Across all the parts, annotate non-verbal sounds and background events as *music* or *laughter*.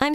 I'm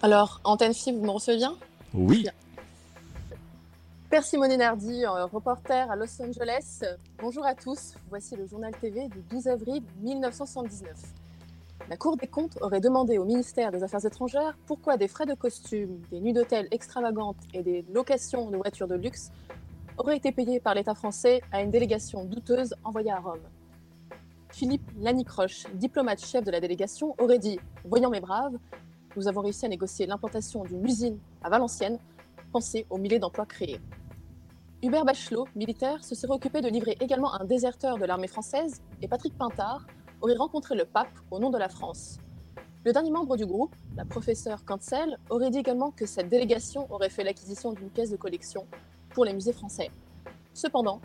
Alors, antenne fille, vous me recevez bien Oui. Persimone Nardi, euh, reporter à Los Angeles. Bonjour à tous. Voici le journal TV du 12 avril 1979. La Cour des comptes aurait demandé au ministère des Affaires étrangères pourquoi des frais de costume, des nuits d'hôtel extravagantes et des locations de voitures de luxe auraient été payés par l'État français à une délégation douteuse envoyée à Rome. Philippe Lanicroche, diplomate chef de la délégation, aurait dit Voyons mes braves, nous avons réussi à négocier l'implantation d'une usine à Valenciennes. Pensez aux milliers d'emplois créés. Hubert Bachelot, militaire, se serait occupé de livrer également un déserteur de l'armée française et Patrick Pintard aurait rencontré le pape au nom de la France. Le dernier membre du groupe, la professeure Cancel, aurait dit également que cette délégation aurait fait l'acquisition d'une pièce de collection pour les musées français. Cependant,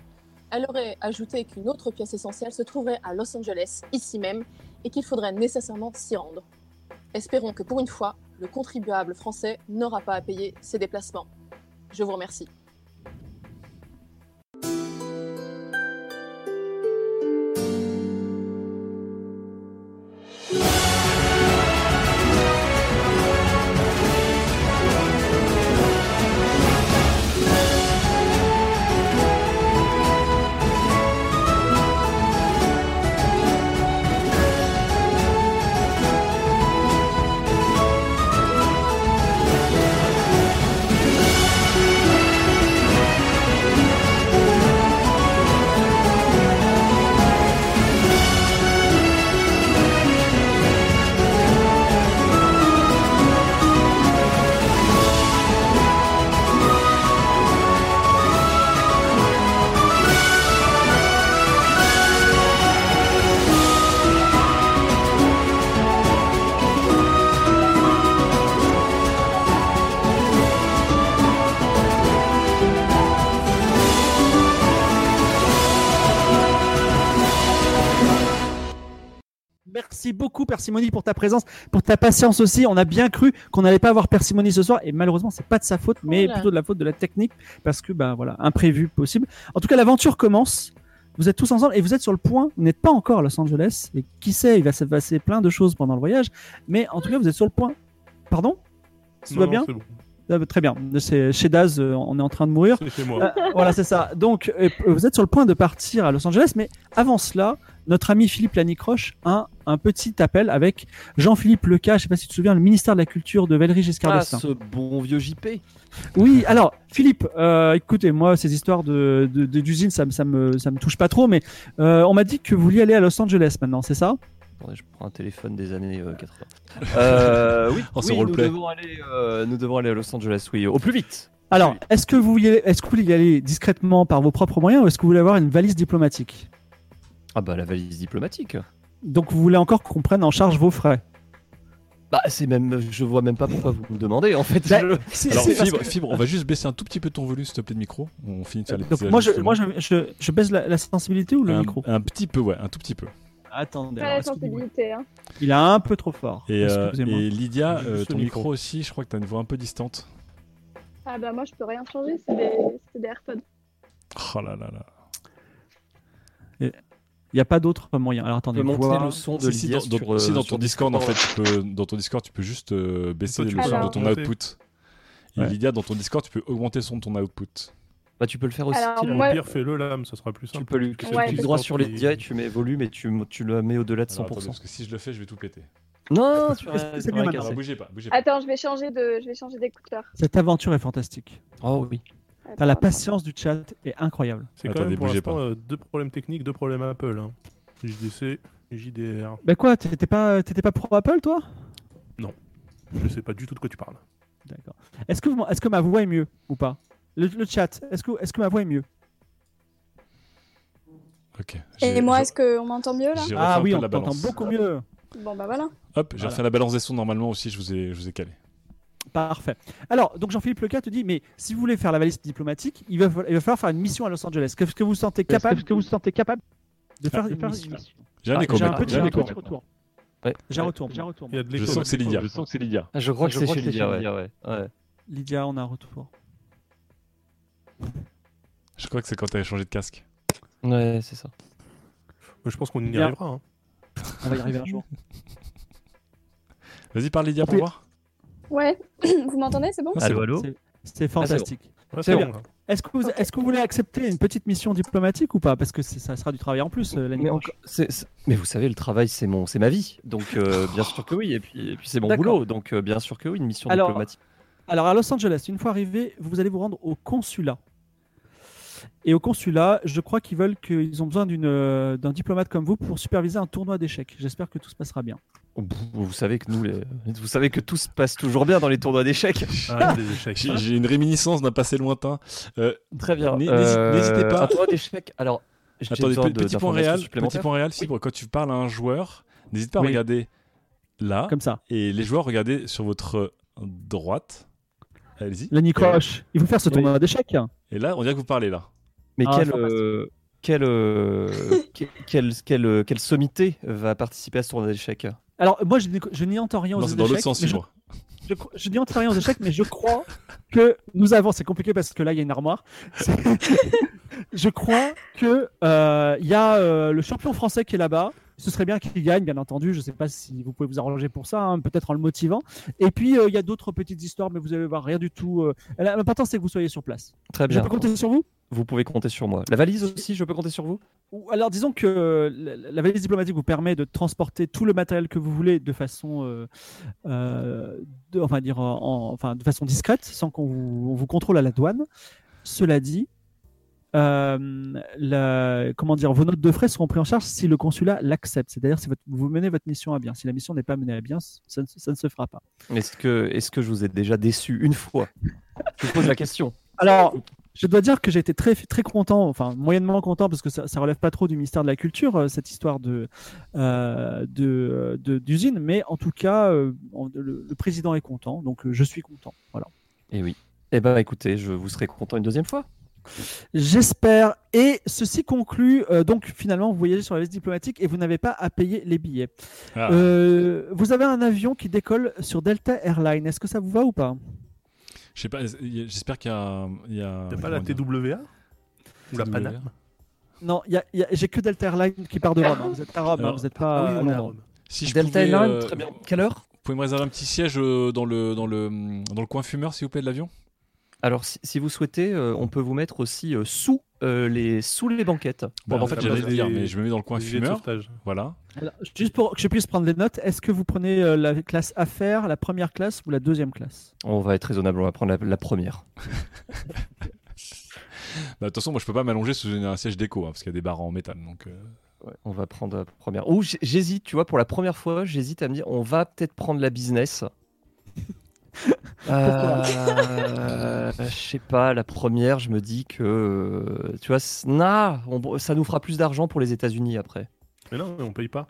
elle aurait ajouté qu'une autre pièce essentielle se trouverait à Los Angeles, ici même, et qu'il faudrait nécessairement s'y rendre. Espérons que pour une fois, le contribuable français n'aura pas à payer ses déplacements. Je vous remercie. Merci beaucoup, Persimony, pour ta présence, pour ta patience aussi. On a bien cru qu'on n'allait pas avoir Persimony ce soir, et malheureusement, c'est pas de sa faute, mais Oula. plutôt de la faute de la technique, parce que, bah voilà, imprévu possible. En tout cas, l'aventure commence. Vous êtes tous ensemble et vous êtes sur le point. Vous n'êtes pas encore à Los Angeles, et qui sait, il va se passer plein de choses pendant le voyage, mais en tout cas, vous êtes sur le point. Pardon Tout Non, va non, bien c'est bon. Ah, bah, Très bien. C'est chez Daz, euh, on est en train de mourir. C'est chez moi. Euh, voilà, c'est ça. Donc, euh, vous êtes sur le point de partir à Los Angeles, mais avant cela, notre ami Philippe Lanicroche a un petit appel avec Jean-Philippe Leca, je sais pas si tu te souviens, le ministère de la Culture de Valérie Giscard Ah, d'Estaing. ce bon vieux JP. Oui, alors, Philippe, euh, écoutez, moi, ces histoires de, de, de- d'usines, ça, me- ça, me, ça me touche pas trop, mais euh, on m'a dit que vous vouliez aller à Los Angeles maintenant, c'est ça Attendez, je prends un téléphone des années euh, *laughs* 80. Euh, oui, Oh, c'est oui, nous, roleplay. devons aller, euh, nous devons aller à Los Angeles, oui, au plus vite. Alors, est-ce que vous vouliez, est-ce que vous voulez y aller discrètement par vos propres moyens ou est-ce que vous voulez avoir une valise diplomatique Ah bah la valise diplomatique. Donc, vous voulez encore qu'on prenne en charge vos frais Bah c'est même, je vois même pas pourquoi vous me demandez en fait. Bah, je- Si, Alors, si, parce fibre, fibre, on va juste baisser un tout petit peu ton volume, s'il te plaît, de micro. On finit de faire les Euh, Donc petits moi, je, ajustements. moi je, je, je baisse la, la sensibilité ou le un, micro un petit peu, ouais, un tout petit peu. Attendez, Pas la sensibilité. Hein. il a un peu trop fort. Et, euh, Excusez-moi. et Lydia, Juste euh, le ton micro. micro. aussi, je crois que t'as une voix un peu distante. Ah bah moi je peux rien changer, c'est des, c'est des AirPods. Oh là là là. Il n'y a pas d'autre moyen. Alors On attendez, peut monter voir. le son de Si, si, Lydia dans, sur, dans- euh, si, dans sur ton Discord, en Discord. fait, tu peux, dans ton Discord, tu peux juste euh, baisser Toi, tu le peux son de Alors. ton monter. output. Et Ouais. Lydia, dans ton Discord, tu peux augmenter le son de ton output. Bah tu peux le faire aussi. Alors, là. moi- Au pire, fais-le lame, ça sera plus Tu simple. peux lui C'est Ouais. cliquer Discord droit sur qui- Lydia et tu mets volume et tu, tu le mets au-delà de 100%. Alors, attendez, parce que si je le fais, je vais tout péter. *laughs* Non, tu Est-ce vas que c'est tu mieux vas maintenant Alors, casser. bougez pas, bougez pas. Attends, je vais changer de, je vais changer d'écouteur. Cette aventure est fantastique. Oh oui. Enfin, la patience du chat est incroyable. C'est quand Attendez, même pour bougez l'instant euh, deux problèmes techniques, deux problèmes Apple. hein. JDC, JDR. Bah quoi, t'étais pas, t'étais pas pro Apple toi Je sais pas du tout de quoi tu parles. D'accord. Est-ce que, est que ma voix est mieux ou pas le, le chat, est-ce que, est que ma voix est mieux Ok. Et J'ai- moi, j'ai- est-ce qu'on m'entend mieux là j'ai refait Ah un oui, peu on la t'entend balance. beaucoup mieux. Bon, bah voilà. Hop, j'ai Voilà. refait la balance des sons normalement aussi, je vous ai, je vous ai calé. Parfait. Alors, donc Jean-Philippe Leca te dit, mais si vous voulez faire la valise diplomatique, il va, fa- il va falloir faire une mission à Los Angeles. Est-ce que vous vous sentez capable, que vous sentez capable de faire, Ah, de faire mission. une mission J'ai un Ah, écho J'ai un maintenant, petit, j'ai j'ai un un écho. petit retour. Ouais. J'ai un retour. j'ai un retour. Il y a de Je l'écho. sens que c'est Lydia. Je sens que c'est Lydia. Ah, je crois Ah, que je c'est crois chez que c'est Lydia, chez ouais. Lydia, Ouais. Lydia, on a un retour. Je crois que c'est quand t'avais changé de casque. Ouais, c'est ça. Mais Je pense qu'on y Bien. arrivera. hein. On va y arriver un jour. Vas-y, parle Lydia pour Oui. voir. Ouais, *clears throat* vous m'entendez, c'est bon Ah, c'est Allô, bon. allô C'est- C'est fantastique. Ouais, C'est Ah, c'est bon. bon, hein. là. Est-ce que, vous- est-ce que vous voulez accepter une petite mission diplomatique ou pas Parce que c'est- ça sera du travail en plus euh, l'année Mais, prochaine. encore- c'est- c'est- mais vous savez, le travail, c'est mon, c'est ma vie. Donc, euh, bien sûr que oui. Et puis, et puis c'est mon Oh. D'accord. boulot. Donc, euh, bien sûr que oui, une mission Alors- diplomatique. Alors à Los Angeles, une fois arrivé, vous allez vous rendre au consulat. Et au consulat, je crois qu'ils veulent qu'ils ont besoin d'une, euh, d'un diplomate comme vous pour superviser un tournoi d'échecs. J'espère que tout se passera bien. Oh, Vous, vous savez que nous, les- vous savez que tout se passe toujours bien dans les tournois *laughs* d'échecs. Ah, des *laughs* échecs. J'ai j'ai une réminiscence d'un passé lointain. Euh, Très bien. N'hé- n'hésite- n'hésitez pas. Euh, Un tournoi d'échecs. Alors, j'ai attendez, besoin pe- de- petit point d'informations réel. Petit supplémentaires. point réel, Fibre, quand tu parles à un joueur, n'hésite pas à Oui. regarder là. Comme ça. Et les joueurs, regardez sur votre euh, droite. Allez-y. Lenny Croche, il faut faire ce Oui. tournoi d'échecs. Et là, on dirait que vous parlez là. Mais Ah, quelle, fantastique. euh, quelle, euh, *laughs* que- quelle, quelle, quelle sommité va participer à ce tournoi d'échecs Alors moi, je, n'y- je n'y entends rien aux Non, c'est échecs. dans l'autre sens, mais je, Fibre. je cro- je n'y entends rien aux échecs, mais je crois que nous avons. C'est compliqué parce que là, il y a une armoire. C'est- *laughs* je crois que euh, il y a euh, le champion français qui est là-bas. Ce serait bien qu'il gagne, bien entendu. Je ne sais pas si vous pouvez vous arranger pour ça, hein, peut-être en le motivant. Et puis euh, il y a d'autres petites histoires, mais vous allez voir rien du tout. euh. L'important c'est que vous soyez sur place. Très Je bien. peux compter sur vous. Vous pouvez compter sur moi. La valise aussi, je peux compter sur vous Ou alors disons que euh, la, la valise diplomatique vous permet de transporter tout le matériel que vous voulez de façon, euh, euh, de, enfin dire, en- en- enfin de façon discrète, sans qu'on vous, on vous contrôle à la douane. Cela dit, euh, la- comment dire, vos notes de frais seront prises en charge si le consulat l'accepte. C'est-à-dire si votre- vous menez votre mission à bien. Si la mission n'est pas menée à bien, ça, ne- ça ne se fera pas. Est-ce que, est que je vous ai déjà déçu une fois Je vous pose la question. Alors, je dois dire que j'ai été très, très content, enfin moyennement content, parce que ça, ça relève pas trop du ministère de la Culture, euh, cette histoire de euh, de- de- d'usine, mais en tout cas, euh, en- le, le président est content, donc euh, je suis content. Voilà. Eh oui. Eh ben, écoutez, je vous serai content une deuxième fois. J'espère. Et ceci conclut, euh, donc finalement, vous voyagez sur la liste diplomatique et vous n'avez pas à payer les billets. Ah. Euh, vous avez un avion qui décolle sur Delta Airlines, est-ce que ça vous va ou pas Je sais pas, y- j'espère qu'il y a. il Y a T'as pas comment la dire, TWA Ou la TWA. Paname Non, il y a- il y a- j'ai que Delta Airlines qui part de Rome. hein. Vous êtes à Rome, hein, Alors, vous n'êtes pas Ah oui, à on est à Londres. Rome. Si je Delta pouvais, Airlines, euh, très bien. Quelle heure Vous pouvez me réserver un petit siège euh, dans le, dans le, dans le coin fumeur, s'il vous plaît, de l'avion Alors, si, si vous souhaitez, euh, on peut vous mettre aussi euh, sous, euh, les, sous les banquettes. Bon, Bah, en fait, ça j'allais passe le dire, des- mais je me mets dans le coin Des gilets de fumeur. sauvetage. Voilà. Alors, juste pour que je puisse prendre les notes, est-ce que vous prenez euh, la classe affaires, la première classe ou la deuxième classe On va être raisonnable, on va prendre la, la première. Bah, De toute façon, moi, je peux pas m'allonger sous une- un siège déco, hein, parce qu'il y a des barres en métal. Donc, euh, On va prendre la première. Ou j- j'hésite, tu vois, pour la première fois, j'hésite à me dire, on va peut-être prendre *laughs* la business. Euh, Je sais pas, la première, je me dis que, euh, tu vois, c- nah, on- ça nous fera plus d'argent pour les États-Unis après. Mais non, mais on paye pas.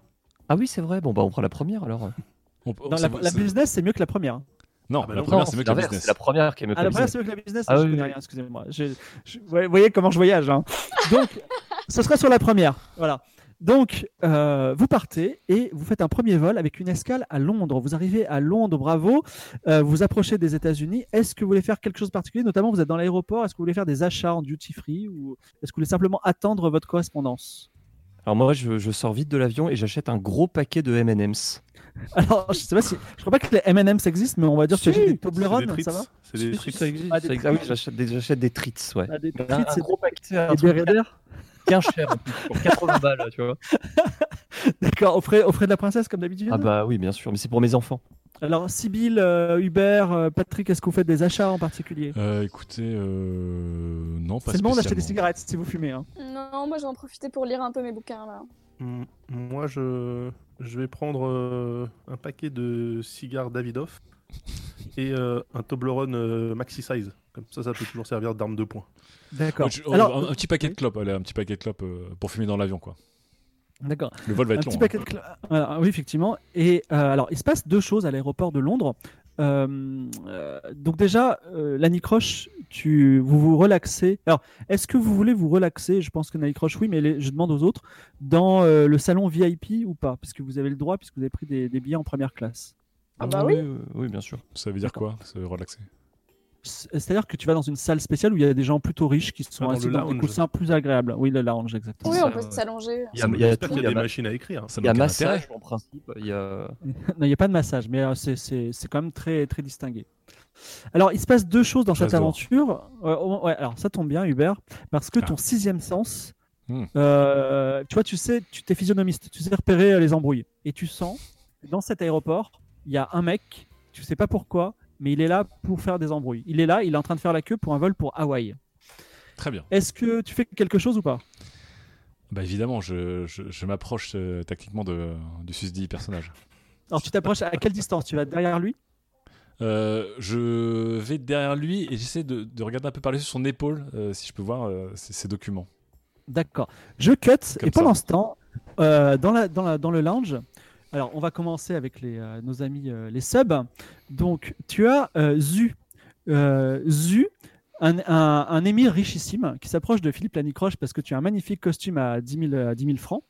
Ah oui, c'est vrai. Bon bah, on prend la première alors. on peut- Non, Oh, c'est- la, la c'est- business, c'est mieux que la première. Non, Ah bah la non, première, Non, c'est mieux que la l'inverse, business. la première qui est mieux que Ah, la la première, business. c'est mieux que la business Ah Je oui, connais oui. rien, excusez-moi. Je- je- vous voyez comment je voyage. hein. Donc, ce sera sur la première. Voilà. Donc, euh, vous partez et vous faites un premier vol avec une escale à Londres. Vous arrivez à Londres, bravo. Euh, vous approchez des États-Unis. Est-ce que vous voulez faire quelque chose de particulier Notamment, vous êtes dans l'aéroport. Est-ce que vous voulez faire des achats en duty-free ou est-ce que vous voulez simplement attendre votre correspondance Alors moi, je, je sors vite de l'avion et j'achète un gros paquet de M&M's. Alors, je sais pas si. Je crois pas que les M&M's existent, mais on va dire que Si, j'ai des C'est des Toblerone, treats. ça va C'est des Si, trucs. ça existe. Ah, des ça existe. Ah oui, j'achète des, j'achète des treats, ouais. Ah, Des Un- treats, un, c'est gros paquet, un des truc Berets d'air bien cher en plus, pour 80 balles, tu vois. D'accord, au frais, au frais de la princesse, comme d'habitude. Ah bah oui, bien sûr, mais c'est pour mes enfants. Alors, Sybille, euh, Hubert, euh, Patrick, est-ce que vous faites des achats en particulier Euh, écoutez, euh, non, pas C'est le moment d'acheter des spécialement. cigarettes si vous fumez. hein. Non, moi, j'en profitais pour lire un peu mes bouquins, là. Mm, Moi, je... je vais prendre euh, un paquet de cigares Davidoff et euh, un Toblerone euh, maxi size. Comme ça, ça peut toujours servir d'arme de poing. D'accord. Ouais, je- oh, Alors, un, un petit paquet de clopes, allez, un petit paquet de clopes euh, pour fumer dans l'avion, quoi. D'accord. Le vol va Un être petit long. paquet de cla- voilà, oui, effectivement. Et euh, alors, il se passe deux choses à l'aéroport de Londres. Euh, euh, donc déjà, euh, la Nicroche, tu, vous vous relaxez. Alors, est-ce que vous voulez vous relaxer Je pense que la Nicroche, oui, mais les- je demande aux autres dans euh, le salon VIP ou pas, puisque vous avez le droit, puisque vous avez pris des, des billets en première classe. Ah bah oui. euh, oui, bien sûr. hein. Ça veut dire quoi, se relaxer C- C'est-à-dire que tu vas dans une salle spéciale où il y a des gens plutôt riches qui sont Ah, dans assis le dans des lounge. coussins plus agréables. Oui, le lounge, exactement. Oui, ça, on peut ouais. s'allonger. Il y a, Il y a j'espère tout, qu'il il y y a a des ma- machines à écrire. hein. Ça Il y a n'a aucun intérêt. massage en principe. Il y Euh, a... Non, il n'y a pas de massage, mais euh, c'est- c'est c'est quand même très, très distingué. Alors, il se passe deux choses dans cette J'adore. aventure. Ouais, ouais, ouais, alors, ça tombe bien, Hubert, parce que Ah. ton sixième sens, Hmm. euh, tu vois, tu sais, tu t'es physionomiste, tu sais repérer euh, les embrouilles. Et tu sens, que dans cet aéroport, il y a un mec, tu sais pas pourquoi, mais il est là pour faire des embrouilles. Il est là, il est en train de faire la queue pour un vol pour Hawaï. Très bien. Est-ce que tu fais quelque chose ou pas Bah évidemment, je, je, je m'approche euh, tactiquement de, du susdit personnage. Alors, tu t'approches à quelle distance Tu vas derrière lui Euh, je vais derrière lui et j'essaie de, de regarder un peu par-dessus son épaule, euh, si je peux voir euh, ses, ses documents. D'accord. Je cut Comme et pendant ça. ce temps, euh, dans, la, dans, la- dans le lounge, alors on va commencer avec les, euh, nos amis euh, les subs. Donc tu as euh, Zu. Euh, Zu, un, un- un émir richissime qui s'approche de Philippe Lanicroche parce que tu as un magnifique costume à 10 000, à 10 000 francs.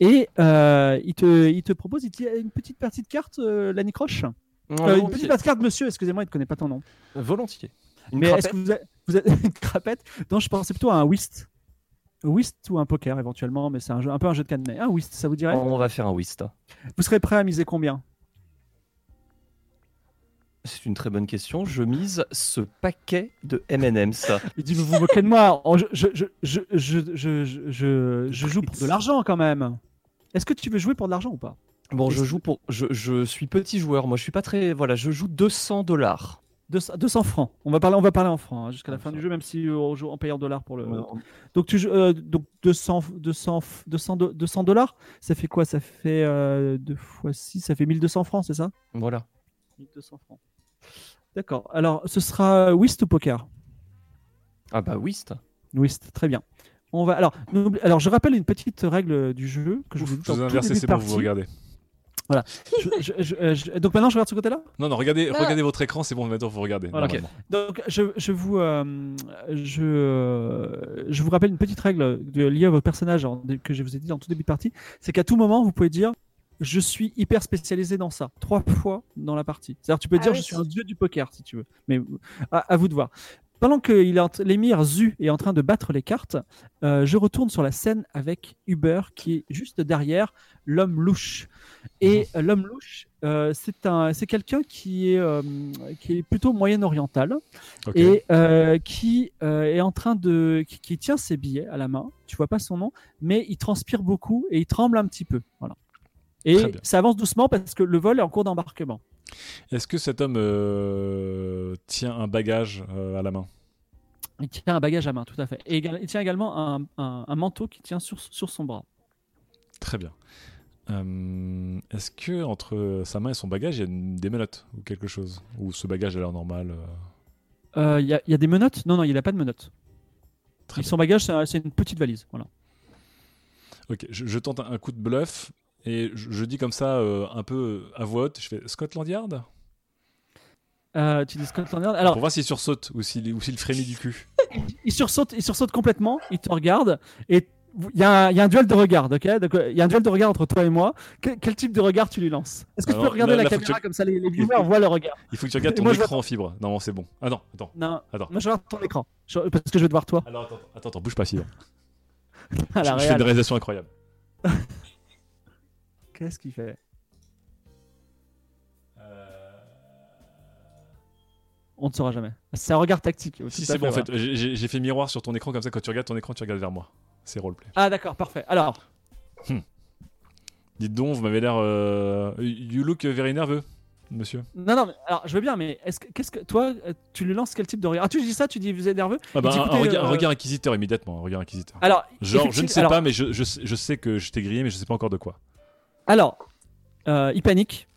Et euh, il, te, il te propose il te dit, une petite partie de carte, euh, Lanicroche. Ah Non, Euh, une volontiers. petite partie de carte, monsieur, excusez-moi, il ne connaît pas ton nom. Volontiers. Une Mais est-ce crapette que vous êtes, vous êtes- *laughs* une crapette Non, je pensais plutôt à un whist. Un Whist ou un poker éventuellement, mais c'est un, jeu, un peu un jeu de cadenas. Un whist, ça vous dirait On va faire un whist. hein. Vous serez prêt à miser combien C'est une très bonne question. Je mise ce paquet de M&M's. Il dit, vous vous moquez de moi. Oh, je, je, je, je, je, je, je- je- je joue pour de l'argent quand même. Est-ce que tu veux jouer pour de l'argent ou pas Bon, je joue pour. Je, je suis petit joueur. Moi, je suis pas très. Voilà, je joue 200 dollars. 200, 200 francs. On va parler, on va parler en francs hein, jusqu'à la Comme fin Ah, ça. du jeu, même si euh, on joue en payant en dollars pour le. Donc, tu, joues, euh, donc 200, 200, 200, 200 dollars, ça fait quoi Ça fait 2 fois 6, ça fait 1200 francs, c'est ça Voilà. 1200 francs. D'accord. Alors, ce sera euh, whist ou poker Ah bah whist. Whist, très bien. On va alors, n'oublie- alors je rappelle une petite règle du jeu que je vous dis Je vous ai dans tout inversé, début c'est de bon, vous partie. regardez. Je- je- je- euh, je- donc maintenant je regarde ce côté-là. Non, non, regardez, Non. regardez votre écran, c'est bon, maintenant vous regardez. Voilà, ok. normalement. Donc je, je vous euh, je, euh, je vous rappelle une petite règle de, liée à vos personnages en- que je vous ai dit dans tout début de partie, c'est qu'à tout moment vous pouvez dire je suis hyper spécialisé dans ça trois fois dans la partie. C'est-à-dire tu peux Ah dire oui. je suis un dieu du poker si tu veux, mais à, à vous de voir. Pendant que il est en t- l'émir Zu est en train de battre les cartes, euh, je retourne sur la scène avec Uber qui est juste derrière l'homme louche. Et euh, l'homme louche, euh, c'est un, c'est quelqu'un qui est euh, qui est plutôt moyen-oriental Ok. et euh, qui euh, est en train de qui, qui tient ses billets à la main. Tu vois pas son nom, mais il transpire beaucoup et il tremble un petit peu. Voilà. Et Très bien. ça avance doucement parce que le vol est en cours d'embarquement. Est-ce que cet homme euh, tient un bagage euh, à la main Il tient un bagage à main, tout à fait. Et éga- il tient également un, un- un manteau qui tient sur, sur son bras. Très bien. Euh, Est-ce que entre sa main et son bagage, il y a une- des menottes ou quelque chose Ou ce bagage a l'air normal euh, Euh, Il y, a- il y a des menottes Non, non, il n'a pas de menottes. Très Et son bagage, c'est un- c'est une petite valise. Voilà. Ok, je, je tente un, un coup de bluff et je, je dis comme ça, euh, un peu à voix haute, je fais Scotland Yard Euh, tu dis Scotland Yard. Alors, Pour voir s'il sursaute ou s'il ou s'il frémit du cul. il sursaute, il sursaute complètement, il te regarde et il y, a un- il y a un duel de regard, ok Donc, euh, Il y a un duel de regard entre toi et moi. Que- quel type de regard tu lui lances Est-ce que tu peux Alors, regarder la là- là, faut que caméra tu- comme ça les, les viewers voient le regard Il faut que tu *laughs* regardes Et ton moi, je écran en fibre. Non, bon, c'est bon. Ah non, attends, Non, attends. moi je regarde ton écran Je- parce que je vais te voir toi Alors attends, attends, attends, bouge pas fibre. *laughs* à Je, la je fais réal. une réalisation incroyable. Qu'est-ce qu'il fait Euh. On ne saura jamais. C'est un regard tactique. tout Si à c'est bon, en voilà. fait, j'ai- j'ai j'ai fait miroir sur ton écran comme ça. Quand tu regardes ton écran, tu regardes vers moi. C'est roleplay. Ah d'accord, parfait. Alors, Dites donc, vous m'avez l'air. euh, You look very nerveux, monsieur. non, non, mais- alors je veux bien, mais est-ce que, qu'est-ce que toi, euh, tu lui lances quel type de regard Ah, tu dis ça, tu dis vous êtes nerveux Ah bah, Il dit, un, un écoutez, regard, un euh, regard inquisiteur immédiatement, un regard inquisiteur. Alors, Genre, je ne effectivement- sais alors, pas, mais je, je, sais- je sais que je t'ai grillé, mais je sais pas encore de quoi. Alors, euh, il panique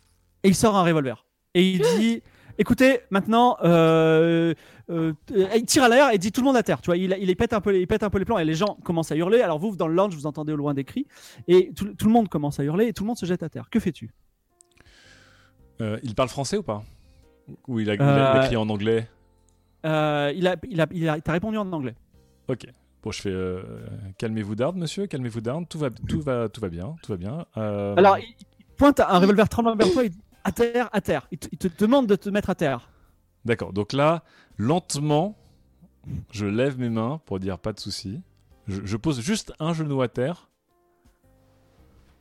et il sort un revolver. Et il dit, écoutez, maintenant, euh, euh, euh, il tire à l'air et dit tout le monde à terre. Tu vois, il, il les pète un peu, les- il pète un peu les plans et les gens commencent à hurler. Alors vous, dans le lounge, vous entendez au loin des cris et tout, tout le monde commence à hurler et tout le monde se jette à terre. Que fais-tu Euh, il parle français ou pas Ou il a, il a- il a Euh, écrit en anglais Euh, Il a, il a, il a- t'as répondu en anglais. Ok. Bon, je fais euh, calmez-vous d'arde, monsieur, calmez-vous d'arde. Tout va, tout va, tout va bien, tout va bien. Euh, Alors, il, il pointe un revolver tremblant vers toi. Et dit, à terre, à terre. Il te, il te demande de te mettre à terre. D'accord. Donc là, lentement, je lève mes mains pour dire pas de souci. Je, je pose juste un genou à terre.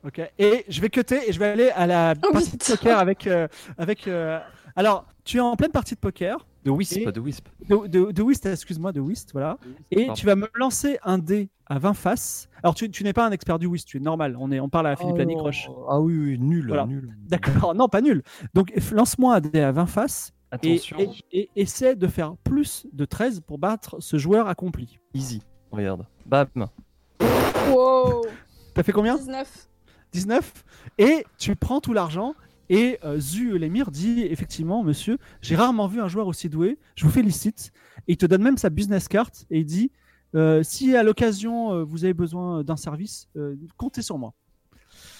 Ok. Et je vais cutter et je vais aller à la Oh, partie de putain. poker avec euh, avec. euh, Alors, tu es en pleine partie de poker. De Wisp, Et- de Wisp. de, de, de whist, excuse-moi, de whist, voilà. Et Pardon. tu vas me lancer un dé à 20 faces. Alors, tu, tu n'es pas un expert du whist, tu es normal. On, est, on parle à Oh. Philippe Lanicroche. Ah oui, oui, nul, Voilà. nul. D'accord, non, pas nul. Donc, f- lance-moi un dé à 20 faces et, Attention, et, et essaie de faire plus de 13 pour battre ce joueur accompli. easy. Regarde. Bam. Wow T'as fait combien 19. 19 Et tu prends tout l'argent. Et euh, Zu l'émir dit effectivement, monsieur, j'ai rarement vu un joueur aussi doué, je vous félicite. Et il te donne même sa business card et il dit euh, si à l'occasion euh, vous avez besoin d'un service, euh, comptez sur moi.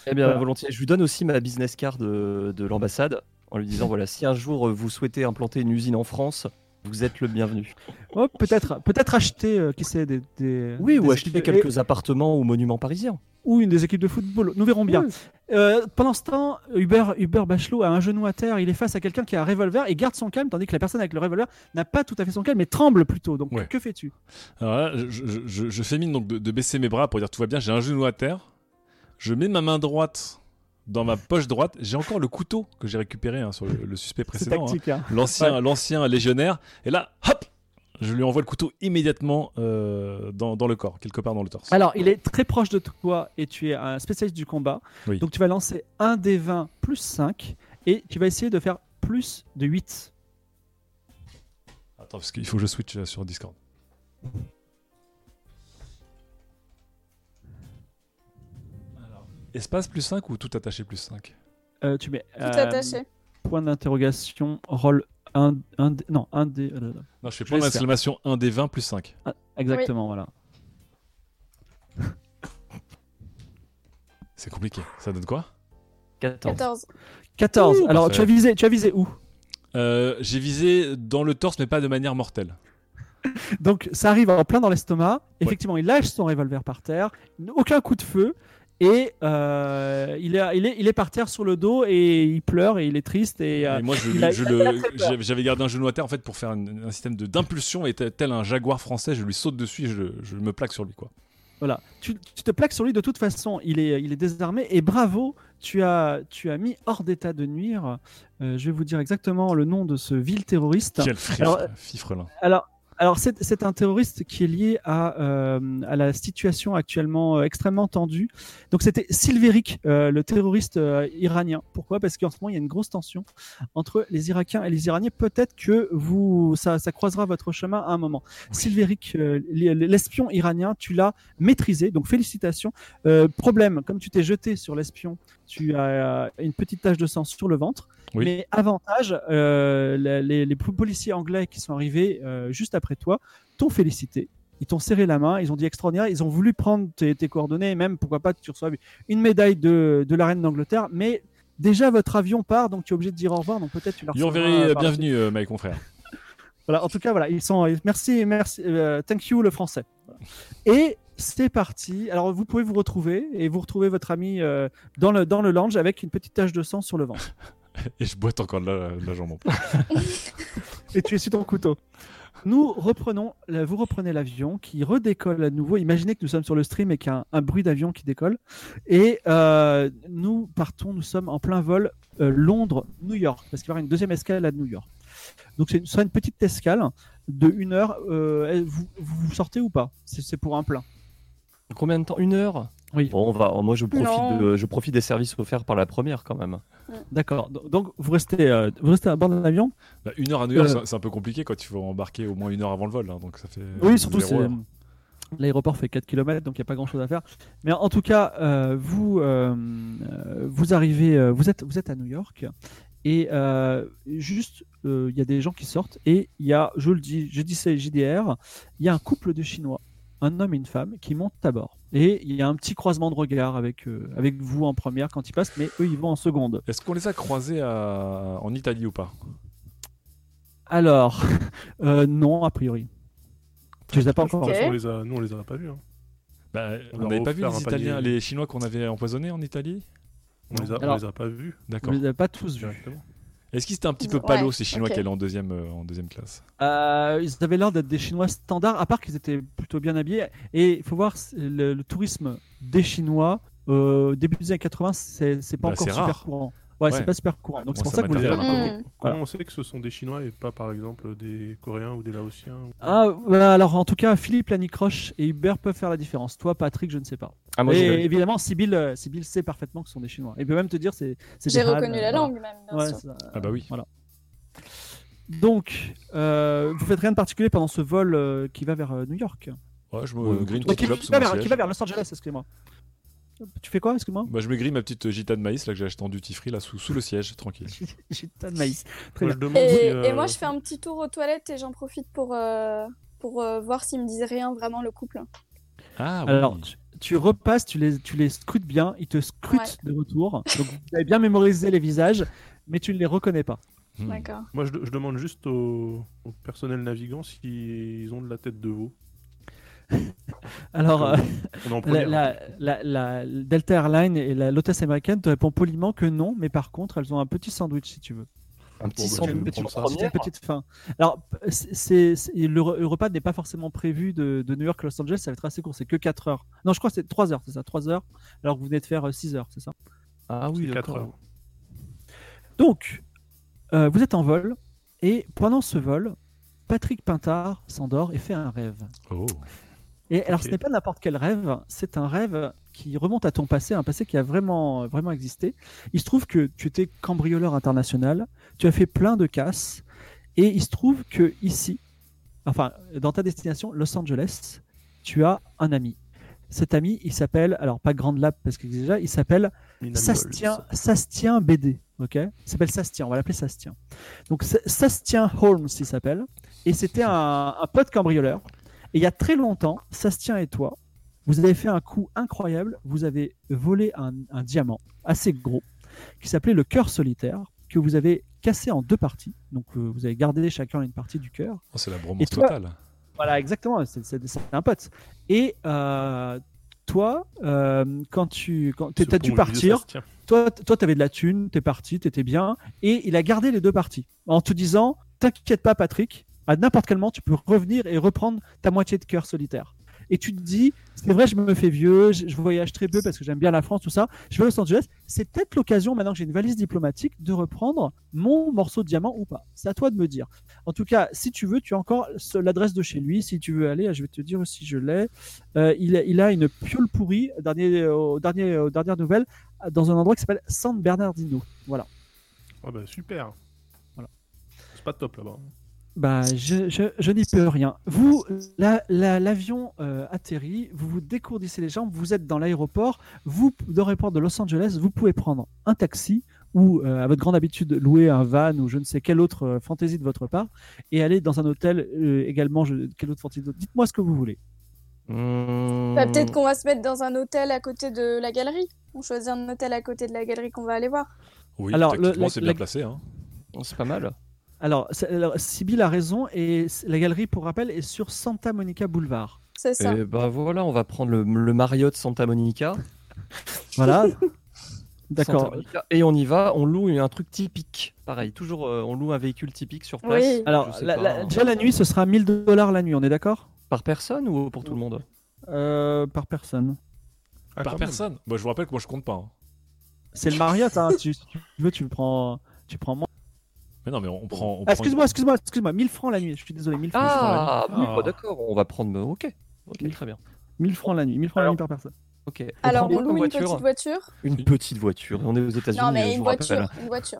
Eh bien, Voilà. volontiers. Je lui donne aussi ma business card de, de l'ambassade en lui disant voilà, si un jour euh, vous souhaitez implanter une usine en France, vous êtes le bienvenu. Oh, peut-être peut-être acheter euh, qui sait, des, des- Oui, ou des acheter équipes- quelques appartements ou monuments parisiens. ou une des équipes de football. Nous verrons bien. Euh, pendant ce temps, Hubert, Hubert Bachelot a un genou à terre. Il est face à quelqu'un qui a un revolver et garde son calme, tandis que la personne avec le revolver n'a pas tout à fait son calme, mais tremble plutôt. Donc, Ouais. que fais-tu Alors là, je, je- je- je fais mine donc de, de baisser mes bras pour dire tout va bien. J'ai un genou à terre. Je mets ma main droite dans ma poche droite. J'ai encore le couteau que j'ai récupéré hein, sur le, le suspect C'est précédent. hein. tactique. hein. l'ancien l'ancien légionnaire. Et là, hop, je lui envoie le couteau immédiatement euh, dans, dans le corps, quelque part dans le torse. Alors, il est très proche de toi et tu es un spécialiste du combat. Oui. Donc, tu vas lancer un des 20 plus 5 et tu vas essayer de faire plus de 8. Attends, parce qu'il faut que je switch euh, sur Discord. Alors, Espace plus 5 ou tout attaché plus 5 Euh, tu mets Tout euh, attaché. point d'interrogation, rôle 1, non, un des. euh, Non, je fais Je point laisse faire. d'exclamation 1 des 20 plus 5. ah, exactement, voilà. C'est compliqué. Ça donne quoi 14. 14. 14. Ouh, Alors, parfait. tu as, visé, tu as visé où Euh, J'ai visé dans le torse, mais pas de manière mortelle. Donc ça arrive en plein dans l'estomac. Effectivement, il lâche son revolver par terre. Aucun coup de feu. Et euh, il, est, il, est, il est par terre sur le dos et il pleure et il est triste. Et, euh, Et *laughs* moi, je, il a- je il a le, très peur. j'avais- j'avais gardé un genou à terre en fait pour faire un, un système de d'impulsion et tel tel un jaguar français, je lui saute dessus, et je, je me plaque sur lui quoi. Voilà, tu, tu te plaques sur lui de toute façon, il est, il est désarmé et bravo, tu as, tu as mis hors d'état de nuire. Euh, je vais vous dire exactement le nom de ce vil terroriste. Quel frère, Alors, euh, fifrelin. Alors, alors c'est, c'est un terroriste qui est lié à, euh, à la situation actuellement euh, extrêmement tendue. Donc c'était Silveric, euh, le terroriste euh, iranien. Pourquoi Parce qu'en ce moment, il y a une grosse tension entre les Irakiens et les Iraniens. Peut-être que vous, ça, ça croisera votre chemin à un moment. Silveric, euh, l- l'espion iranien, tu l'as maîtrisé. Donc félicitations. Euh, problème, comme tu t'es jeté sur l'espion, tu as euh, une petite tache de sang sur le ventre. Oui. Mais avantage, euh, la- les, les po- policiers anglais qui sont arrivés euh, juste après toi t'ont félicité. Ils t'ont serré la main, ils ont dit extraordinaire, ils ont voulu prendre tes, tes coordonnées, et même pourquoi pas que tu reçoives une médaille de, de la reine d'Angleterre, mais déjà votre avion part, donc tu es obligé de dire au revoir, donc peut-être tu leur Yo, recevras, Véry, euh, par la suite. bienvenue, euh, mes confrères. Voilà, en tout cas, voilà, ils sont. Merci, merci, euh, thank you le français. Voilà. Et c'est parti. Alors, vous pouvez vous retrouver et vous retrouvez votre ami euh, dans, le, dans le lounge avec une petite tache de sang sur le ventre. Et je boite encore de la, de la jambon. Et tu essuies ton couteau. Nous reprenons, la- vous reprenez l'avion qui redécolle à nouveau. Imaginez que nous sommes sur le stream et qu'il y a un, un bruit d'avion qui décolle. Et euh, nous partons, nous sommes en plein vol euh, Londres-New York, parce qu'il va y avoir une deuxième escale à New York. Donc c'est- ce sera une petite escale de une heure. Euh, vous, vous sortez ou pas C'est c'est pour un plein. Combien de temps Une heure Oui. Bon, on va, oh, moi, je Non. profite, de- je profite des services offerts par la première quand même. D'accord. Do- Donc vous restez, euh, vous restez à bord de l'avion Bah, une heure à New York, Euh. c'est- c'est un peu compliqué quand il faut embarquer au moins une heure avant le vol. hein, donc ça fait Oui, surtout zéro c'est heure. l'aéroport fait 4 km, donc il n'y a pas grand chose à faire. Mais en tout cas, euh, vous, euh, euh, vous arrivez, euh, vous êtes, vous êtes à New York Et euh, juste, euh, il y a des gens qui sortent et il y a, je le dis, je dis c'est JDR, il y a un couple de Chinois, un homme et une femme, qui montent à bord. Et il y a un petit croisement de regard avec, euh, avec vous en première quand ils passent, mais eux ils vont en seconde. Est-ce qu'on les a croisés à- en Italie ou pas Alors, *laughs* euh, non, a priori. Tu les as pas encore. De toute façon, on Ok. les a- Nous, on les a pas vus. hein. Bah, On leur n'avait a pas vu offert les un panier. Italiens, les Chinois qu'on avait empoisonnés en Italie On les a- on Alors- les a pas vus Vous D'accord. les avez pas tous vus. directement. Est-ce qu'ils étaient un petit peu Ouais, palos, ces Chinois ok. qui allaient en deuxième, euh, en deuxième classe Euh, ils avaient l'air d'être des Chinois standards, à part qu'ils étaient plutôt bien habillés. Et il faut voir c'est le, le tourisme des Chinois euh, début des années 80, c'est c'est pas Bah, encore c'est super rare. courant. Ouais, Ouais. c'est pas super courant. Donc Moi, c'est pour ça ça que vous les m'intéresse avez. pas. pas. Hmm. Voilà. Comment on sait que ce sont des Chinois et pas, par exemple, des Coréens ou des Laotiens ou- Ah, voilà, alors en tout cas, Philippe Lanicroche et Hubert peuvent faire la différence. Toi, Patrick, je ne sais pas. Ah, moi, et j'ai pas vu. évidemment, Sybille, euh, Sybille sait parfaitement que ce sont des Chinois. Il peut même te dire c'est. c'est J'ai des Han, reconnu euh, la voilà. langue, même, bien Ouais, sûr. ça- Ah bah oui. Voilà. Donc, euh, vous faites rien de particulier pendant ce vol euh, qui va vers euh, New York. Ouais, je Ouais, me grille une Donc, petite qui, clope qui sous va mon vers, qui siège. va vers Los Angeles, excusez-moi. Tu fais quoi, excuse-moi Bah, je me grille ma petite gita de maïs là que j'ai acheté en duty free là sous, sous le siège, tranquille. *laughs* J'ai tas de maïs. Très Moi, je demande si, Et, euh, et moi, je fais un petit tour aux toilettes et j'en profite pour, euh, pour euh, voir s'ils me disent rien vraiment le couple. Ah oui. Alors, tu, tu repasses, tu les, tu les scrutes bien, ils te scrutent de retour. Donc, vous avez bien mémorisé les visages, mais tu ne les reconnais pas. Hmm. D'accord. moi, je, je demande juste au, au personnel navigant s'ils ont de la tête de veau. Alors, euh, On est en la, hein. première. la- la- la Delta Airline et la l'hôtesse américaine te répondent poliment que non, mais par contre, elles ont un petit sandwich si tu veux. Un petit Bon, bah, je vais sandwich en prendre ça. C'est une première. petite fin. Alors, p- c'est, c'est- le, re- le repas n'est pas forcément prévu de, de New York à Los Angeles, ça va être assez court, c'est que 4 heures. Non, je crois que c'est 3 heures, c'est ça 3 heures, alors que vous venez de faire 6 heures, c'est ça Ah oui, C'est quatre d'accord. heures. Donc, euh, vous êtes en vol, et pendant ce vol, Patrick Pintard s'endort et fait un rêve. Oh. Et alors, Ok. ce n'est pas n'importe quel rêve, c'est un rêve qui remonte à ton passé, un passé qui a vraiment, vraiment existé. Il se trouve que tu étais cambrioleur international, tu as fait plein de casses, et il se trouve que ici, enfin, dans ta destination, Los Angeles, tu as un ami. Cet ami, il s'appelle, alors pas Grand Lab parce qu'il existe déjà, il s'appelle Minaminols. Sastien, Sastien BD, ok Il s'appelle Sastien, on va l'appeler Sastien. Donc Sa- Sastien Holmes, il s'appelle, et c'était un, un pote cambrioleur. Et il y a très longtemps, Sastien et toi, vous avez fait un coup incroyable, vous avez volé un, un diamant assez gros, qui s'appelait le cœur solitaire, que vous avez cassé en deux parties, donc euh, vous avez gardé chacun une partie du cœur, Oh, c'est la bromance toi totale. voilà, exactement. C'est c'est- c'est un pote. Et euh, toi, euh, quand tu quand Ce t'as bon dû vieux partir, Sastien. toi, t- toi, t'avais de la thune, t'es parti, t'étais bien. Et il a gardé les deux parties en te disant, t'inquiète pas, Patrick. À n'importe quel moment, tu peux revenir et reprendre ta moitié de cœur solitaire. Et tu te dis, c'est vrai, je me fais vieux, je, je voyage très peu parce que j'aime bien la France, tout ça. Je vais à Los Angeles. C'est peut-être l'occasion, maintenant que j'ai une valise diplomatique, de reprendre mon morceau de diamant ou pas. C'est à toi de me dire. En tout cas, si tu veux, tu as encore ce- l'adresse de chez lui. Si tu veux aller, je vais te dire si je l'ai. Euh, il, a- il a une piole pourrie, dernier, euh, au dernier, aux dernières nouvelles, dans un endroit qui s'appelle San Bernardino. Voilà. Ah bah, super. Voilà. C'est pas top là-bas. Bah, je, je, je n'y peux rien. Vous, la- la- l'avion euh, atterrit, vous vous décourdissez les jambes, vous êtes dans l'aéroport, vous, dans l'aéroport de Los Angeles, vous pouvez prendre un taxi ou, euh, à votre grande habitude, louer un van ou je ne sais quelle autre euh, fantaisie de votre part et aller dans un hôtel euh, également, je, quelle autre fantaisie d'autre. Dites-moi ce que vous voulez. Hmm. Bah, Peut-être qu'on va se mettre dans un hôtel à côté de la galerie. On choisit un hôtel à côté de la galerie qu'on va aller voir. Oui, Alors, Alors, le- la- c'est la- bien placé. Hein. Hmm, C'est pas mal. Alors, c'est- alors, Sybille a raison et c- la galerie, pour rappel, est sur Santa Monica Boulevard. C'est ça. Et bah voilà, on va prendre le, le Marriott Santa Monica. Voilà. D'accord. Santa Monica. Et on y va, on loue un truc typique. Pareil, toujours euh, on loue un véhicule typique sur place. Oui. Alors, Je sais la- pas, la- hein. déjà la nuit, ce sera 1000 dollars la nuit, on est d'accord Par personne ou pour tout le monde Euh, Par personne. Ah, Par quand même. personne. Bah, je vous rappelle que moi je compte pas. hein. C'est le Marriott, hein. tu, si tu veux, tu prends. Tu prends moins. Mais non, mais on, on prend. on Ah, prend- excuse-moi, excuse-moi, excuse-moi. 1000 francs la nuit, je suis désolé, 1000 francs, Ah, la nuit. oui, Ah. bah d'accord, on va prendre. Ok, ok, très bien. 1000 francs la nuit, 1000 francs la nuit par personne. Ok. Alors, prend on loue une petite voiture. Une petite voiture. On est aux États-Unis. euh, Non, mais je une vous rappelle. voiture. Une voiture.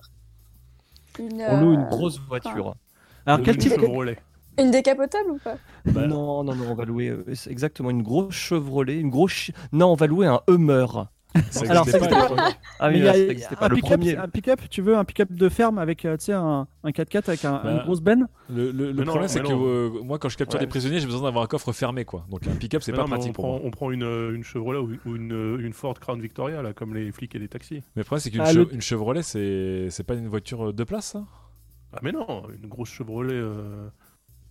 Une, On loue une euh, grosse voiture. Alors, Le quel Mini type, Chevrolet. une décapotable ou pas Bah, Non, non, non, on va louer euh, c'est exactement une grosse Chevrolet, une grosse. chi- Non, on va louer un Hummer. Ça Alors, existait c'est pas à que- l'époque. Ah oui, Mais il y a- là, ça n'existait pas. un Le pick-up, premier. un pick-up, tu veux un pick-up de ferme avec euh, tu sais, un, un 4x4 avec un, Bah. une grosse benne Le, le- le Mais non, problème, mais c'est que non. euh, moi, quand je capture Ouais. des prisonniers, j'ai besoin d'avoir un coffre fermé, quoi. Donc un pick-up, c'est Mais pas non, mais pratique on pour prend, moi. on prend une, euh, une Chevrolet ou ou une, euh, une Ford Crown Victoria, là, comme les flics et les taxis. Mais le problème, c'est qu'une Ah, che- le- une Chevrolet, c'est c'est pas une voiture euh, de place, hein. ça Ah, mais non, une grosse Chevrolet. euh,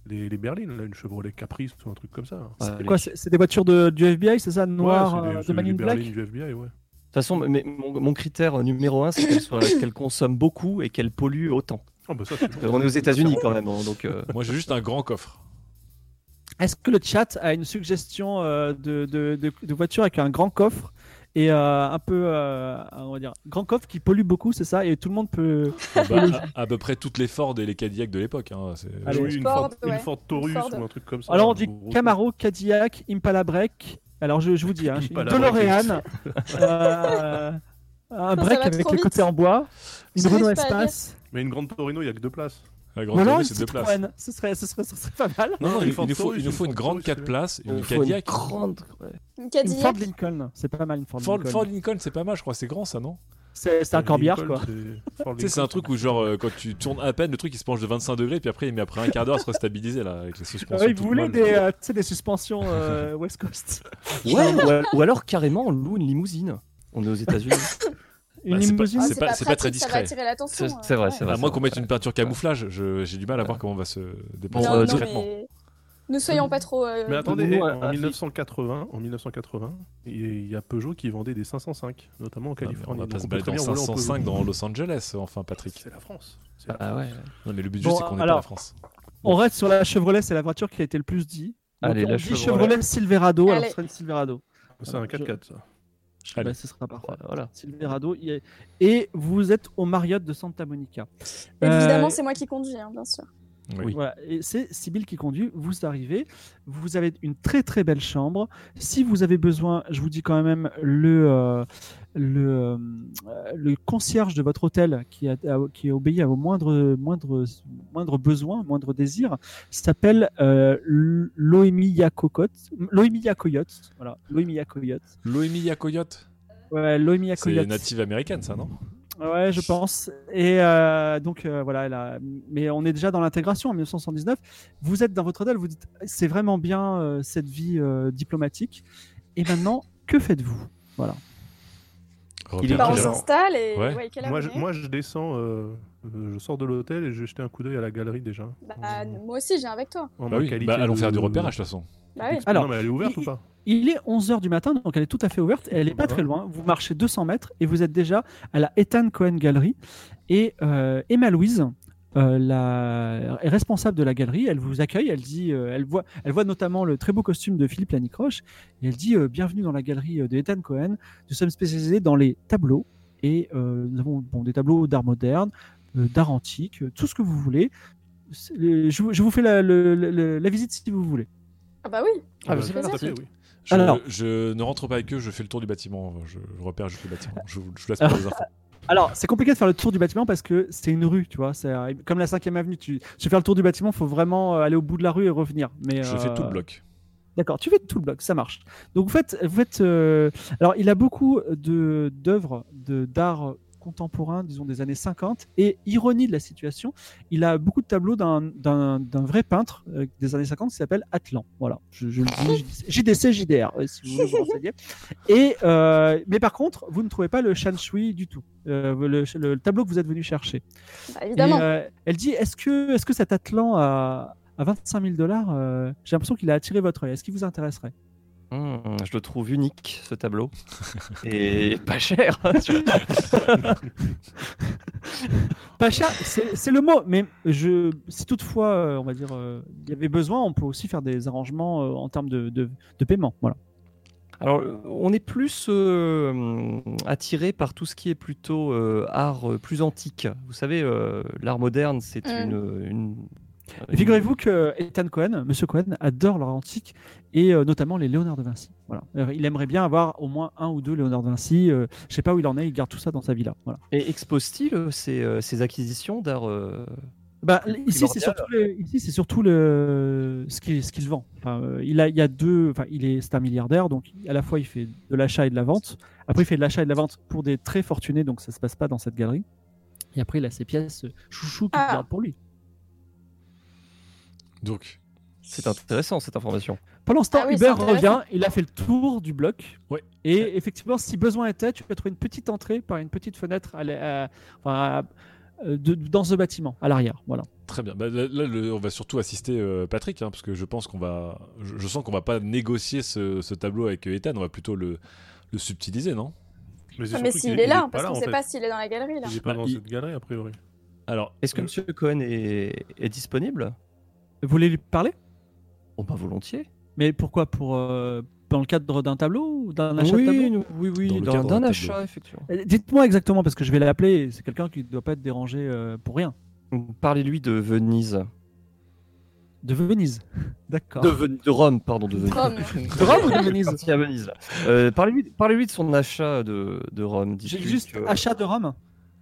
les, les berlines, là, une Chevrolet Caprice ou un truc comme ça. Ouais, C'est les- quoi, c'est c'est des voitures de, du FBI, c'est ça Noir, Ouais, c'est des- euh, c'est de Man des in Black berlines du FBI, ouais. De toute façon, mais- mon, mon critère euh, numéro un, c'est qu'elle soit- qu'elle consomme beaucoup et qu'elle pollue autant. Euh, Ah, bah ça, c'est bon. On est aux États-Unis quand même, hein, donc euh, Moi, j'ai juste un grand coffre. Est-ce que le chat a une suggestion euh, de, de, de- de voiture avec un grand coffre et euh, un peu, euh, on va dire, grand coffre qui pollue beaucoup, c'est ça Et tout le monde peut. Bah, à, à peu près toutes les Ford et les Cadillac de l'époque. hein, c'est- Allez. Ah, Oui, une Ford, Ford, une ouais. Ford Taurus Ford. ou un truc comme ça. Alors on un dit gros- Camaro, Cadillac, Impala Break. Alors je, je vous dis, hein, une Impala *laughs* DeLorean, euh, un va break trop avec le vite. côté en bois, une Ça Renault laisse pas aller. Espace. Mais une grande Torino, il n'y a que deux places. La grande Voilà, Torino, une c'est deux petite places. Rouen. *laughs* Ce serait, ce serait, ce serait pas mal. Non, non, Une il, Ford il nous faut, il Taurus, nous faut une Ford grande Taurus, 4 places, il une faut une Cadillac. grande. Une Une Cadillac. Ford Lincoln, c'est pas mal une Ford, Ford, Lincoln. Ford Lincoln, c'est pas mal, je crois, c'est grand ça, non C'est c'est un Lincoln, corbillard quoi. c'est- *laughs* Ford Tu sais, c'est Lincoln, un truc où, genre, euh, quand tu tournes à peine, le truc il se penche de 25 degrés, puis après, il met après un quart d'heure à se restabiliser, là, avec les Ah suspensions. oui, toutes vous voulez molles. des, euh, tu sais, des suspensions *laughs* euh, West Coast Ouais, ou, al- ou alors carrément, on loue une limousine. On est aux États-Unis. Une Bah, c'est pas- limousine Ah, c'est pas- c'est pas très pratique, Ça discret. va attirer l'attention. C'est- euh, c'est vrai, ouais. c'est vrai. À moins qu'on ouais. mette une peinture camouflage, je- j'ai du mal à voir comment on va se dépenser Bon, euh, Non, non, discrètement. mais ne soyons pas trop. euh, Mais attendez, Nous, en, à- 1980, en 1980, il y a Peugeot qui vendait des 505, notamment en Non, mais on Californie. va pas Donc se Ah, on peut battre très dans bien rouler en 505 Peugeot. dans Los Angeles, enfin, Patrick. C'est la France. C'est la *laughs* Ah ouais. Non, mais le but du Bon, jeu, c'est qu'on est pas alors- la France. On reste sur la Chevrolet, c'est la voiture qui a été le plus dit. Donc, Allez, on la dit Chevrolet. Chevrolet Silverado, alors Allez. ce serait une Silverado. C'est un 4x4, ça. Allez. Bah, ce sera parfait. Voilà. Silverado. il y a- Et vous êtes au Marriott de Santa Monica. Évidemment, Euh, c'est moi qui conduis, hein, bien sûr. Oui. Voilà, et c'est Sybille qui conduit. Vous arrivez, vous avez une très très belle chambre. Si vous avez besoin, je vous dis quand même le euh, le, euh, le concierge de votre hôtel qui a, a- qui obéit à vos moindres moindres moindres besoins, moindres désirs, s'appelle euh, L- Loemiya Cocotte, Loemiya Coyote. Voilà, Loemiya Coyote. Loemiya Coyote, Ouais, Loemiya c'est Coyote. native américaine, ça, non Ouais, je pense. Et euh, donc euh, voilà, elle a- mais on est déjà dans l'intégration en 1979. Vous êtes dans votre hôtel, vous dites c'est vraiment bien euh, cette vie euh, diplomatique. Et maintenant, que faites-vous Voilà. Il est Bah, on quelle heure s'installe et. Ouais. Ouais, quelle heure Moi je, on est moi, je descends, euh, euh, je sors de l'hôtel et je vais jeter un coup d'œil à la galerie déjà. Bah, moi aussi, j'ai avec toi. En Bah ma oui, qualité bah, allons de- faire du repérage, de toute façon. Bah oui. Alors, non, mais elle est ouverte il- ou pas Il est 11h du matin, donc elle est tout à fait ouverte. et Elle est pas Bah très ouais. loin. Vous marchez 200 mètres et vous êtes déjà à la Ethan Cohen Gallery. Et euh, Emma Louise euh, la... est responsable de la galerie. Elle vous accueille. Elle dit, euh, elle voit, elle voit notamment le très beau costume de Philippe Lanicroche. Et elle dit euh, bienvenue dans la galerie euh, de Ethan Cohen. Nous sommes spécialisés dans les tableaux et euh, nous avons bon, des tableaux d'art moderne, euh, d'art antique, euh, tout ce que vous voulez. C'est- euh, Je, vous- je vous fais la- le- le- le- la visite si vous voulez. Ah, bah oui. Ah, bah, bah, c'est tout à parti. fait, oui. Je, Alors- je ne rentre pas avec eux, je fais le tour du bâtiment, je, je repère juste le bâtiment. Je, vous- je vous laisse pas les infos. Alors, c'est compliqué de faire le tour du bâtiment parce que c'est une rue, tu vois. C'est euh, comme la 5 avenue. Tu, tu faire le tour du bâtiment, faut vraiment euh, aller au bout de la rue et revenir. Mais Je fais tout euh, le bloc. D'accord, tu fais tout le bloc, ça marche. Donc vous faites, vous faites euh, alors il a beaucoup de d'œuvres de d'art contemporain, disons des années 50, et ironie de la situation, il a beaucoup de tableaux d'un- d'un d'un vrai peintre euh, des années 50 qui s'appelle Atlan. Voilà, je, je le dis, JDC, JDR, euh, si vous voulez vous renseigner. Et, euh, mais par contre, vous ne trouvez pas le Shanshui du tout, euh, le, le tableau que vous êtes venu chercher. Bah, évidemment. Et, euh, elle dit est-ce que, est que cet Atlan à, à 25 000 dollars, euh, j'ai l'impression qu'il a attiré votre œil. Est-ce qu'il vous intéresserait Hum, je le trouve unique ce *laughs* tableau et pas cher. hein, tu vois. Pas cher, c'est c'est le mot. Mais je, si toutefois, euh, on va dire, euh, il y avait besoin, on peut aussi faire des arrangements euh, en termes de, de, de paiement. Voilà. Alors, euh, on est plus euh, hum, attiré par tout ce qui est plutôt euh, art euh, plus antique. Vous savez, euh, l'art moderne, c'est Mm. une, euh, une- Et Figurez-vous que Ethan Cohen, Monsieur Cohen, adore l'art antique et euh, notamment les Léonard de Vinci. Voilà. Euh, il aimerait bien avoir au moins un ou deux Léonard de Vinci. euh, je sais pas où il en est. Il garde tout ça dans sa villa. Voilà. Et expose-t-il euh, ses, euh, ses acquisitions d'art euh, Bah, plus ici, c'est primordial. surtout, le- ici, c'est surtout le, ce qu'il ce qu'il vend. Enfin, euh, il, a, il y a deux. Enfin, il est, c'est un milliardaire, donc à la fois il fait de l'achat et de la vente. Après, il fait de l'achat et de la vente pour des très fortunés, donc ça se passe pas dans cette galerie. Et après, il a ses pièces euh, chouchou qu'il Ah. garde pour lui. Donc, C'est intéressant cette information. Pendant ce temps, Ah oui, c'est Hubert intéressant. revient, il a fait le tour du bloc. Ouais. Et effectivement, si besoin était, tu peux trouver une petite entrée par une petite fenêtre à la- à- enfin, à- euh, de- dans ce bâtiment, à l'arrière. Voilà. très bien. Bah, là, là, le- on va surtout assister euh, Patrick, hein, parce que je pense qu'on va. Je, je sens qu'on va pas négocier ce, ce tableau avec euh, Ethan, on va plutôt le, le subtiliser, non c'est Ah, mais surtout s'il qu'il est, il là, parce pas qu'on en sait fait. pas s'il est dans la *laughs* galerie là. Il est pas Bah, dans il- cette galerie, *laughs* a priori. Alors, Est-ce que euh, Monsieur Cohen est, est disponible Vous voulez lui parler Oh bah volontiers. Mais pourquoi Pour euh, dans le cadre d'un tableau ou d'un achat de tableau oui, oui, Dans oui, le dans cadre d'un d'un tableau. achat effectivement. Euh, Dites-moi exactement parce que je vais l'appeler. C'est quelqu'un qui ne doit pas être dérangé euh, pour rien. Parlez-lui de Venise. De Venise. *laughs* D'accord. De, Ven- de Rome, pardon, de Venise. Rome. De Rome ou de Je suis Venise *laughs* parti à Venise. là. Euh, parlez-lui, parlez-lui de son achat de, de Rome. J'ai dites-lui juste que- achat de Rome.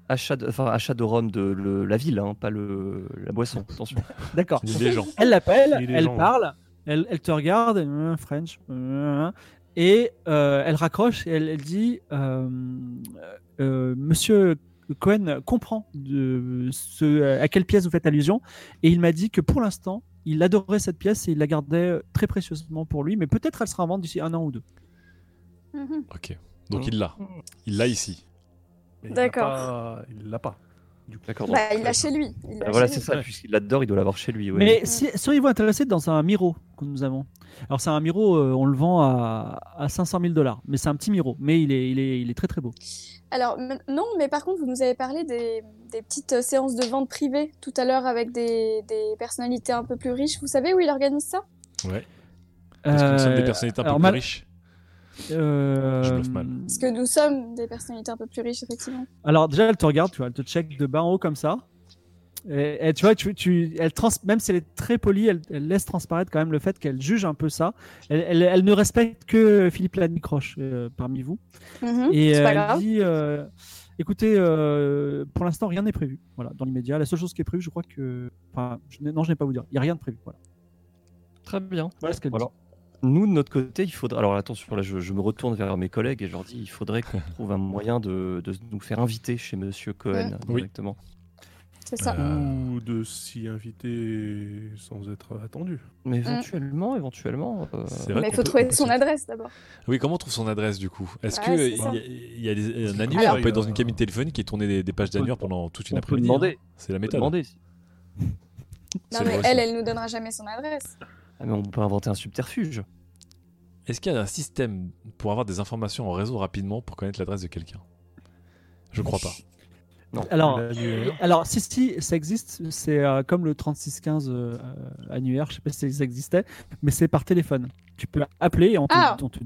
achat, de, enfin, achat de Rome de le- la ville, hein, pas le, la boisson. *laughs* Attention. D'accord. il y a des gens. Elle l'appelle, Il est elle genre. parle, elle, elle te regarde, euh, French, euh, et euh, elle raccroche et elle, elle dit euh, euh, Monsieur Cohen comprend de ce, à quelle pièce vous faites allusion, et il m'a dit que pour l'instant, il adorait cette pièce et il la gardait très précieusement pour lui, mais peut-être elle sera en vente d'ici un an ou deux. Mhm. Ok. Donc il l'a. Il l'a ici. Mais il l'a D'accord. pas- Il l'a pas. D'accord. donc, Bah, il l'a chez lui. Il l'a euh, voilà, chez c'est lui. ça. Puisqu'il l'adore, il doit l'avoir chez lui. ouais. Mais si, seriez-vous intéressé dans un miro que nous avons Alors, c'est un miro, euh, on le vend à, à 500 000 dollars, mais c'est un petit miro, mais il est, il est, il est très très beau. Alors, m- non, mais par contre, vous nous avez parlé des, des petites euh, séances de vente privées tout à l'heure avec des, des personnalités un peu plus riches. Vous savez où il organise ça Euh, Parce que nous sommes des Euh, personnalités un peu alors, plus mal- riches. Euh, Je bluffe mal. Parce que nous sommes des personnalités un peu plus riches, effectivement. Alors déjà, elle te regarde, tu vois, elle te check de bas en haut comme ça. Et, et tu vois, tu, tu, elle trans, même si elle est très polie, elle, elle laisse transparaître quand même le fait qu'elle juge un peu ça. Elle, elle, elle ne respecte que Philippe Lannicroche euh, parmi vous. Mhm, Et c'est euh, pas elle grave. dit, euh, écoutez, euh, pour l'instant, rien n'est prévu. Voilà, dans l'immédiat. La seule chose qui est prévue, je crois que... Enfin, je n'ai- non, je n'ai pas à vous dire. Il n'y a rien de prévu. Voilà, Très bien. voilà ce qu'elle Voilà. Nous, de notre côté, il faudrait. Alors attention, là, je, je me retourne vers mes collègues et je leur dis il faudrait qu'on trouve un moyen de, de nous faire inviter chez Monsieur Cohen Oui. directement. C'est ça. Euh, Ou de s'y inviter sans être attendu. Mais Mm. éventuellement, éventuellement. euh, C'est vrai mais il qu'on faut peut- on trouver peut son se- adresse d'abord. Oui, comment on trouve son adresse du coup Est-ce Ouais, que euh, c'est il ça. y a- il y a, des- un Parce que annuaire comme On ça, peut il être dans y une a- cabine téléphonique et tourner des, des pages d'annuaires pendant toute une on peut après-midi. demander. hein. C'est la on peut méthode. demander. C'est Non, mais vrai, elle, ça. elle nous donnera jamais son adresse. Ah, mais on peut inventer un subterfuge. Est-ce qu'il y a un système pour avoir des informations en réseau rapidement pour connaître l'adresse de quelqu'un Je crois pas. dit. Euh, Alors, Hein L'annuaire. Alors, si, si, ça existe, c'est euh, comme le 3615 euh, euh, annuaire, je sais pas si ça existait, mais c'est par téléphone. Tu peux appeler et on te. Ah. on te-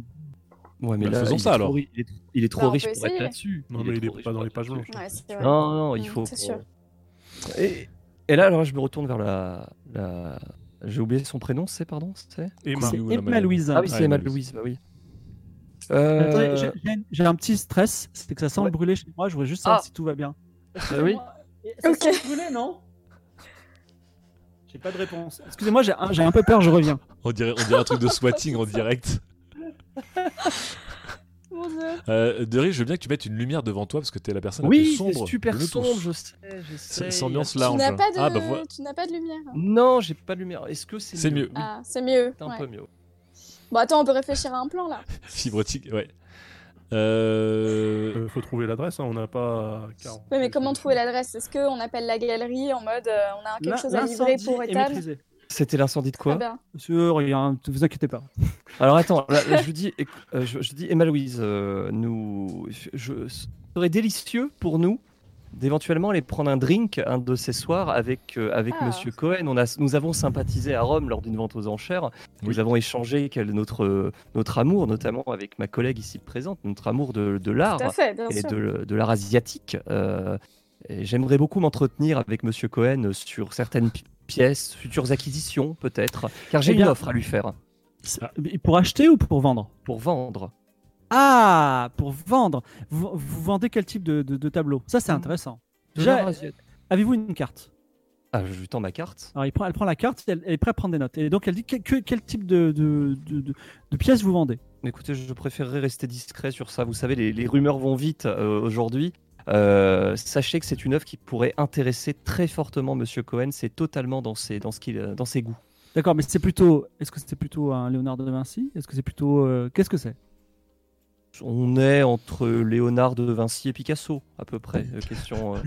Bah, Ouais, là, faisons il est ça, trop alors. ri- Il est, il est trop Bah, on riche peut pour être essayer. là-dessus. Non, mais il trop est riche pas dans pour les être pages là-dessus. blanches. Ouais, c'est vrai. *laughs* Non, non, il Mm, faut. euh, c'est sûr. Et, et là, alors, je me retourne vers la. la... J'ai oublié son prénom, c'est pardon c'est Et C'est Lou, la Emma madame. Louise. Ah oui, c'est Ouais, Emma Louise. Louise, bah oui. Attendez, Euh, j'ai- j'ai une- J'ai un petit stress, c'est que ça sent Ouais. le brûler chez moi, je voudrais juste savoir Ah. si tout va bien. euh, oui. ça sent le brûler, non J'ai pas de réponse. Excusez-moi, j'ai un, j'ai un peu peur, je reviens. On dirait, on dirait un truc de swatting en direct. *laughs* Mon Dieu. Euh, Derry, je veux bien que tu mettes une lumière devant toi parce que t'es la personne la Oui, plus c'est sombre. de super nous sombre, tous. je sais, je sais. Cette ambiance Tu lounge. n'as pas, de... Ah bah voilà. tu n'as pas de lumière. Non, j'ai pas de lumière. Est-ce que c'est C'est mieux. oui. Ah, c'est mieux. C'est un ouais. peu mieux. Bon, attends, on peut réfléchir à un plan là. *laughs* Fibre optique, ouais. Euh, Euh, faut trouver l'adresse, hein, on n'a pas. quarante- Ouais, mais comment trouver l'adresse Est-ce qu'on appelle la galerie en mode euh, on a quelque L'in- chose à livrer l'incendie pour est Ethan maîtrisé. C'était l'incendie de quoi Ah ben, Monsieur, rien, ne vous inquiétez pas. Alors attends, là, là, je vous dis, éc- euh, je, je dis Emma Louise, euh, nous, je- je ce serait délicieux pour nous d'éventuellement aller prendre un drink un de ces soirs avec euh, avec Ah. Monsieur Cohen. On a, nous avons sympathisé à Rome lors d'une vente aux enchères. Oui. Nous avons échangé quel, notre euh, notre amour, notamment avec ma collègue ici présente, notre amour de, de l'art tout à fait, bien et sûr. bah, de, de l'art asiatique. euh, et J'aimerais beaucoup m'entretenir avec Monsieur Cohen sur certaines pi- pièces, futures acquisitions peut-être, car j'ai Eh une bien- offre à lui faire C'est- Pour acheter ou pour vendre pour vendre. Ah, pour vendre. Vous, Hmm. vous vendez quel type de, de- de tableau Ça, c'est intéressant. De Déjà, l'art asiatique. Avez-vous une carte Ah, je lui tends ma carte. Alors il prend, elle prend la carte, elle, elle est prête à prendre des notes. Et donc elle dit que- que- quel type de, de, de, de- de pièces vous vendez. Mais Écoutez, je préférerais rester discret sur ça. Vous savez, les, les rumeurs vont vite euh, aujourd'hui. Euh, sachez que c'est une œuvre qui pourrait intéresser très fortement Monsieur Cohen. C'est totalement dans ses, dans, ce qu'il, euh, dans ses goûts. D'accord, mais c'est plutôt. Est-ce que c'était plutôt un Léonard de Vinci Est-ce que c'est plutôt. euh, Qu'est-ce que c'est On est entre Léonard de Vinci et Picasso, à peu près. euh, *laughs* question. euh,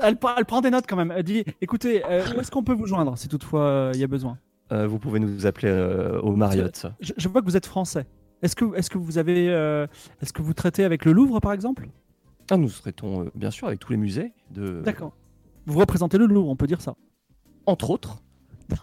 elle, prend- elle prend des notes quand même. Elle dit écoutez, euh, où est-ce qu'on peut vous joindre si toutefois euh, il y a besoin euh, vous pouvez nous appeler euh, au Marriott. je, je vois que vous êtes français. Est-ce que, est que vous avez. euh, est-ce que vous traitez avec le Louvre par exemple Ah, nous traitons euh, bien sûr avec tous les musées, de... D'accord. Vous représentez le Louvre, on peut dire ça. *laughs* entre autres.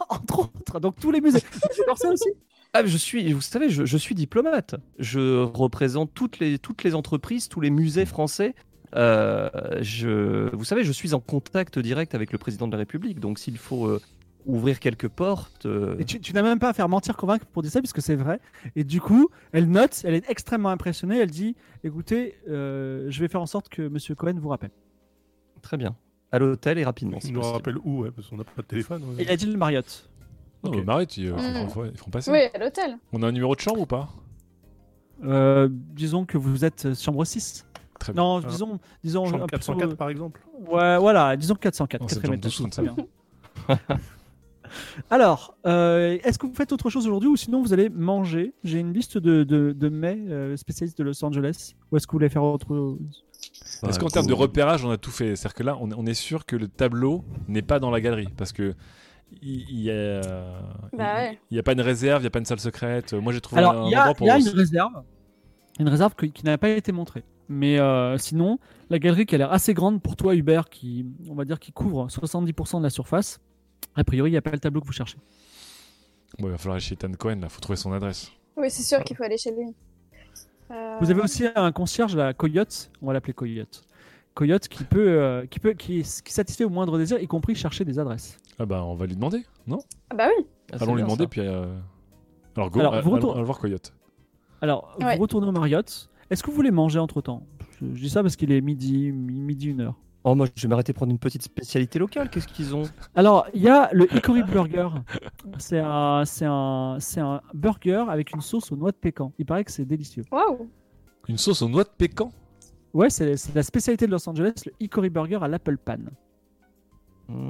Entre autres, donc tous les musées. C'est pour ça aussi Ah, je suis, vous savez, je, je suis diplomate. Je représente toutes les, toutes les entreprises, tous les musées français. Euh, je, vous savez, je suis en contact direct avec le président de la République. Donc, s'il faut euh, ouvrir quelques portes, euh, Et tu, tu n'as même pas à faire mentir, convaincre pour dire ça, puisque c'est vrai. Et du coup, elle note, elle est extrêmement impressionnée. Elle dit Écoutez, euh, je vais faire en sorte que Monsieur Cohen vous rappelle. très bien. À l'hôtel et rapidement. si Il nous possible. rappelle où, ouais, parce qu'on n'a pas de téléphone. ouais. Et il a dit le Marriott. Non, Ok. mais Marie, tu- euh, Mm. ils feront- ils feront passer. Oui, à l'hôtel. On a un numéro de chambre ou pas Euh, disons que vous êtes euh, chambre 6. Très bien. Non, Ah. disons. disons Chambre un peu- 404 par exemple. ouais, voilà, disons 404. Non, c'est quatrième le étage, chambre très 12, bien. Alors, euh, est-ce que vous faites autre chose aujourd'hui ou sinon vous allez manger J'ai une liste de, de, de mets euh, spécialistes de Los Angeles. Ou est-ce que vous voulez faire autre chose Est-ce Bah, qu'en termes de vous- repérage, on a tout fait C'est-à-dire que là, on, on est sûr que le tableau n'est pas dans la galerie parce que il il y a, euh, Bah il- ouais. il y a pas une réserve, il y a pas une salle secrète. Moi, j'ai trouvé un Alors, il y a, endroit pour. il y a une réserve, une réserve que- qui n'a pas été montrée. Mais euh, sinon, la galerie qui a l'air assez grande pour toi, Hubert, qui, on va dire, qui couvre 70% de la surface. A priori, il n'y a pas le tableau que vous cherchez. Bon, il va falloir aller chez Ethan Cohen. Là, faut trouver son adresse. Oui, c'est sûr qu'il faut aller chez lui. Euh, Vous avez aussi un concierge, la Coyote, on va l'appeler Coyote. Coyote qui peut, euh, qui peut, qui, qui satisfait au moindre désir, y compris chercher des adresses. Ah bah, on va lui demander, non Ah bah oui. Ah, c'est Allons lui bien, demander ça. puis. euh, Alors, go, Alors, a- vous allons, retour- allons voir Coyote. Alors, Ouais. vous retournez au Marriott. Est-ce que vous voulez manger entre temps je, je dis ça parce qu'il est midi, mi- midi une heure. Oh, moi, je vais m'arrêter prendre une petite spécialité locale. Qu'est-ce qu'ils ont Alors, il y a le Hickory Burger. C'est un, c'est un, c'est un burger avec une sauce aux noix de pécan. Il paraît que c'est délicieux. Waouh. Une sauce aux noix de pécan. Ouais, c'est c'est la spécialité de Los Angeles, le Hickory Burger à l'Apple Pan. Hmm,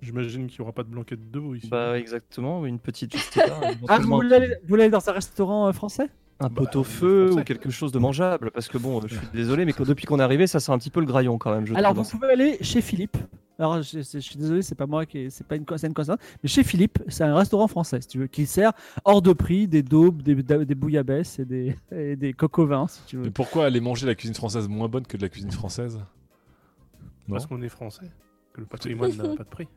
J'imagine qu'il n'y aura pas de blanquette de veau ici. Bah, exactement. Une petite. je sais pas, Ah, vous éventuellement voulez, aller, vous voulez aller dans un restaurant euh, français un Bah, pot-au-feu français. ou quelque chose de mangeable parce que bon je suis désolé mais que depuis qu'on est arrivé ça sent un petit peu le graillon quand même je Alors, vous trouve. pouvez aller chez Philippe. Alors, je, je- je suis désolé, c'est pas moi qui, c'est pas une, co- c'est une coïncidence, mais chez Philippe, c'est un restaurant français, si tu veux, qui sert hors de prix des daubes, des, des bouillabaisse et des, et des cocovins, si tu veux. Mais pourquoi aller manger la cuisine française moins bonne que de la cuisine française Parce qu'on est français. Que le patrimoine n'a pas de prix.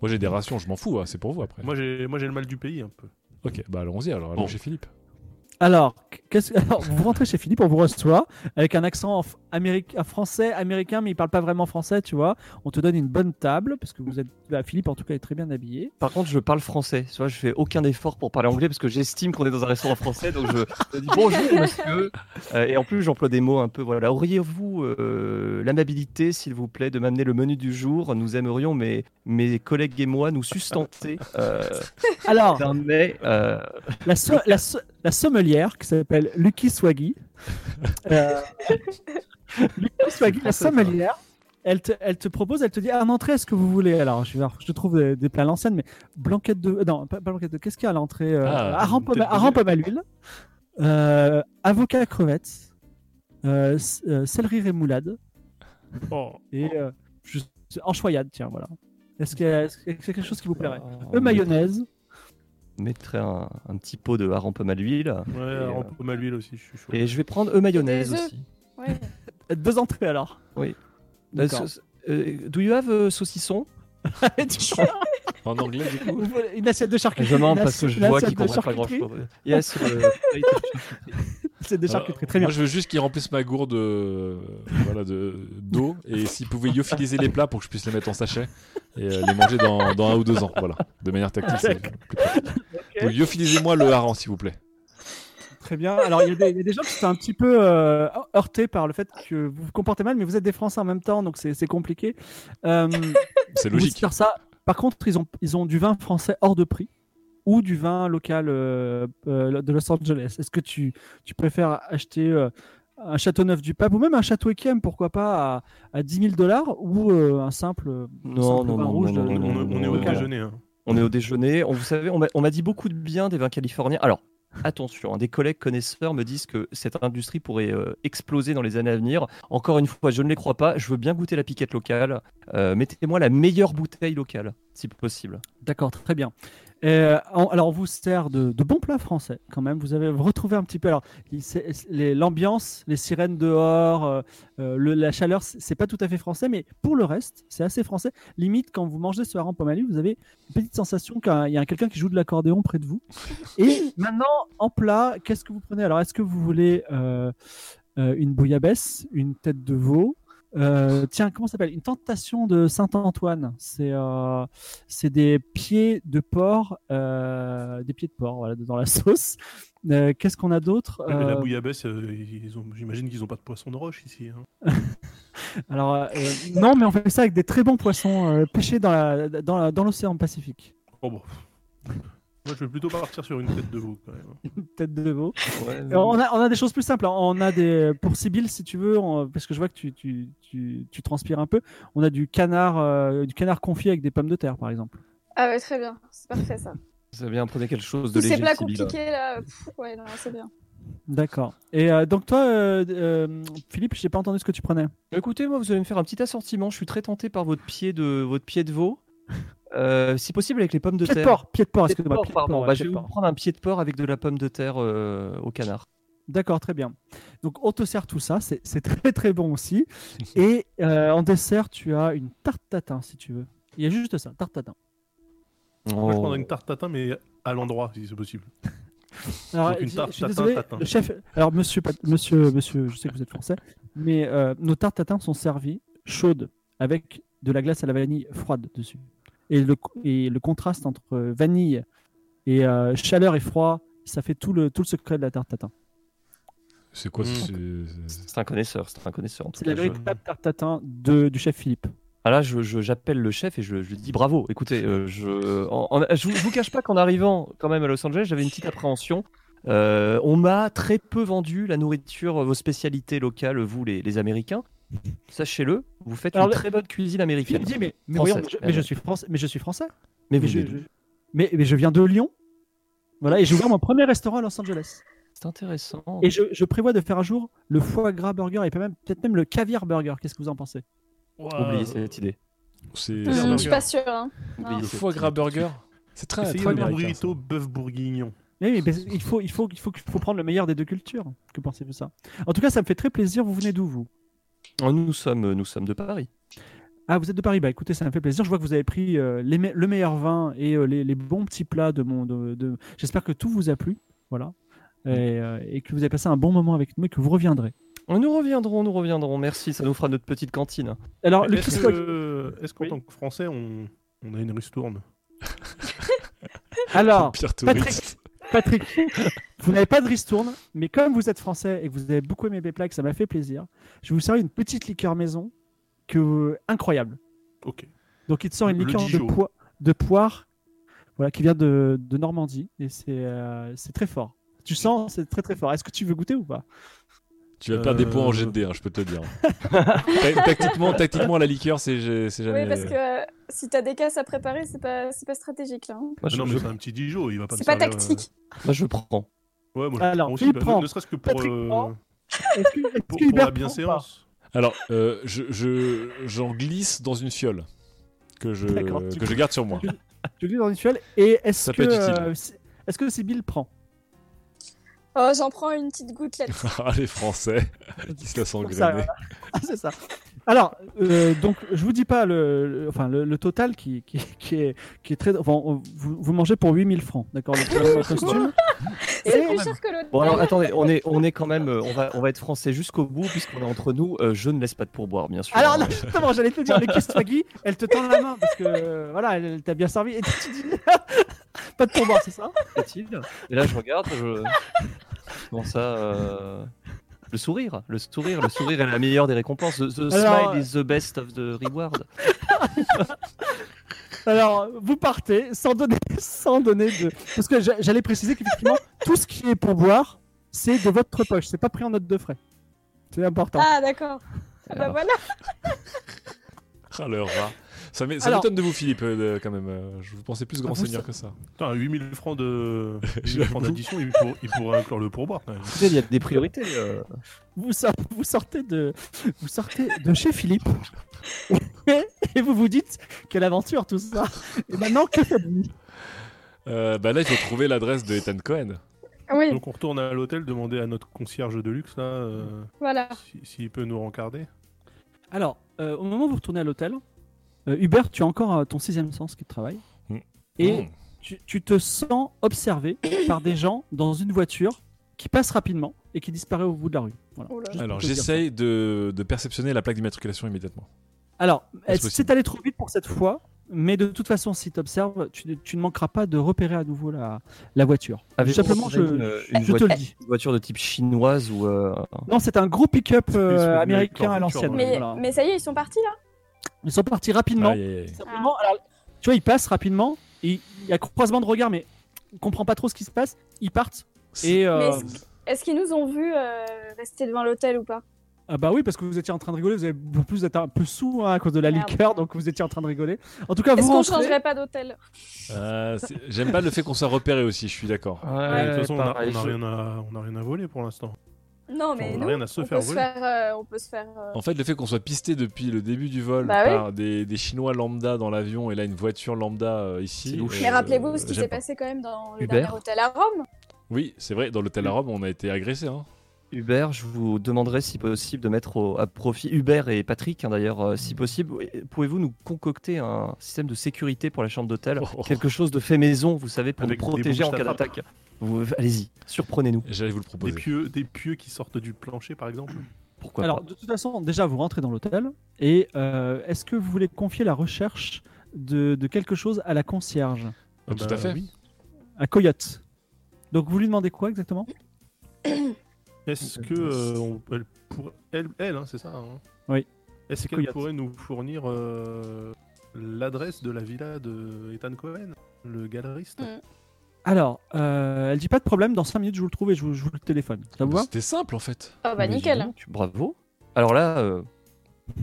Moi, j'ai des rations. Je m'en fous. ah, C'est pour vous après. Moi j'ai moi, j'ai le mal du pays un peu. Ok. Bah, allons-y. Alors, allons Bon. chez Philippe. Alors, qu'est-ce- alors, vous rentrez chez Philippe, on vous reçoit avec un accent f- améric- français, américain, mais il parle pas vraiment français, tu vois. On te donne une bonne table, parce que vous êtes, bah, Philippe en tout cas est très bien habillé. Par contre, je parle français. Tu vois, je fais aucun effort pour parler anglais parce que j'estime qu'on est dans un restaurant français. Donc je, je dis *laughs* bonjour, monsieur. Euh, et en plus, j'emploie des mots un peu. Voilà. Auriez-vous euh, l'amabilité, s'il vous plaît, de m'amener le menu du jour Nous aimerions, mes, mes collègues et moi, nous sustenter euh, Alors, d'un mets. euh, la, so- la, so- la sommelière qui s'appelle Lucky Swaggy, euh, Lucky Swaggy, la sommelière, elle te, elle te propose, elle te dit, ah, en entrée, est-ce que vous voulez Alors, je, vais voir, je trouve des, des plats à l'ancienne, mais blanquette de, euh, non, pas, pas blanquette de, qu'est-ce qu'il y a à l'entrée euh, Ah, hareng pomme- peut-être hareng pomme à l'huile, euh, avocat à crevettes, euh, c- euh, céleri rémoulade Oh, et euh, je- anchoyade, tiens, voilà. Est-ce qu'il y a, est-ce qu'il y a quelque chose qui vous plairait on Le met- mayonnaise. on mettrait un, un petit pot de hareng pomme à l'huile. ouais, euh, en pomme à l'huile aussi, je suis chaud. Et je vais prendre eux mayonnaise œufs. aussi. Ouais. Deux entrées alors. Oui. D'accord. Euh, so- euh, do you have euh, saucisson En anglais, du coup. Une assiette de charcuterie. Je *laughs* demande une parce que je assiette- vois une qu'ils assiette de comprennent pas grand charcuterie. chose. Yes, euh, C'est des Alors, charcuteries, très bien. Moi, je veux juste qu'il remplisse ma gourde euh, voilà, de- d'eau et s'il pouvait lyophiliser les plats pour que je puisse les mettre en sachet et euh, les manger dans, dans un ou deux ans. Voilà, de manière tactile. c'est plus pratique. Donc, lyophilisez-moi le hareng, s'il vous plaît. Très bien. Alors, il y, a des- il y a des gens qui sont un petit peu euh, heurtés par le fait que vous vous comportez mal, mais vous êtes des Français en même temps, donc c'est c'est compliqué. Euh, C'est Ils vont logique. faire ça. Par contre, ils ont, ils ont du vin français hors de prix ou du vin local euh, euh, de Los Angeles. Est-ce que tu, tu préfères acheter euh, un château neuf du pape ou même un château Ekiem, pourquoi pas, à, à 10 000 dollars ou euh, un simple, un Non, simple non, vin non, rouge non, de- On, de- non, non, on est au Local. déjeuner. hein. On est au déjeuner. On, vous savez, on m'a- on m'a dit beaucoup de bien des vins californiens. Alors, attention, hein, des collègues connaisseurs me disent que cette industrie pourrait euh, exploser dans les années à venir. Encore une fois, je ne les crois pas. Je veux bien goûter la piquette locale. Euh, Mettez-moi la meilleure bouteille locale, si possible. D'accord, très bien. Euh, en- alors, on vous sert de, de bons plats français quand même. Vous avez retrouvé un petit peu. Alors, il- c'est- les- l'ambiance, les sirènes dehors, euh, euh, le- la chaleur, c'est c'est pas tout à fait français, mais pour le reste, c'est assez français. Limite, quand vous mangez ce hareng pomali, vous avez une petite sensation qu'il y a quelqu'un qui joue de l'accordéon près de vous. Et maintenant, en plat, qu'est-ce que vous prenez Alors, est-ce que vous voulez euh, euh, une bouillabaisse, une tête de veau Euh, Tiens, comment ça s'appelle Une tentation de Saint-Antoine. C'est euh, c'est des pieds de porc, euh, des pieds de porc voilà, dans la *laughs* sauce. Euh, Qu'est-ce qu'on a d'autre Ouais, mais La Euh, bouillabaisse, euh, ils ont- j'imagine qu'ils n'ont pas de poisson de roche ici. hein. Alors, euh, non, mais on fait ça avec des très bons poissons euh, pêchés dans l'océan la, dans la- dans l'océan Pacifique. Oh, bon. Moi, je vais plutôt partir sur une tête de veau quand même. Tête de veau. Et On a, on a des choses plus simples. hein. On a des, pour Sibyl, si tu veux, on- parce que je vois que tu, tu, tu, tu transpires un peu, on a du canard, euh, du canard confit avec des pommes de terre, par exemple. Ah ouais, très bien, c'est parfait ça. Ça vient prenez quelque chose de Tous ces léger. plats Sybille. compliqués là, pff, ouais, non, c'est bien. D'accord. Et euh, donc, toi, euh, euh, Philippe, j'ai pas entendu ce que tu prenais. Écoutez, moi, vous allez me faire un petit assortiment. Je suis très tenté par votre pied de, votre pied de veau. Euh, si possible, avec les pommes de Pied de terre. porc, pied de porc, Pied de excuse-moi. porc, pied de pardon. porc, ouais, Bah, pied je de vais vous porc. prendre un pied de porc avec de la pomme de terre euh, au canard. D'accord, très bien. Donc on te sert tout ça, c'est c'est très très bon aussi. Et euh, en dessert, tu as une tarte tatin si tu veux. Il y a juste ça, tarte tatin. Oh. Moi, je prendrais une tarte tatin, mais à l'endroit, si c'est possible. Alors, Donc, une je- tarte je suis tatin, désolé, tatin. le chef. Alors monsieur, Pat- monsieur, monsieur, je sais que vous êtes français, mais euh, nos tartes tatin sont servies chaudes avec de la glace à la vanille froide dessus. Et le, co- et le contraste entre euh, vanille et euh, chaleur et froid, ça fait tout le, tout le secret de la tarte tatin. C'est quoi Mm. c'est- c'est- C'est un connaisseur, c'est un connaisseur. En tout C'est la cas, je- véritable tarte tatin de, du chef Philippe. Ah là, je- je- j'appelle le chef et je, je lui dis bravo. Écoutez, euh, je, en- en- je, vous- je vous cache pas qu'en arrivant quand même à Los Angeles, j'avais une petite appréhension. Euh, on m'a très peu vendu la nourriture, vos spécialités locales, vous les, les Américains. Sachez-le, vous faites Alors, une le- très bonne cuisine Philippe américaine. dit, mais, mais Française, voyons, mais je- bien mais je sûr. suis français, mais je suis français. Mais Mais vous, je, dites, je- mais- mais je viens de Lyon. Voilà, et j'ai ouvert mon premier restaurant à Los Angeles. c'est intéressant. Et je, je prévois de faire un jour le foie gras burger et peut-être même, peut-être même le caviar burger. Qu'est-ce que vous en pensez Euh, Oubliez cette idée. c'est- Hum, c'est- Je suis pas sûre. hein. Oubliez Le cette foie idée. gras burger. C'est très, Essayez très le américain, burrito ça. bœuf bourguignon. Mais, oui, mais il, faut, il, faut, il, faut, il faut prendre le meilleur des deux cultures. Que pensez-vous de ça En tout cas, ça me fait très plaisir. Vous venez d'où, vous Oh, Nous sommes, nous sommes de Paris. Ah, vous êtes de Paris. Bah écoutez, ça me fait plaisir. Je vois que vous avez pris euh, les me- le meilleur vin et euh, les, les bons petits plats de mon. de- de- J'espère que tout vous a plu. Voilà. Et, euh, et que vous avez passé un bon moment avec nous et que vous reviendrez. Oh, Nous reviendrons, nous reviendrons. Merci, ça nous fera notre petite cantine. Alors, Oh, le Est-ce Christophe- que- est-ce qu'en Oui. tant que Français, on, on a une ristourne *laughs* Alors, Pire Ah, Patrick. touriste. Patrick, *laughs* vous n'avez pas de ristourne, mais comme vous êtes français et que vous avez beaucoup aimé mes plats, et que ça m'a fait plaisir, je vais vous servir une petite liqueur maison que incroyable. Ok. Ah, Donc il te sort une Le liqueur de, Dijon. poi- de poire, voilà, qui vient de, de Normandie et c'est euh, c'est très fort. Tu sens, c'est très très fort. Est-ce que tu veux goûter ou pas Tu vas perdre des points en Euh, jet de dés, hein, je peux te le dire. Ta- tactiquement, tactiquement, la liqueur, c'est c'est jamais. Oui, parce que euh, si t'as des casses à préparer, c'est pas, c'est pas stratégique là. hein. Moi, je, Ah non, mais je- c'est un petit Dijon, il va pas me C'est pas servir, tactique. moi, je prends. euh, Ouais, moi, je Alors, prends aussi, il bah, ne- prend. Ne serait-ce que pour, Patrick euh, prend. pour- Est-ce que- est-ce que pour, Hubert la prend ou pas bienséance. Alors, euh, je je- j'en glisse dans une fiole que je D'accord, tu que je peux- garde sur moi. Je glisse dans une fiole. Et est-ce Ça que peut être utile. euh, si- est-ce que Sybille prend Oh, j'en prends une petite gouttelette. *laughs* Ah, les Français, *laughs* ils se la sont Comme ça, grenés. Ah, *laughs* c'est ça. Alors, euh, donc, je vous dis pas le, le- enfin, le, le total qui, qui, qui est, qui est très. Enfin, on- vous, vous mangez pour 8000 francs, d'accord le premier costume. C'est Et- plus cher que l'autre. Bon, alors attendez, on est, on est quand même. euh, On va, on va être français jusqu'au bout, puisqu'on est entre nous. Euh, je ne laisse pas de pourboire, bien sûr. Alors, Euh, non, justement, j'allais te dire, le Kistwagi, elle te tend la main parce que, euh, voilà, elle, elle t'a bien servi. Et tu dis, *laughs* pas de pourboire, c'est ça Mathilde. *laughs* Et là, je regarde, je. *laughs* Comment ça euh, Le sourire, le sourire, le sourire est la meilleure des récompenses. The, the Alors, smile is the best of the reward. Alors, vous partez sans donner, sans donner de. Parce que j'a- j'allais préciser qu'effectivement, tout ce qui est pour boire, c'est de votre poche. C'est pas pris en note de frais. C'est important. Ah, d'accord. Ah, bah Alors. voilà. Ah, le rat. Ça m'é- ça Alors- m'étonne de vous, Philippe, euh, de- quand même. euh, Je vous pensais plus grand Ah, vous, seigneur que ça. Putain, 8000 *laughs* francs de 8000 J'avoue. francs d'addition, il, pour- il pourrait inclure le pourboire. quand même. Écoutez, Il y a des priorités. euh. Vous, sor- vous sortez de, vous sortez de chez Philippe et, et vous vous dites quelle aventure tout ça. Et maintenant que faites-vous Euh, bah là, il faut trouver l'adresse de Ethan Cohen. Oui, Donc on retourne à l'hôtel, demander à notre concierge de luxe là euh, voilà. si- s'il peut nous rencarder. Alors, euh, au moment où vous retournez à l'hôtel, euh, Hubert, tu as encore euh, ton sixième sens qui travaille Mm. et Mmh. tu, tu te sens observé *coughs* par des gens dans une voiture qui passe rapidement et qui disparaît au bout de la rue. Voilà. Oh là là. Juste pour Alors, te dire ça. j'essaye de, de perceptionner la plaque d'immatriculation immédiatement. Alors, Est-ce elle possible s'est allée trop vite pour cette fois, mais de toute façon, si t'observes, tu, ne- tu ne manqueras pas de repérer à nouveau la, la voiture. Avez-vous Simplement, je, observé une- une je te voiture- le dis. Une voiture de type chinoise ou. euh, Non, c'est un gros pick-up euh, Ils sont venus avec américain leur à voiture, l'ancienne. ouais. Mais, Voilà. mais ça y est, ils sont partis là Ils sont partis rapidement. Aïe, aïe, aïe. Simplement, Ah. alors, tu vois, ils passent rapidement. et Il y a croisement de regard, mais on comprend pas trop ce qui se passe. Ils partent. Et, euh, Mais Est-ce qu'ils nous ont vus euh, rester devant l'hôtel ou pas Ah bah oui, parce que vous étiez en train de rigoler. Vous avez en plus vous êtes un peu sous hein, à cause de la Merde. liqueur, donc vous étiez en train de rigoler. En tout cas, Est-ce vous qu'on rentrez. changerait pas d'hôtel Euh, c'est- J'aime pas le fait qu'on soit repéré aussi, je suis d'accord. Euh, Ouais, de toute façon, on a- pareil, on a je- rien à- on a rien à voler pour l'instant. Non, mais On nous, a rien à se on, faire peut se voler. faire, euh, on peut se faire. euh, En fait, le fait qu'on soit pisté depuis le début du vol Bah oui. par des, des Chinois lambda dans l'avion et là une voiture lambda euh, C'est ici. louche. Mais rappelez-vous ce qui j'aime s'est pas. passé quand même dans le Uber. dernier hôtel à Rome. Oh, Oui, c'est vrai, dans l'hôtel à Rome, on a été agressé. Hein. Hubert, je vous demanderai si possible de mettre au- à profit Hubert et Patrick, hein, d'ailleurs, euh, si possible, oui, pouvez-vous nous concocter un système de sécurité pour la chambre d'hôtel Oh. Quelque chose de fait maison, vous savez, pour Avec nous des protéger en bouches cas d'attaque. d'attaque. Vous- Allez-y, surprenez-nous. J'allais vous le Des proposer. pieux, des pieux qui sortent du plancher, par exemple. Ah, Pourquoi Alors, de toute façon, déjà, vous rentrez dans l'hôtel. Et euh, est-ce que vous voulez confier la recherche de, de quelque chose à la concierge, Ah, Tout Bah, à fait. oui. à Coyote Donc, vous lui demandez quoi exactement Est-ce que euh, on- elle, pour- elle, elle, hein, c'est ça. hein Oui. Est-ce C'est qu'elle Coyote. pourrait nous fournir euh, l'adresse de la villa de Ethan Cohen, le galeriste Mm. Alors, euh, elle dit pas de problème. Dans 5 minutes, je vous le trouve et je vous, je vous le téléphone. Ça *laughs* vous va C'était simple en fait. Ah bah Mais dis nickel. donc, Bravo. Alors là, euh,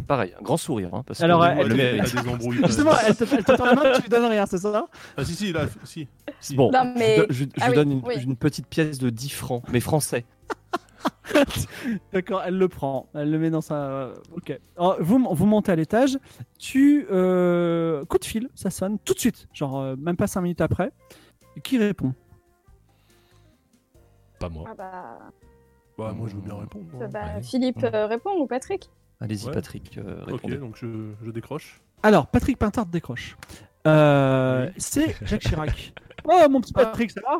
pareil, un grand sourire. hein, parce que Alors, vous euh, elle- le a des, mérite. t'as des embrouilles. quand *laughs* Justement, même. elle te, elle te tend la main, tu lui donnes rien, c'est ça Ah si si là, si. si. Bon, Non, mais- je vous do- je, je Ah vous oui, donne une, oui. une petite pièce de 10 francs, mais français. D'accord, elle le prend, elle le met dans sa. Ok. Alors, vous, m- vous montez à l'étage, tu. euh, Coup de fil, ça sonne tout de suite, genre euh, même pas 5 minutes après. Qui répond Pas moi. Ah bah, Bah, moi je veux bien répondre. hein. bah, ouais. Philippe euh, répond ou Patrick Allez-y, Ouais. Patrick, euh, Ok, répondez. donc je, je décroche. Alors, Patrick Pintard décroche. Euh, Oui. C'est Jacques *laughs* Chirac. oh, mon petit Patrick, ça va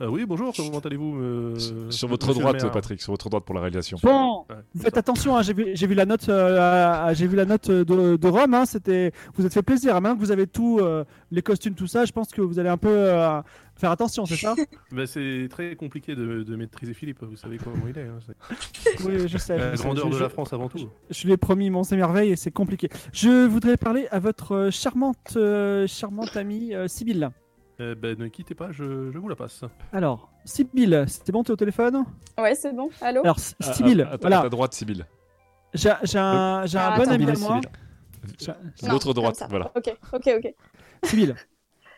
Ah oui, bonjour, comment allez-vous euh, Sur- monsieur Sur votre le droite, maire Patrick, sur votre droite pour la réalisation. Bon, vous Ouais, comme faites attention, hein, j'ai vu, j'ai vu la note, euh, à- à- j'ai vu la note euh, de, de Rome. hein, C'était, vous êtes fait plaisir. hein, Maintenant que vous avez tout, euh, les costumes, tout ça, je pense que vous allez un peu euh, faire attention, c'est *laughs* ça ça. Bah, c'est très compliqué de, de maîtriser Philippe, vous savez comment il est. hein, c'est- Oui, je sais. je La sais, grandeur je- de je- la France avant tout. Je lui ai promis mon s'émerveille et c'est compliqué. Je voudrais parler à votre euh, charmante, euh, charmante amie euh, Sibylle. Euh, bah, ne quittez pas, je, je vous la passe. Alors, Sibylle, c'était bon, t'es au téléphone Ouais, c'est bon. Allô Alors, S- Ah, Euh, Sibylle, À, à- à ta- à voilà, Ah, ta droite, Sibyl. j'ai j'ai un, j'ai un Ah, bon attends. ami à Euh, Sibylle, moi. Non, L'autre comme droite, ça. voilà. Ok, ok, ok. Sibylle,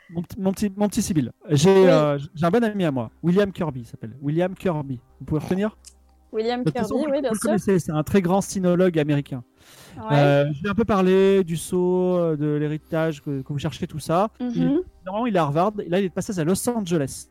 mon, petit- mon petit, mon petit Sibylle, j'ai euh, j'ai un bon ami à moi, William Kirby il s'appelle. William Kirby, vous pouvez retenir William De toute Kirby, façon, vous- oui, bien vous le sûr. connaissez, c'est un très grand sinologue américain. Ouais. Euh, je lui ai un peu parlé du sceau, euh, de l'héritage que, que vous cherchez, tout ça. Il- Mhm. Normalement, il est à Harvard. Et là, il est passé à Los Angeles.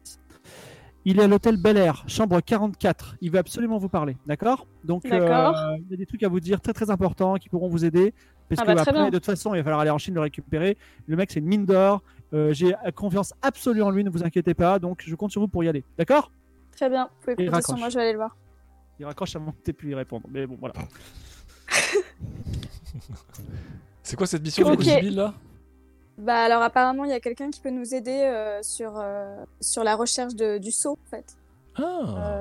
Il est à l'hôtel Bel Air, chambre 44. Il veut absolument vous parler, d'accord Donc, D'accord. euh, il y a des trucs à vous dire très très importants qui pourront vous aider. Parce Ah que bah, très après, bien. de toute façon, il va falloir aller en Chine le récupérer. Le mec, c'est une mine d'or. Euh, J'ai confiance absolue en lui, ne vous inquiétez pas. Donc, je compte sur vous pour y aller, d'accord Très bien. Vous pouvez Il compter sur moi, raccroche. je vais aller le voir. Il raccroche avant que tu pu y répondre. Mais bon, voilà. C'est quoi cette mission Ok. de Sibyl là Bah alors apparemment il y a quelqu'un qui peut nous aider euh, sur euh, sur la recherche de, du sceau en fait. Ah.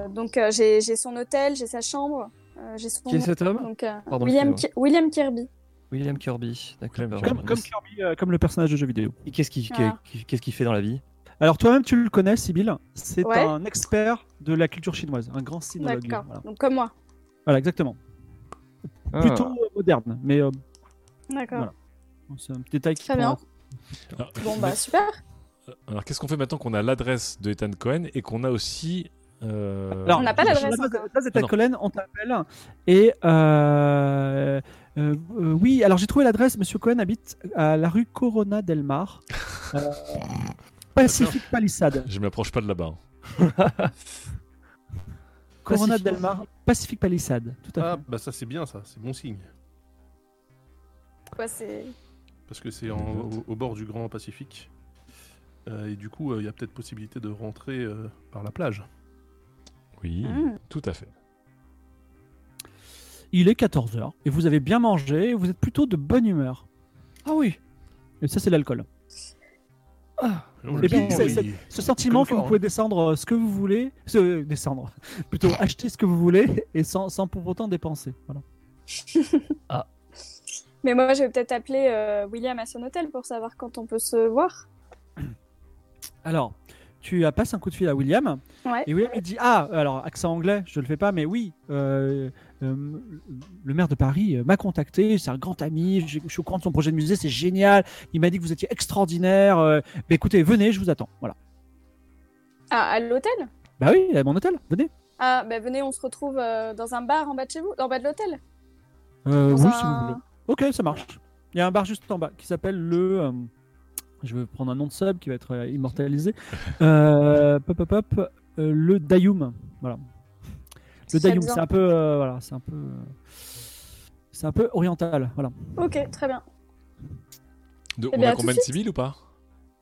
Euh, donc euh, j'ai j'ai son hôtel, j'ai sa chambre, euh, j'ai son Qui est cet homme donc euh, Pardon, William excusez-moi. Ki- William Kirby. William Kirby, d'accord. William Comme, comme Kirby, euh, comme le personnage de jeu vidéo. Et Qu'est-ce qu'il Ah. qu'est- qu'est-ce qu'il fait dans la vie Alors toi-même, tu le connais, Sybille. C'est Ouais. un expert de la culture chinoise, un grand sinologue. D'accord. Voilà. Donc comme moi. Voilà, exactement. Ah. Plutôt euh, moderne, mais euh, D'accord. c'est un petit détail qui Très bien. prend- Alors, Bon bah super. Ah, alors, qu'est-ce qu'on fait maintenant qu'on a l'adresse de Ethan Cohen et qu'on a aussi. euh, Alors, On n'a pas sur l'adresse base- encore. base d'État Ah non. Collen, on t'appelle et euh, euh, euh, oui, alors j'ai trouvé l'adresse. Monsieur Cohen habite à la rue Corona del Mar, euh, Pacific Palisade. Je ne m'approche pas de là-bas. hein. Corona Pacific- del Mar, Pacific Palisade. Tout à Ah, fait. bah ça c'est bien ça, c'est bon signe. Quoi c'est Parce que c'est en- Mhm. au, au bord du Grand Pacifique. Euh, et du coup, euh, il y a peut-être possibilité de rentrer euh, par la plage. Oui, Hmm. tout à fait. Il est 14 h et vous avez bien mangé. et Vous êtes plutôt de bonne humeur. Ah oui. Et ça, c'est l'alcool. Non, Et je puis, dis c'est- oui. c'est- ce sentiment Comme que fort, vous hein. pouvez descendre euh, ce que vous voulez, ce- descendre, *laughs* plutôt acheter ce que vous voulez et sans, sans pour autant dépenser. Voilà. Mais moi je vais peut-être appeler euh, William à son hôtel pour savoir quand on peut se voir. Alors, tu euh, passes un coup de fil à William Ouais. et William il dit ah alors accent anglais je le fais pas mais oui euh, euh, le maire de Paris euh, m'a contacté c'est un grand ami je, je suis au courant de son projet de musée c'est génial il m'a dit que vous étiez extraordinaire euh, mais écoutez venez je vous attends voilà Ah à l'hôtel bah oui à mon hôtel venez Ah bah venez on se retrouve euh, dans un bar en bas de chez vous, en bas de l'hôtel. Euh, Dans oui si vous un- voulez ok ça marche il y a un bar juste en bas qui s'appelle le euh, je vais prendre un nom de sub qui va être euh, *laughs* immortalisé euh, pop pop pop euh, le Dayum voilà Le Très Dayum, bien. c'est un peu, euh, voilà, c'est un peu, euh, c'est un peu oriental, voilà. Ok très bien. De- Eh on bien, à a tout combien de de civils ou pas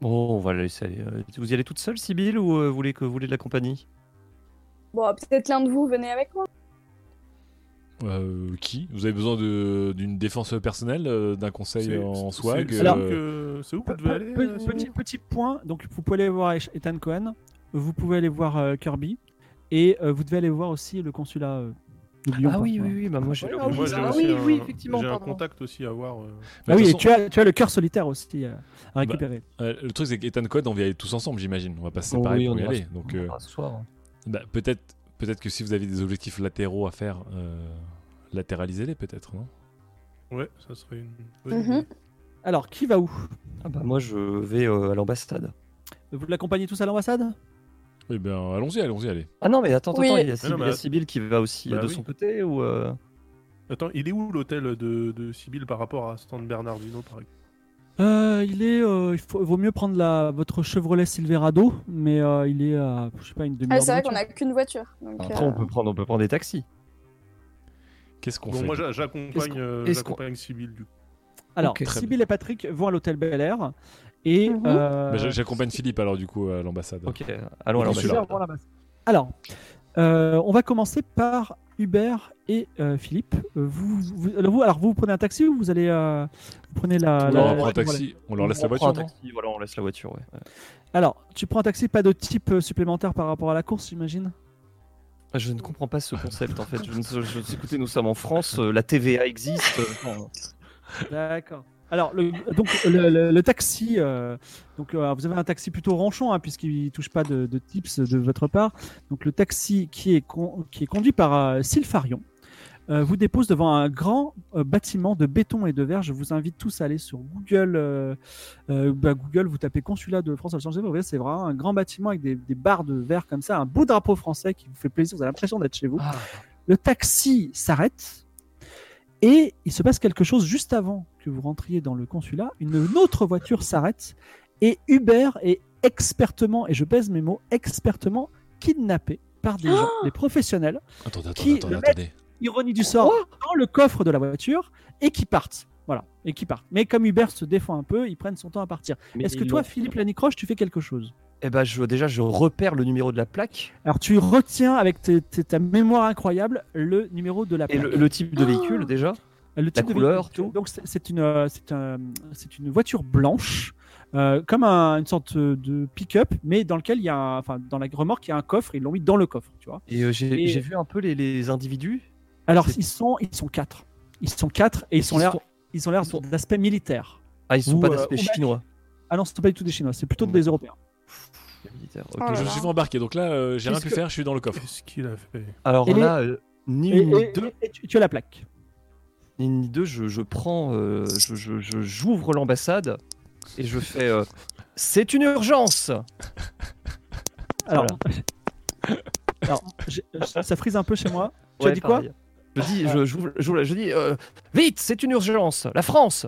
Bon, on va la laisser aller. Euh, Vous y allez toute seule, Sybille, ou euh, vous voulez que vous voulez de la compagnie Bon peut-être l'un de vous venez avec moi. Euh, Qui Vous avez besoin de- d'une défense personnelle, euh, d'un conseil C'est- en c'est- swag c'est- Alors- c'est où euh, que- C'est où que vous Pe- devez aller pe- euh, sinon petit, petit point, donc vous pouvez aller voir Ethan Cohen, vous pouvez aller voir euh, Kirby, et euh, vous devez aller voir aussi le consulat. euh, n'oublions Ah pas, oui, voilà. oui, oui, bah moi j'ai Ouais, le- ah oui, moi, j'ai j'ai aussi aussi un- un- J'ai un pardon. contact aussi à voir. euh, Ah Bah, de oui, toute et façon, tu as, tu as le cœur solitaire aussi euh, à récupérer. euh, le truc, c'est qu'Ethan Code, on va y aller tous ensemble, j'imagine. On va pas se Oh séparer oui, pour on y ira aller. ce- Donc, on euh, ira ce soir. hein. bah, peut-être peut que si vous avez des objectifs latéraux à faire, euh, latéralisez-les peut-être, non Ouais, ça serait une. bonne Mhm. idée. Alors, qui va où Ah bah moi je vais euh, à l'ambassade. Vous l'accompagnez tous à l'ambassade Eh bien, allons-y, allons-y, allez. Ah non mais attends, Oui. attends, il y a Ah Sybille, non, mais il y a att- Sybille qui va aussi Bah de oui. son côté ou euh, Attends, il est où l'hôtel de, de Sibyl par rapport à Stan Bernardino par exemple Euh, Il est, euh, il faut- vaut mieux prendre la, votre Chevrolet Silverado, mais euh, il est à, je sais pas, une Ah demi-heure. c'est de Ah, vrai voiture. qu'on a qu'une voiture. Donc, Après euh, on peut prendre on peut prendre des taxis. Qu'est-ce qu'on Bon, fait moi du- j'a- Est-ce j'accompagne qu'on- euh, est-ce qu'on- j'accompagne Sibyl du coup. Alors, Ok. Très Sibyl et Patrick vont à l'hôtel Bel Air et. Mhm. euh, Bah, j'a- J'accompagne Philippe alors du coup à l'ambassade. Ok, allons à Bon, Super, l'ambassade. celui-là. bon, la base. Alors, euh, on va commencer par Hubert et euh, Philippe. Euh, Vous, vous- alors, vous, alors, vous prenez un taxi ou vous allez euh, vous prenez la. on la- leur la- prend un taxi, on leur laisse On la prend voiture. un non taxi, voilà, on laisse la voiture, ouais. Alors, tu prends un taxi, pas de type euh, supplémentaire par rapport à la course, j'imagine. Ah, Je ne comprends pas ce concept en fait. Je ne- je- je- écoutez, nous sommes en France, euh, la TVA existe. euh, non. D'accord. Alors, le, donc le, le- le taxi, euh, donc euh, vous avez un taxi plutôt ranchon, hein, puisqu'il touche pas de, de tips de votre part. Donc le taxi qui est con- qui est conduit par euh, Sylpharion euh, vous dépose devant un grand euh, bâtiment de béton et de verre. Je vous invite tous à aller sur Google. euh, euh, bah, Google, vous tapez consulat de France à Los Angeles. Vous verrez, c'est vraiment un grand bâtiment avec des, des barres de verre comme ça, un beau drapeau français qui vous fait plaisir. Vous avez l'impression d'être chez vous. Ah. Le taxi s'arrête et il se passe quelque chose juste avant que vous rentriez dans le consulat. Une autre voiture s'arrête et Uber est expertement, et je pèse mes mots, expertement kidnappé par des gens, Oh des professionnels Attendez, Qui- attendez, le attendez, mec- attendez. ironie du sort, dans le coffre de la voiture et qui partent. Voilà, et qui partent. Mais comme Hubert se défend un peu, ils prennent son temps à partir. Mais Est-ce que ils toi, l'ont- Philippe Lanicroche, tu fais quelque chose Eh ben, je, déjà, je repère le numéro de la plaque Alors tu retiens avec tes- tes- ta mémoire incroyable le numéro de la et plaque. le, le type Ah. de véhicule déjà. Le type de couleur, véhicule. tout. Donc c'est- c'est une, euh, c'est un- c'est une voiture blanche, euh, comme un- une sorte de pick-up, mais dans lequel il y a, un- enfin dans la remorque il y a un coffre. Ils l'ont mis dans le coffre, tu vois. Et euh, j'ai Et- j'ai vu un peu les, les individus. Alors C'est- ils sont, ils sont quatre. Ils sont quatre et ils sont l'air ils ont l'air d'aspect militaire. Ah, ils sont Ou, pas euh, d'aspect ou bah- chinois. Ah non, ce sont pas du tout des Chinois, c'est plutôt des Européens. Militaire, Oh ok. là Je là. suis embarqué, donc là, euh, j'ai rien Est-ce pu que- faire, je suis dans le coffre. Qu'est-ce qu'il a fait Alors Et les- là, euh, ni Et, une ni et- deux, et tu, tu as la plaque. ni une ni deux, je, je prends, euh, je- je- je- j'ouvre l'ambassade et je fais. euh, c'est une urgence. Alors, *laughs* alors j'ai- ça frise un peu chez moi. Tu as Ouais, dit quoi Ah. pareil. Je dis, je, j'ouvre- j'ouvre- je dis, euh, vite, c'est une urgence. La France.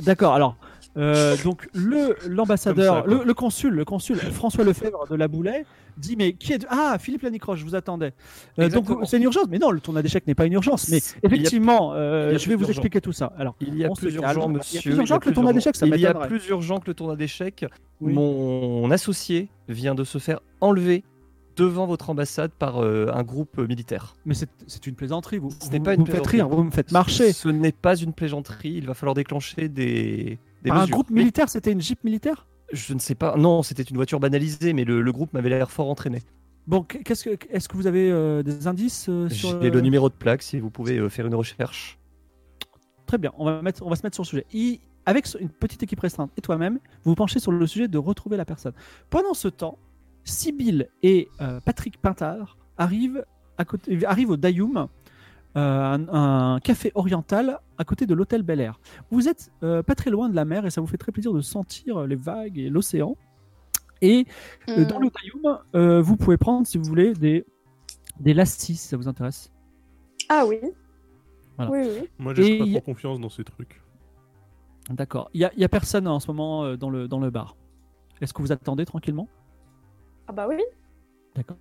D'accord. Alors, *laughs* euh, donc le l'ambassadeur, Comme ça, le, le consul, le consul François Lefebvre de la Boulet dit mais qui est de- ah Philippe Lanicroche, je vous attendais. Euh, donc Exactement. c'est une urgence, mais non, le tournage d'échecs n'est pas une urgence. Mais Il y a- effectivement, euh, il y a je vais vous plusieurs expliquer tout ça. Alors, Il y a on se plus calme. urgent, Il y a monsieur. plus urgent que le tournage d'échecs, ça Il y a m'étonnerait. plus urgent que le tournage d'échecs. Oui. Mon associé vient de se faire enlever devant votre ambassade par euh, un groupe militaire. Mais c'est- c'est une plaisanterie. Vous, Ce n'est vous- pas vous une me faites plaisanterie. rire, vous me faites marcher. Ce n'est pas une plaisanterie. Il va falloir déclencher des. des Par un mesures. groupe Mais militaire, c'était une jeep militaire. Je ne sais pas. Non, c'était une voiture banalisée, mais le, le groupe m'avait l'air fort entraîné. Bon, qu'est-ce que est-ce que vous avez euh, des indices euh, J'ai sur le numéro de plaque si vous pouvez euh, faire une recherche. Très bien, on va, mettre, on va se mettre sur le sujet. Il- avec so- une petite équipe restreinte et toi-même, vous vous penchez sur le sujet de retrouver la personne. Pendant ce temps, Sibyl et euh, Patrick Pintard arrivent, à côté, arrivent au Dayoum, euh, un, un café oriental à côté de l'hôtel Bel Air. Vous êtes euh, pas très loin de la mer et ça vous fait très plaisir de sentir les vagues et l'océan. Et euh, Hmm. dans le Dayoum, euh, vous pouvez prendre, si vous voulez, des, des lastis, si ça vous intéresse. Ah oui. Voilà. Oui, oui. Moi, Et j'ai pas il y a- trop confiance dans ces trucs. D'accord. Il n'y a, il y a personne en ce moment euh, dans le, dans le bar. Est-ce que vous attendez tranquillement Ah bah oui. D'accord.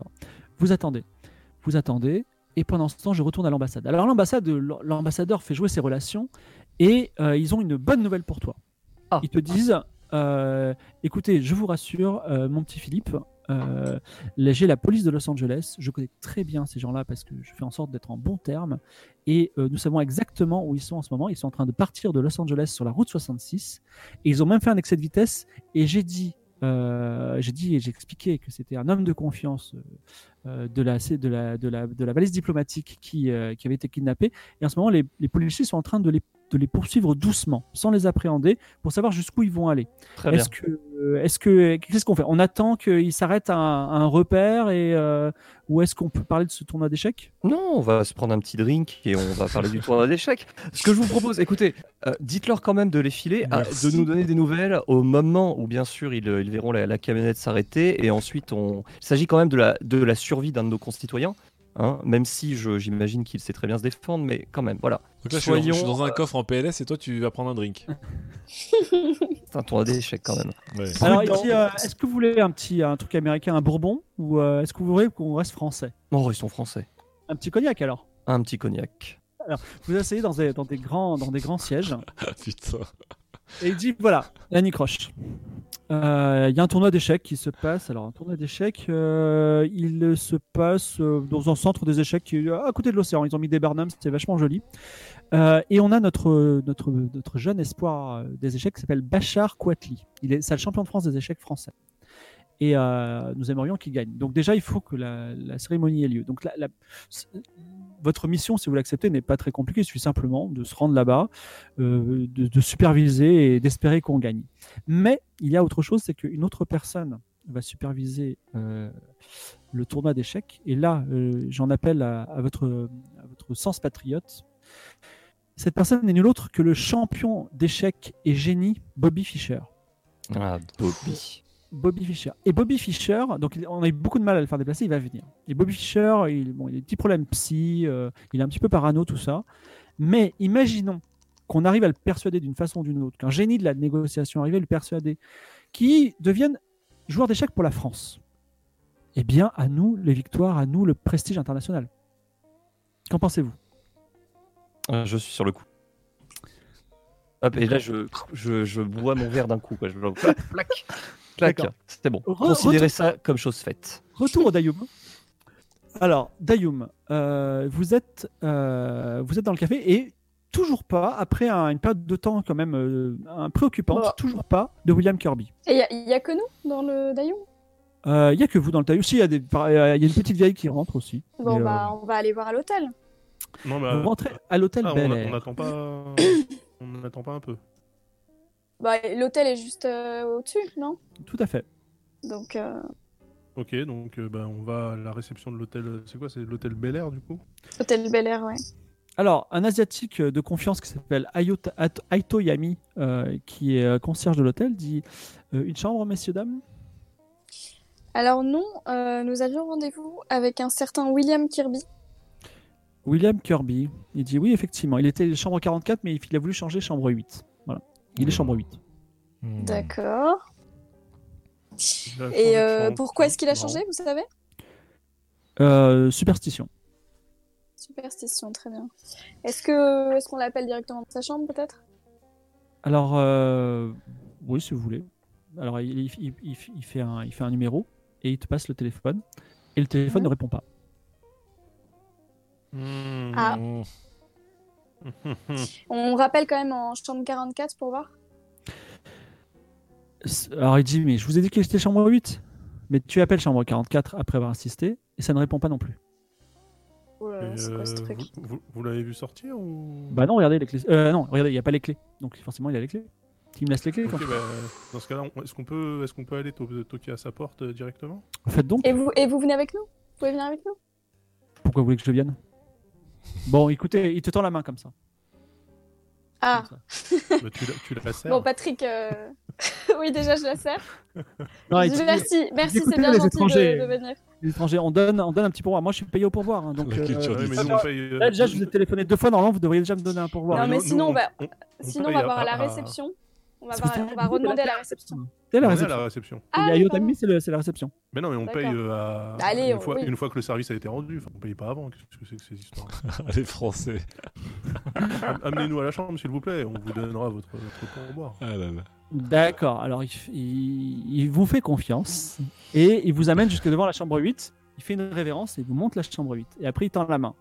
Vous attendez. Vous attendez. Et pendant ce temps, je retourne à l'ambassade. Alors l'ambassade, l'am- l'ambassadeur fait jouer ses relations et euh, ils ont une bonne nouvelle pour toi. Ah. Ils te disent, euh, écoutez, je vous rassure, euh, mon petit Philippe, euh, là, j'ai la police de Los Angeles. Je connais très bien ces gens-là parce que je fais en sorte d'être en bon terme. Et euh, nous savons exactement où ils sont en ce moment. Ils sont en train de partir de Los Angeles sur la route 66. Et ils ont même fait un excès de vitesse. Et j'ai dit, euh, j'ai dit et j'ai expliqué que c'était un homme de confiance euh, euh, de, la, de, la, de, la, de la valise diplomatique qui, euh, qui avait été kidnappé. Et en ce moment, les, les policiers sont en train de les, de les poursuivre doucement, sans les appréhender, pour savoir jusqu'où ils vont aller. Très bien. Est-ce que, est-ce que, qu'est-ce qu'on fait On attend qu'il s'arrête à un, à un repère et euh, ou est-ce qu'on peut parler de ce tournoi d'échecs Non, on va se prendre un petit drink et on va *laughs* parler du tournoi d'échecs. Ce que je vous propose, écoutez, euh, dites-leur quand même de les filer, à- Merci. de nous donner des nouvelles au moment où, bien sûr, ils, ils verront la, la camionnette s'arrêter. Et ensuite, on... il s'agit quand même de la, de la survie d'un de nos concitoyens, hein, même si je- j'imagine qu'il sait très bien se défendre, mais quand même, voilà. Donc là, je suis dans- je suis Soyons, dans un euh, coffre en PLS et toi, tu vas prendre un drink. C'est un tournoi d'échecs quand même. *laughs* Ouais. Alors, il dit, euh, est-ce que vous voulez un petit, un truc américain, un bourbon, ou euh, est-ce que vous voulez qu'on reste français Oh, ils sont français. Un petit cognac alors. Un petit cognac. Vous asseyez dans des, dans des grands, dans des grands sièges. *laughs* Putain. Et il dit voilà, Lanny Croche. Euh, Il y a un tournoi d'échecs qui se passe. Alors, un tournoi d'échecs, euh, il se passe euh, dans un centre des échecs qui est euh, à côté de l'océan. Ils ont mis des Barnums, c'était vachement joli. Euh, et on a notre, notre, notre jeune espoir euh, des échecs qui s'appelle Bachar Kouatli. Il est, c'est le champion de France des échecs français. Et euh, nous aimerions qu'il gagne. Donc, déjà, il faut que la, la cérémonie ait lieu. Donc, la- la- c- votre mission, si vous l'acceptez, n'est pas très compliquée. Il suffit simplement de se rendre là-bas, euh, de, de superviser et d'espérer qu'on gagne. Mais il y a autre chose, c'est qu'une autre personne va superviser euh, le tournoi d'échecs. Et là, euh, j'en appelle à, à votre, à votre sens patriote. Cette personne n'est nulle autre que le champion d'échecs et génie Bobby Fischer. Ah, Bobby. Bobby Fischer. Et Bobby Fischer, donc il- on a eu beaucoup de mal à le faire déplacer, il va venir. Et Bobby Fischer, il, bon, il a des petits problèmes psy, euh, il est un petit peu parano, tout ça. Mais imaginons qu'on arrive à le persuader d'une façon ou d'une autre, qu'un génie de la négociation arrive à le persuader, qui devienne joueur d'échecs pour la France. Eh bien, à nous les victoires, à nous le prestige international. Qu'en pensez-vous Ah, Je suis sur le coup. Hop, et là, je, je, je bois mon verre d'un coup. Quoi. Je, clac, *laughs* clac, clac. D'accord. C'était bon. Re- Considérez ça comme chose faite. Retour au Dayoum. Alors, Dayoum, euh, vous, êtes, euh, vous êtes dans le café et toujours pas, après un- une période de temps quand même euh, un- préoccupante, Voilà. toujours pas de William Kirby. Et il y a- il y, a que nous dans le Daillon Il n'y a que vous dans le Dayoum. Si, il y, a des- par- euh, il y a une petite vieille qui rentre aussi. Bon Mais, euh, bah on va aller voir à l'hôtel. Non, mais. euh, Vous rentrez à l'hôtel ah, on, Bel a- *coughs* on Air. attend pas. On n'attend pas un peu. Bah, l'hôtel est juste euh, au-dessus, non Tout à fait. Donc, euh, Ok, donc euh, bah, on va à la réception de l'hôtel. euh, C'est quoi C'est l'hôtel Bel Air du coup hôtel Bel Air, ouais. Alors, un asiatique euh, de confiance qui s'appelle Ayo- At- Aito Yami, euh, qui est euh, concierge de l'hôtel, dit euh, Une chambre, messieurs, dames Alors non, euh, nous avions rendez-vous avec un certain William Kirby. William Kirby. Il dit Oui, effectivement. Il était chambre 44, mais il a voulu changer chambre 8. Voilà. Il est chambre 8. Hmm. D'accord. Il a changé Et de euh, chambre. pourquoi est-ce qu'il a Marrant. changé, vous savez Euh, superstition. Superstition, très bien. Est-ce que est-ce qu'on l'appelle directement dans sa chambre, peut-être Alors, euh, oui, si vous voulez. Alors, il, il- il- il- il fait un, il fait un numéro et il te passe le téléphone. Et le téléphone Mhm. ne répond pas. Hmm. Ah. Hmm. On rappelle quand même en chambre 44 pour voir. S- Alors, il dit Mais je vous ai dit qu'il était chambre 8. Mais tu appelles chambre 44 après avoir assisté et ça ne répond pas non plus. Oh là Et, là, c'est quoi ce euh, truc vous vous- vous l'avez vu sortir ou Bah non, regardez les clés. Euh, non, regardez, il n'y a pas les clés. Donc forcément, il a les clés. Il me laisse les clés. Quand... Ok, bah, dans ce cas-là, on- est-ce qu'on peut, est-ce qu'on peut aller to- toquer à sa porte euh, *laughs* directement Faites donc. Et vous et vous venez avec nous Vous pouvez venir avec nous Pourquoi vous voulez que je vienne Bon, écoutez, il te tend la main comme ça. Ah. comme ça. Bah, Tu la, tu la serres Bon, Patrick, euh, *laughs* oui, déjà, je la sers. Non, il *laughs* Je- dit, merci, merci, écoutez, c'est bien les gentil étrangers. de, de venir. Les étrangers, on donne, on donne un petit pourboire. Moi, je suis payé au pourboire. hein, donc, La culture Ouais, du mais sang. nous, on paye, euh, Là, déjà, je vous ai téléphoné deux fois. Normalement, vous devriez déjà me donner un pourboire. Non, mais nous, sinon, bah, nous, on va- on- on Sinon, on paye va à- voir à la à- réception. On va, Ça voir- fait- on va redemander à la réception. C'est la on est réception. à la réception. Ah, Il y a oui, Yotami, pardon. c'est le- c'est la réception. Mais non, mais on paye D'accord. euh, à... Bah, allez, une, on- fois, oui. une fois que le service a été rendu. Enfin, on paye pas avant. Qu'est-ce que c'est que ces histoires Les Français. Am- Amenez-nous à la chambre, s'il vous plaît. On vous donnera votre, votre pourboire. Ah là là. D'accord. Alors, il, f- il- il vous fait confiance et il vous amène jusque devant la chambre 8. Il fait une révérence et il vous montre la chambre 8. Et après, il tend la main.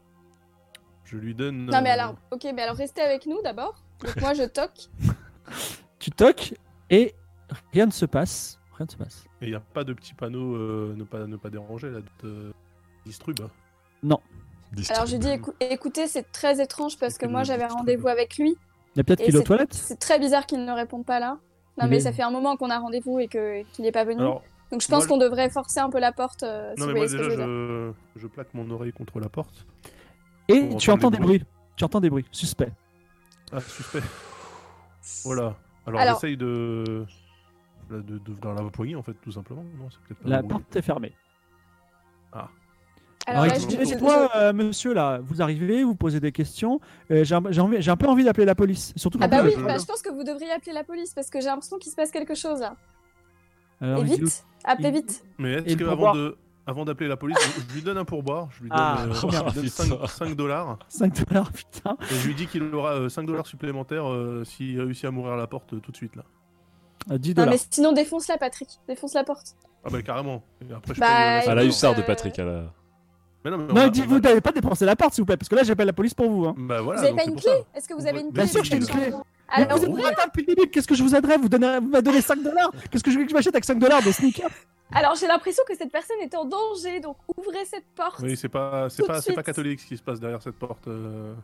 Je lui donne. Non, mais euh, alors, ok, mais alors restez avec nous d'abord. Donc, moi, *laughs* je toque. Tu toques et rien ne se passe. Rien ne se passe. Et il n'y a pas de petit panneau euh, ne, pas, ne pas déranger euh, là de distrib. Ah, Alors, je dis, écou- écoutez, c'est très étrange parce que moi, j'avais rendez-vous avec lui. Il y a peut-être Et qu'il est aux toilettes. C'est très bizarre qu'il ne réponde pas là. Non, Il mais est- ça fait un moment qu'on a rendez-vous et que- qu'il n'est pas venu. Alors, Donc, je moi, pense je- qu'on devrait forcer un peu la porte. euh, si non, vous mais voyez moi ce que déjà, je veux dire. je, je plaque mon oreille contre la porte. Et On tu entend entends des des bruits. Tu entends des bruits. Suspect. Ah, suspect. Voilà. Alors, Alors- j'essaye de. De, de, de dans la poignée en fait tout simplement non c'est peut-être pas La bon. porte est fermée. Alors, Alors, là, il je- dit, je- mais je- dites-moi, euh, monsieur, là, vous arrivez, vous posez des questions. euh, j'ai, un, j'ai envie- j'ai un peu envie d'appeler la police. Surtout Ah qu'en bah plus, oui, je- bah, je pense que vous devriez appeler la police parce que j'ai l'impression qu'il se passe quelque chose là. alors, et il dit, vite, appelez il- vite. mais Et est-ce que le avant pourboire de avant d'appeler la police je- je lui donne un pourboire je lui donne, Ah, *laughs* euh, trop je lui bien. donne Putain. 5, 5 dollars 5 dollars, putain. *laughs* et je lui dis qu'il aura 5 dollars supplémentaires euh, s'il réussit à m'ouvrir la porte euh, tout de suite là Euh, 10 Non dollars. mais sinon défonce la Patrick, défonce la porte. ah bah carrément Et après je Bah, paye, euh, la écoute, À la facture. hussarde de euh, Patrick. À la... Mais non, mais on Non, a- il dit, on a- vous n'avez pas dépensé la porte, s'il vous plaît, parce que là, j'appelle la police pour vous. hein. Bah voilà, vous avez donc pas c'est une pour clé ça. Est-ce que vous avez une clé bah, Bien sûr que j'ai une clé. Alors, vous êtes Alors, oui. bâtard depuis le début, qu'est-ce que je vous adresse vous, donnez- vous m'avez donné 5 dollars Qu'est-ce que je voulais que je m'achète avec 5 dollars des sneakers alors j'ai l'impression que cette personne est en danger, donc ouvrez cette porte. Oui, c'est pas, c'est Tout de pas, c'est pas suite. catholique ce qui se passe derrière cette porte, euh,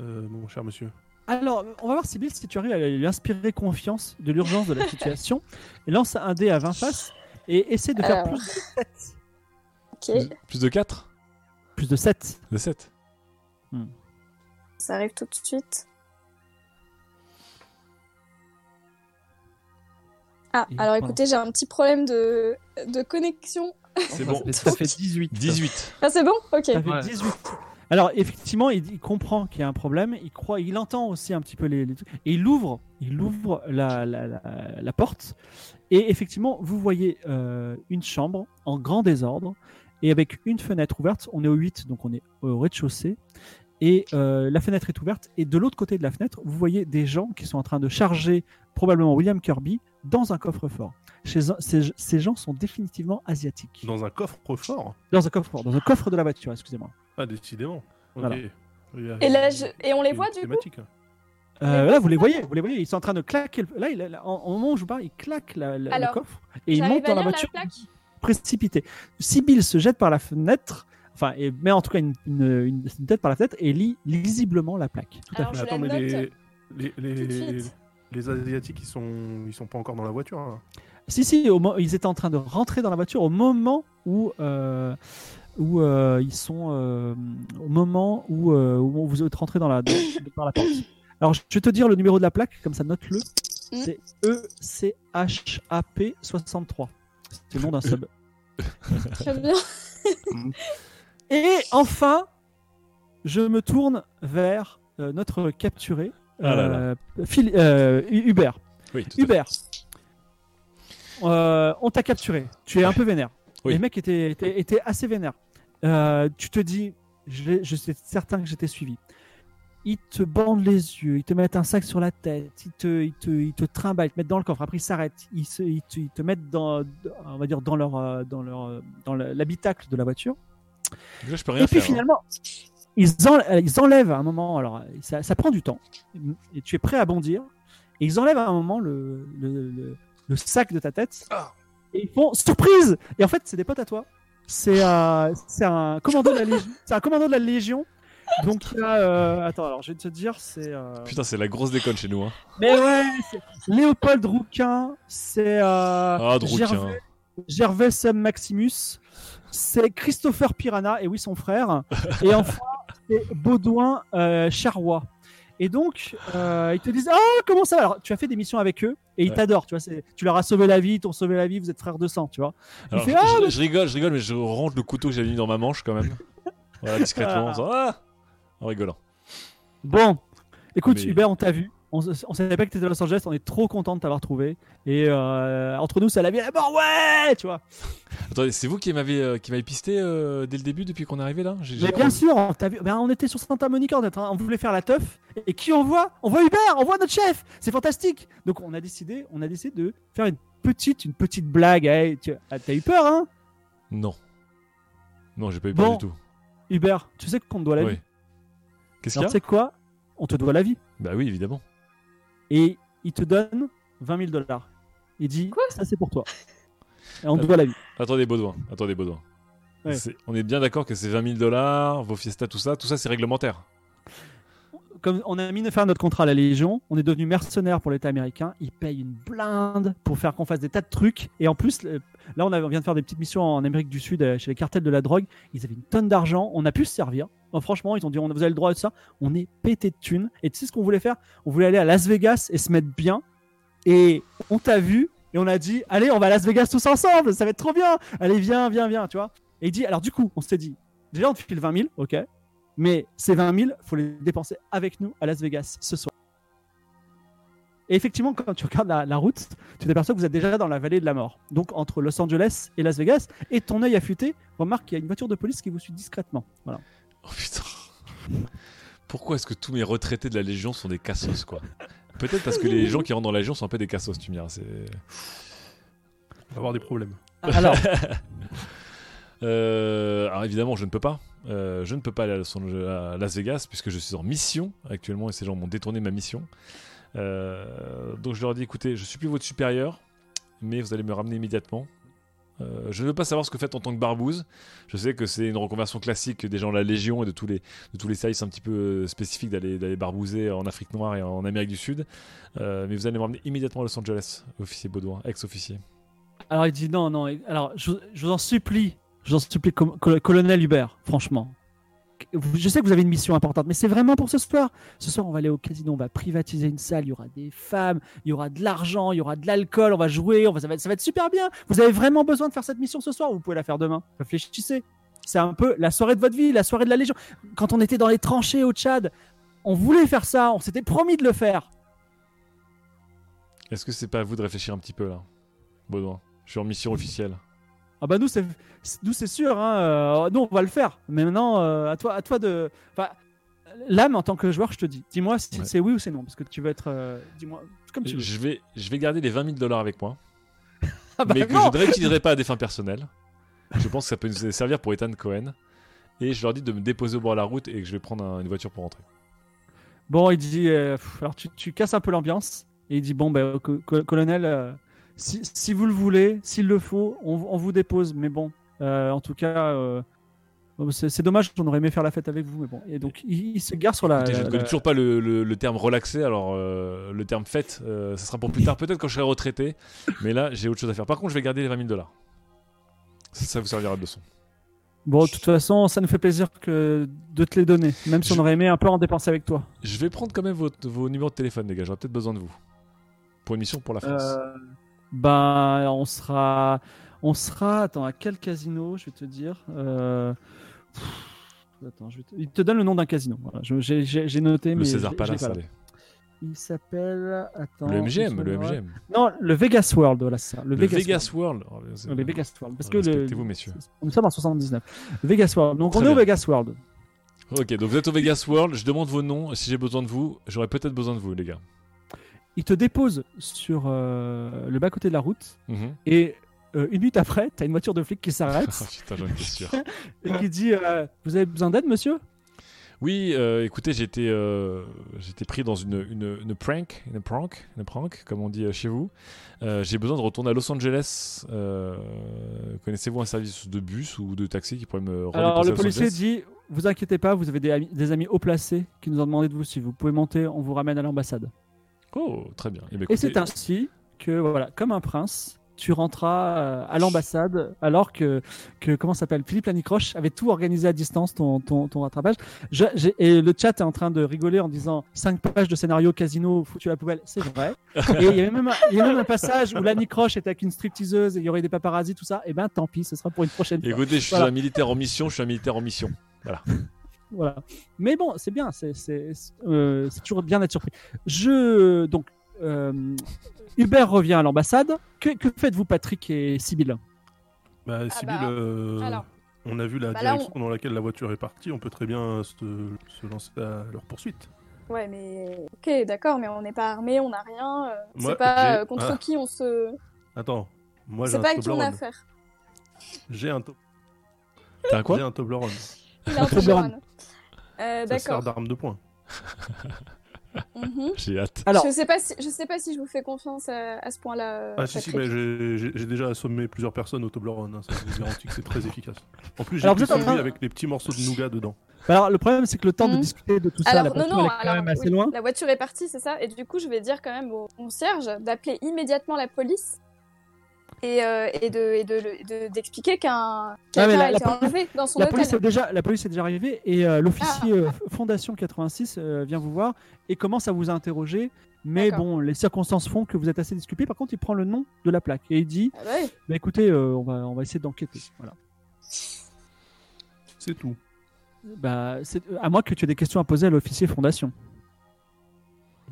euh, mon cher monsieur. Alors, on va voir, Sybille, si tu arrives à lui inspirer confiance de l'urgence de la *laughs* situation. Et lance un dé à 20 faces et essaie de faire Alors. plus, de, Ok, Plus de 4 plus de 7. De 7 ça arrive tout de suite. Ah, Et alors voilà. écoutez, j'ai un petit problème de, de connexion. C'est bon. Ça fait 18. 18. Ah, c'est bon Ok. Ça fait Ouais. 18. Alors, effectivement, il, il comprend qu'il y a un problème. Il croit, il entend aussi un petit peu les, les trucs. Et il ouvre, il ouvre la, la- la- la porte. Et effectivement, vous voyez euh, une chambre en grand désordre et avec une fenêtre ouverte. On est au 8, donc on est au rez-de-chaussée. Et euh, la fenêtre est ouverte. Et de l'autre côté de la fenêtre, vous voyez des gens qui sont en train de charger probablement William Kirby dans un coffre-fort. Chez un- ces- ces gens sont définitivement asiatiques. Dans un coffre-fort Dans un coffre-fort, dans un coffre de la voiture, excusez-moi. Ah, décidément. Ok. Voilà. Il y a- Et là, je... et il on y a les une voit du coup thématique. Euh, là, vous les voyez, vous les voyez, ils sont en train de claquer. le- Là, il- là, en- au moment où je vous parle, ils claquent la- la- Alors, le coffre et ils j'arrive montent à dans la lire voiture plaque précipité. Sibyl se jette par la fenêtre, enfin, et met en tout cas une, une- une- une tête par la fenêtre et lit lisiblement la plaque. Tout à Alors, fait. Mais je la attends, mais note. les, Les, Tout de les, suite. les Asiatiques, ils sont, ils sont pas encore dans la voiture. hein. Si, si, au mo- ils étaient en train de rentrer dans la voiture au moment où, euh, où euh, ils sont. euh, au moment où, euh, où vous êtes rentrés dans la, de- par la porte. Alors, je vais te dire le numéro de la plaque, comme ça note-le. C'est E ECHAP63. C'est le nom d'un Euh. sub. Très bien. Et enfin, je me tourne vers euh, notre capturé, Ah là là. euh, Phil- euh, U- Hubert. Oui, tout à fait. Hubert, euh, on t'a capturé. Tu es un peu vénère. Oui. Les mecs étaient, étaient- étaient assez vénères. Euh, tu te dis, je, l'ai- je suis certain que j'étais suivi. Ils te bandent les yeux, ils te mettent un sac sur la tête, ils te, ils te, ils te trimballent, ils te mettent dans le coffre. Après, ils s'arrêtent, ils, se- ils te, ils te mettent dans, on va dire, dans leur, euh, dans leur, euh, dans le- l'habitacle de la voiture. Donc là, je peux rien Et puis faire. hein. finalement, ils, enl- euh, ils enlèvent à un moment, alors euh, ça, ça prend du temps, et tu es prêt à bondir, et ils enlèvent à un moment le, le, le- le sac de ta tête, et ils font surprise Et en fait, c'est des potes à toi. C'est euh, c'est un, commando de la *laughs* Légion. C'est un commando de la Légion. Donc là, euh, attends, alors je vais te dire, c'est. euh, Putain, c'est la grosse déconne chez nous. Hein. Mais ouais, c'est Léopold Rouquin, c'est. euh, Ah, Drouquin. Gervais- Gervais Sam Maximus, c'est Christopher Piranha, et oui, son frère, *laughs* et enfin, c'est Baudouin euh, Charrois. Et donc, euh, ils te disent Ah, comment ça va Alors, tu as fait des missions avec eux, et ils Ouais. t'adorent, tu vois. c'est- Tu leur as sauvé la vie, ils t'ont sauvé la vie, vous êtes frères de sang, tu vois. Alors, fait, je, Ah, je- je rigole, je rigole, mais je range le couteau que j'avais mis dans ma manche quand même. Voilà, discrètement. Ah. en faisant, Ah en rigolant. Bon, écoute, Mais- Hubert, on t'a vu. On, s- on savait pas que t'étais à Los Angeles, on est trop content de t'avoir trouvé. Et euh, entre nous, ça la vie à la mort, ouais, tu vois. Attendez, c'est vous qui m'avez euh, qui m'avez pisté euh, dès le début depuis qu'on est arrivé là J'ai- j'ai- Mais bien sûr, on, t'a vu- ben, on était sur Santa Monica, on, était en train- on voulait faire la teuf. Et qui on voit On voit Hubert, on voit notre chef. C'est fantastique. Donc on a décidé, on a décidé de faire une petite, une petite blague. Hey, tu- ah, T'as eu peur, hein Non. Non, j'ai pas eu peur Bon. du tout. Hubert, tu sais qu'on te doit la vie. Oui. Qu'est-ce qu'il y Alors, a tu sais quoi On te doit la vie. Bah oui, évidemment. Et il te donne 20 000 dollars. Il dit, ça c'est pour toi. Et on te Ah. doit la vie. Attendez, Baudouin. Attendez, Baudouin. Ouais. C'est- On est bien d'accord que c'est 20 000 dollars, vos fiestas, tout ça, tout ça c'est réglementaire. Comme on a mis de faire notre contrat à la Légion, on est devenu mercenaire pour l'État américain. Ils payent une blinde pour faire qu'on fasse des tas de trucs. Et en plus, le- là, on, a- on vient de faire des petites missions en Amérique du Sud euh, chez les cartels de la drogue. Ils avaient une tonne d'argent. On a pu se servir. Bon, franchement, ils ont dit on, Vous avez le droit de ça. On est pété de thunes. Et tu sais ce qu'on voulait faire On voulait aller à Las Vegas et se mettre bien. Et on t'a vu et on a dit Allez, on va à Las Vegas tous ensemble. Ça va être trop bien. Allez, viens, viens, viens. Tu vois Et il dit Alors, du coup, on s'est dit Déjà, on te file 20 000. Ok. Mais ces 20 000, faut les dépenser avec nous à Las Vegas ce soir. Et effectivement, quand tu regardes la, la route, tu t'aperçois que vous êtes déjà dans la vallée de la mort. Donc entre Los Angeles et Las Vegas, et ton œil affûté remarque qu'il y a une voiture de police qui vous suit discrètement. Voilà. Oh putain. Pourquoi est-ce que tous mes retraités de la Légion sont des cassos, quoi Peut-être parce que les gens qui rentrent dans la Légion sont un peu des cassos, tu me diras. c'est- On va avoir des problèmes. Alors, *laughs* Euh, alors évidemment, je ne peux pas. Euh, je ne peux pas aller à Los Angeles- à Las Vegas puisque je suis en mission actuellement et ces gens m'ont détourné ma mission. Euh, donc je leur dis écoutez, je suis plus votre supérieur, mais vous allez me ramener immédiatement. Euh, je ne veux pas savoir ce que vous faites en tant que barbouze. Je sais que c'est une reconversion classique des gens de la Légion et de tous les, de tous les services un petit peu euh, spécifiques d'aller d'aller barbouzer en Afrique noire et en Amérique du Sud. Euh, mais vous allez me ramener immédiatement à Los Angeles, officier Baudouin, ex-officier. alors il dit non, non. il- Alors je, vous- je vous en supplie, je vous en supplie, com- col- colonel Hubert, franchement. Vous- Je sais que vous avez une mission importante, mais c'est vraiment pour ce soir. Ce soir, on va aller au casino, on va privatiser une salle, il y aura des femmes, il y aura de l'argent, il y aura de l'alcool, on va jouer, on va, ça, va être, ça va être super bien. Vous avez vraiment besoin de faire cette mission ce soir, ou vous pouvez la faire demain. Réfléchissez. C'est un peu la soirée de votre vie, la soirée de la Légion. Quand on était dans les tranchées au Tchad, on voulait faire ça, on s'était promis de le faire. Est-ce que c'est pas à vous de réfléchir un petit peu là, Baudouin Je suis en mission officielle. Ah bah nous c'est nous c'est sûr, hein, euh, nous on va le faire. Mais maintenant euh, à toi à toi de enfin l'âme en tant que joueur, je te dis. Dis-moi si Ouais. c'est oui ou c'est non parce que tu vas être euh, dis-moi comme tu veux. *laughs* Je vais, je vais garder les 20 000 dollars avec moi, Ah bah mais que non je ne réutiliserai pas à des fins personnelles. Je pense que ça peut nous servir pour Ethan Cohen. Et je leur dis de me déposer au bord de la route et que je vais prendre un- une voiture pour rentrer. Bon, il dit euh, pff, alors tu, tu casses un peu l'ambiance et il dit bon ben co- co- colonel euh, si, si vous le voulez, s'il le faut, on, on vous dépose mais bon euh, en tout cas euh, Bon, C'est c'est dommage, j'en aurais aimé faire la fête avec vous, mais bon. Et donc, il, il se gare sur la. Écoutez, je ne la- connais toujours pas le, le- le terme relaxé, alors euh, le terme fête, euh, ça sera pour plus tard, peut-être quand je serai retraité. Mais là, j'ai autre chose à faire. Par contre, je vais garder les 20 000 dollars. Ça, ça vous servira de leçon. Bon, de toute façon, ça nous fait plaisir que de te les donner, même si on Je- aurait aimé un peu en dépenser avec toi. Je vais prendre quand même votre- vos numéros de téléphone, les gars. J'aurai peut-être besoin de vous. Pour une mission pour la France. Euh, bah, on sera, on sera. Attends, à quel casino Je vais te dire. Euh, pff, Attends, je vais te- il te donne le nom d'un casino. Voilà, je- j'ai- J'ai j'ai noté, le mais César j'ai- j'ai Palace, pas là. allez. Il s'appelle. Attends. Le MGM, laisse-moi le voir. MGM. Non, le Vegas World, voilà, c'est ça. Le, Le Vegas, Vegas World. Oh, c'est- World. Le Vegas World. Parce que le, Respectez-vous, messieurs. nous sommes en 79. Vegas World. Donc, Très on est au bien. Vegas World. Ok, donc vous êtes au Vegas World. Je demande vos noms. Si j'ai besoin de vous, j'aurais peut-être besoin de vous, les gars. Il te dépose sur euh, le bas-côté de la route Mhm. et. euh, une minute après, t'as une voiture de flic qui *laughs* Ah, s'arrête putain, j'en étais sûr. et qui dit euh, Vous avez besoin d'aide, monsieur Oui, euh, écoutez, j'étais euh, j'étais pris dans une, une, une prank, une prank, une prank, comme on dit euh, chez vous. Euh, J'ai besoin de retourner à Los Angeles. Euh, Connaissez-vous un service de bus ou de taxi qui pourrait me rendre Alors le policier dit vous inquiétez pas, vous avez des amis, des amis haut placés qui nous ont demandé de vous si vous pouvez monter, on vous ramène à l'ambassade. Oh, très bien. Eh ben, Et écoutez, c'est ainsi que voilà, comme un prince, tu rentras euh, à l'ambassade alors que que comment ça s'appelle Philippe Lanicroche avait tout organisé à distance ton ton, ton rattrapage. Je- j'ai- et le chat est en train de rigoler en disant cinq pages de scénario casino foutu à la poubelle, c'est *laughs* vrai. et il y avait même un, il y avait même un passage où Lanicroche était avec une stripteaseuse et il y aurait des paparazzis tout ça. Et ben tant pis, ce sera pour une prochaine fois. écoutez, je suis Voilà. un militaire en mission, je suis un militaire en mission. Voilà. Mais bon, c'est bien, c'est c'est- c'est, euh, c'est toujours bien d'être surpris. Je donc euh, Hubert revient à l'ambassade. Que, que faites-vous, Patrick et Sibylle Bah, Sibyl, bah, euh, alors. on a vu la Bah là, direction dans laquelle la voiture est partie, on peut très bien se, se lancer à leur poursuite. Ouais, mais ok, d'accord, mais on n'est pas armé, on n'a rien. euh, Moi, c'est pas j'ai- euh, contre Ah. qui on se. Attends, moi j'ai c'est un pas avec qui on a Toblerone. affaire. J'ai un, to- T'as un j'ai quoi un Toblerone. *laughs* Il a un Toblerone. Toblerone. Euh, Ça sert d'accord. d'arme de poing. Mhm. J'ai hâte. Alors- Je sais pas si je sais pas si je vous fais confiance à, à ce point-là. euh, Ah si si, Patrick. mais j'ai j'ai- j'ai déjà assommé plusieurs personnes au Toblerone, hein, ça je vous garantit que c'est très efficace. En plus j'ai Alors, vous pris êtes en celui train- avec les petits morceaux de nougat dedans. Bah Alors le problème, c'est que le temps de Hmm. discuter de tout ça, la Alors, non, voiture, non, elle est quand alors, même assez oui, loin. la voiture est partie, c'est ça. Et du coup, je vais dire quand même au concierge d'appeler immédiatement la police et, euh, et de et de le- de- d'expliquer qu'un Ah, mais quelqu'un la- a la été police- enlevé dans son La hôtel. Ah. police, est déjà, la police est déjà arrivée et euh, l'officier euh, Fondation 86 euh, vient vous voir et commence à vous interroger. Mais D'accord. bon, les circonstances font que vous êtes assez disculpé. Par contre, il prend le nom de la plaque et il dit Ah ouais. bah, écoutez, euh, on, va, on va essayer d'enquêter. Voilà. C'est tout. Bah, c'est- à moins que tu aies des questions à poser à l'officier Fondation.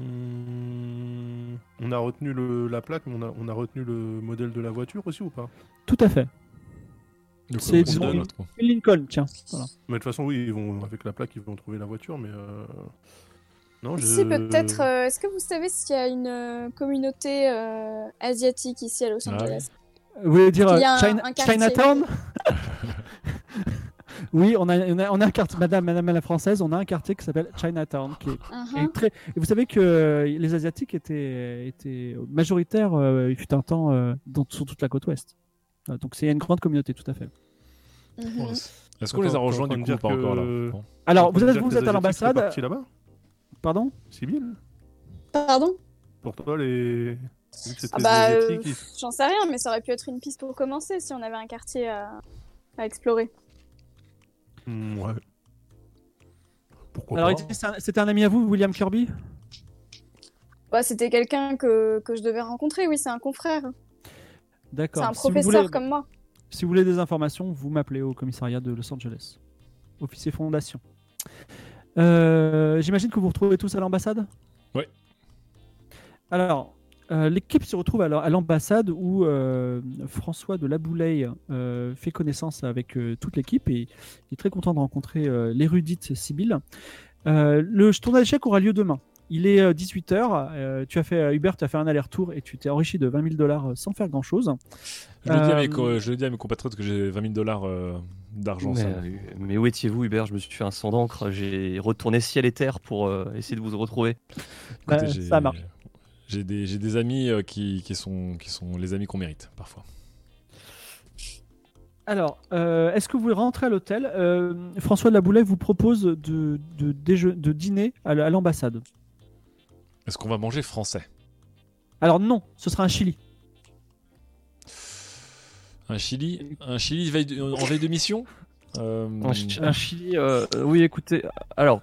Hmm, On a retenu le- la plaque, mais on a, on a retenu le modèle de la voiture aussi ou pas Tout à fait. Du coup, C'est- on disons- donne notre nom. Une Lincoln, tiens. Voilà. Mais de toute façon oui, ils vont, avec la plaque ils vont trouver la voiture, mais euh, non je... Si peut-être, euh, est-ce que vous savez s'il y a une euh, communauté euh, asiatique ici à Los Ah Angeles Vous voulez dire Il y euh, a un- China- un quartier. Chinatown *laughs* Oui, on a, on a, on a un quartier, madame, madame à la française, on a un quartier qui s'appelle Chinatown. Qui est, qui Mhm. est très... Et vous savez que euh, les Asiatiques étaient, étaient majoritaires, euh, il fut un temps, euh, dans- sur toute la côte ouest. Euh, Donc c'est une grande communauté, tout à fait. Mhm. Est-ce qu'on les a Attends, rejoints t'es du en coup train ou pas de dire encore là que- Non. Alors, vous Déjà êtes, que vous êtes les à Asiatiques sont l'ambassade, partis là-bas pardon Sibyl Pardon Pour toi, les. Vu que c'était Ah des bah, euh, Asiatiques, ils- J'en sais rien, mais ça aurait pu être une piste pour commencer si on avait un quartier à, à explorer. Hmm, ouais. Pourquoi Alors, pas il dit, c'est un- c'était un, ami à vous, William Kirby Bah, C'était quelqu'un que, que je devais rencontrer, oui, c'est un confrère. C'est D'accord. un Si vous professeur voulez- comme moi. Si vous voulez des informations, vous m'appelez au commissariat de Los Angeles. Officier Fondation. Euh, J'imagine que vous vous retrouvez tous à l'ambassade Ouais. Alors, euh, l'équipe se retrouve alors à l'ambassade où euh, François de Laboulaye euh, fait connaissance avec euh, toute l'équipe et il est très content de rencontrer euh, l'érudite Sibylle. Euh, le tournage d'échecs aura lieu demain. Il est 18h. tu as fait, euh, Hubert, tu as fait un aller-retour et tu t'es enrichi de 20 000 dollars euh, sans faire grand-chose. Je le dis à mes Euh, co- je le dis à mes compatriotes que j'ai 20 000 dollars d'argent. Mais, ça. euh, mais où étiez-vous, Hubert Je me suis fait un sang d'encre. J'ai retourné ciel et terre pour euh, essayer de vous retrouver. Écoutez, Bah, Euh, j'ai- ça marche. J'ai des, j'ai des amis euh, qui, qui, sont, qui sont les amis qu'on mérite parfois. Alors, euh, est-ce que vous voulez rentrer à l'hôtel Euh, François de la Boulaye vous propose de, de, déje- de dîner à l- à l'ambassade. Est-ce qu'on va manger français Alors non, ce sera un Chili. Un Chili Un Chili veille de- en veille de mission Euh, Un, chi- un chili. euh, euh, oui, écoutez. Alors,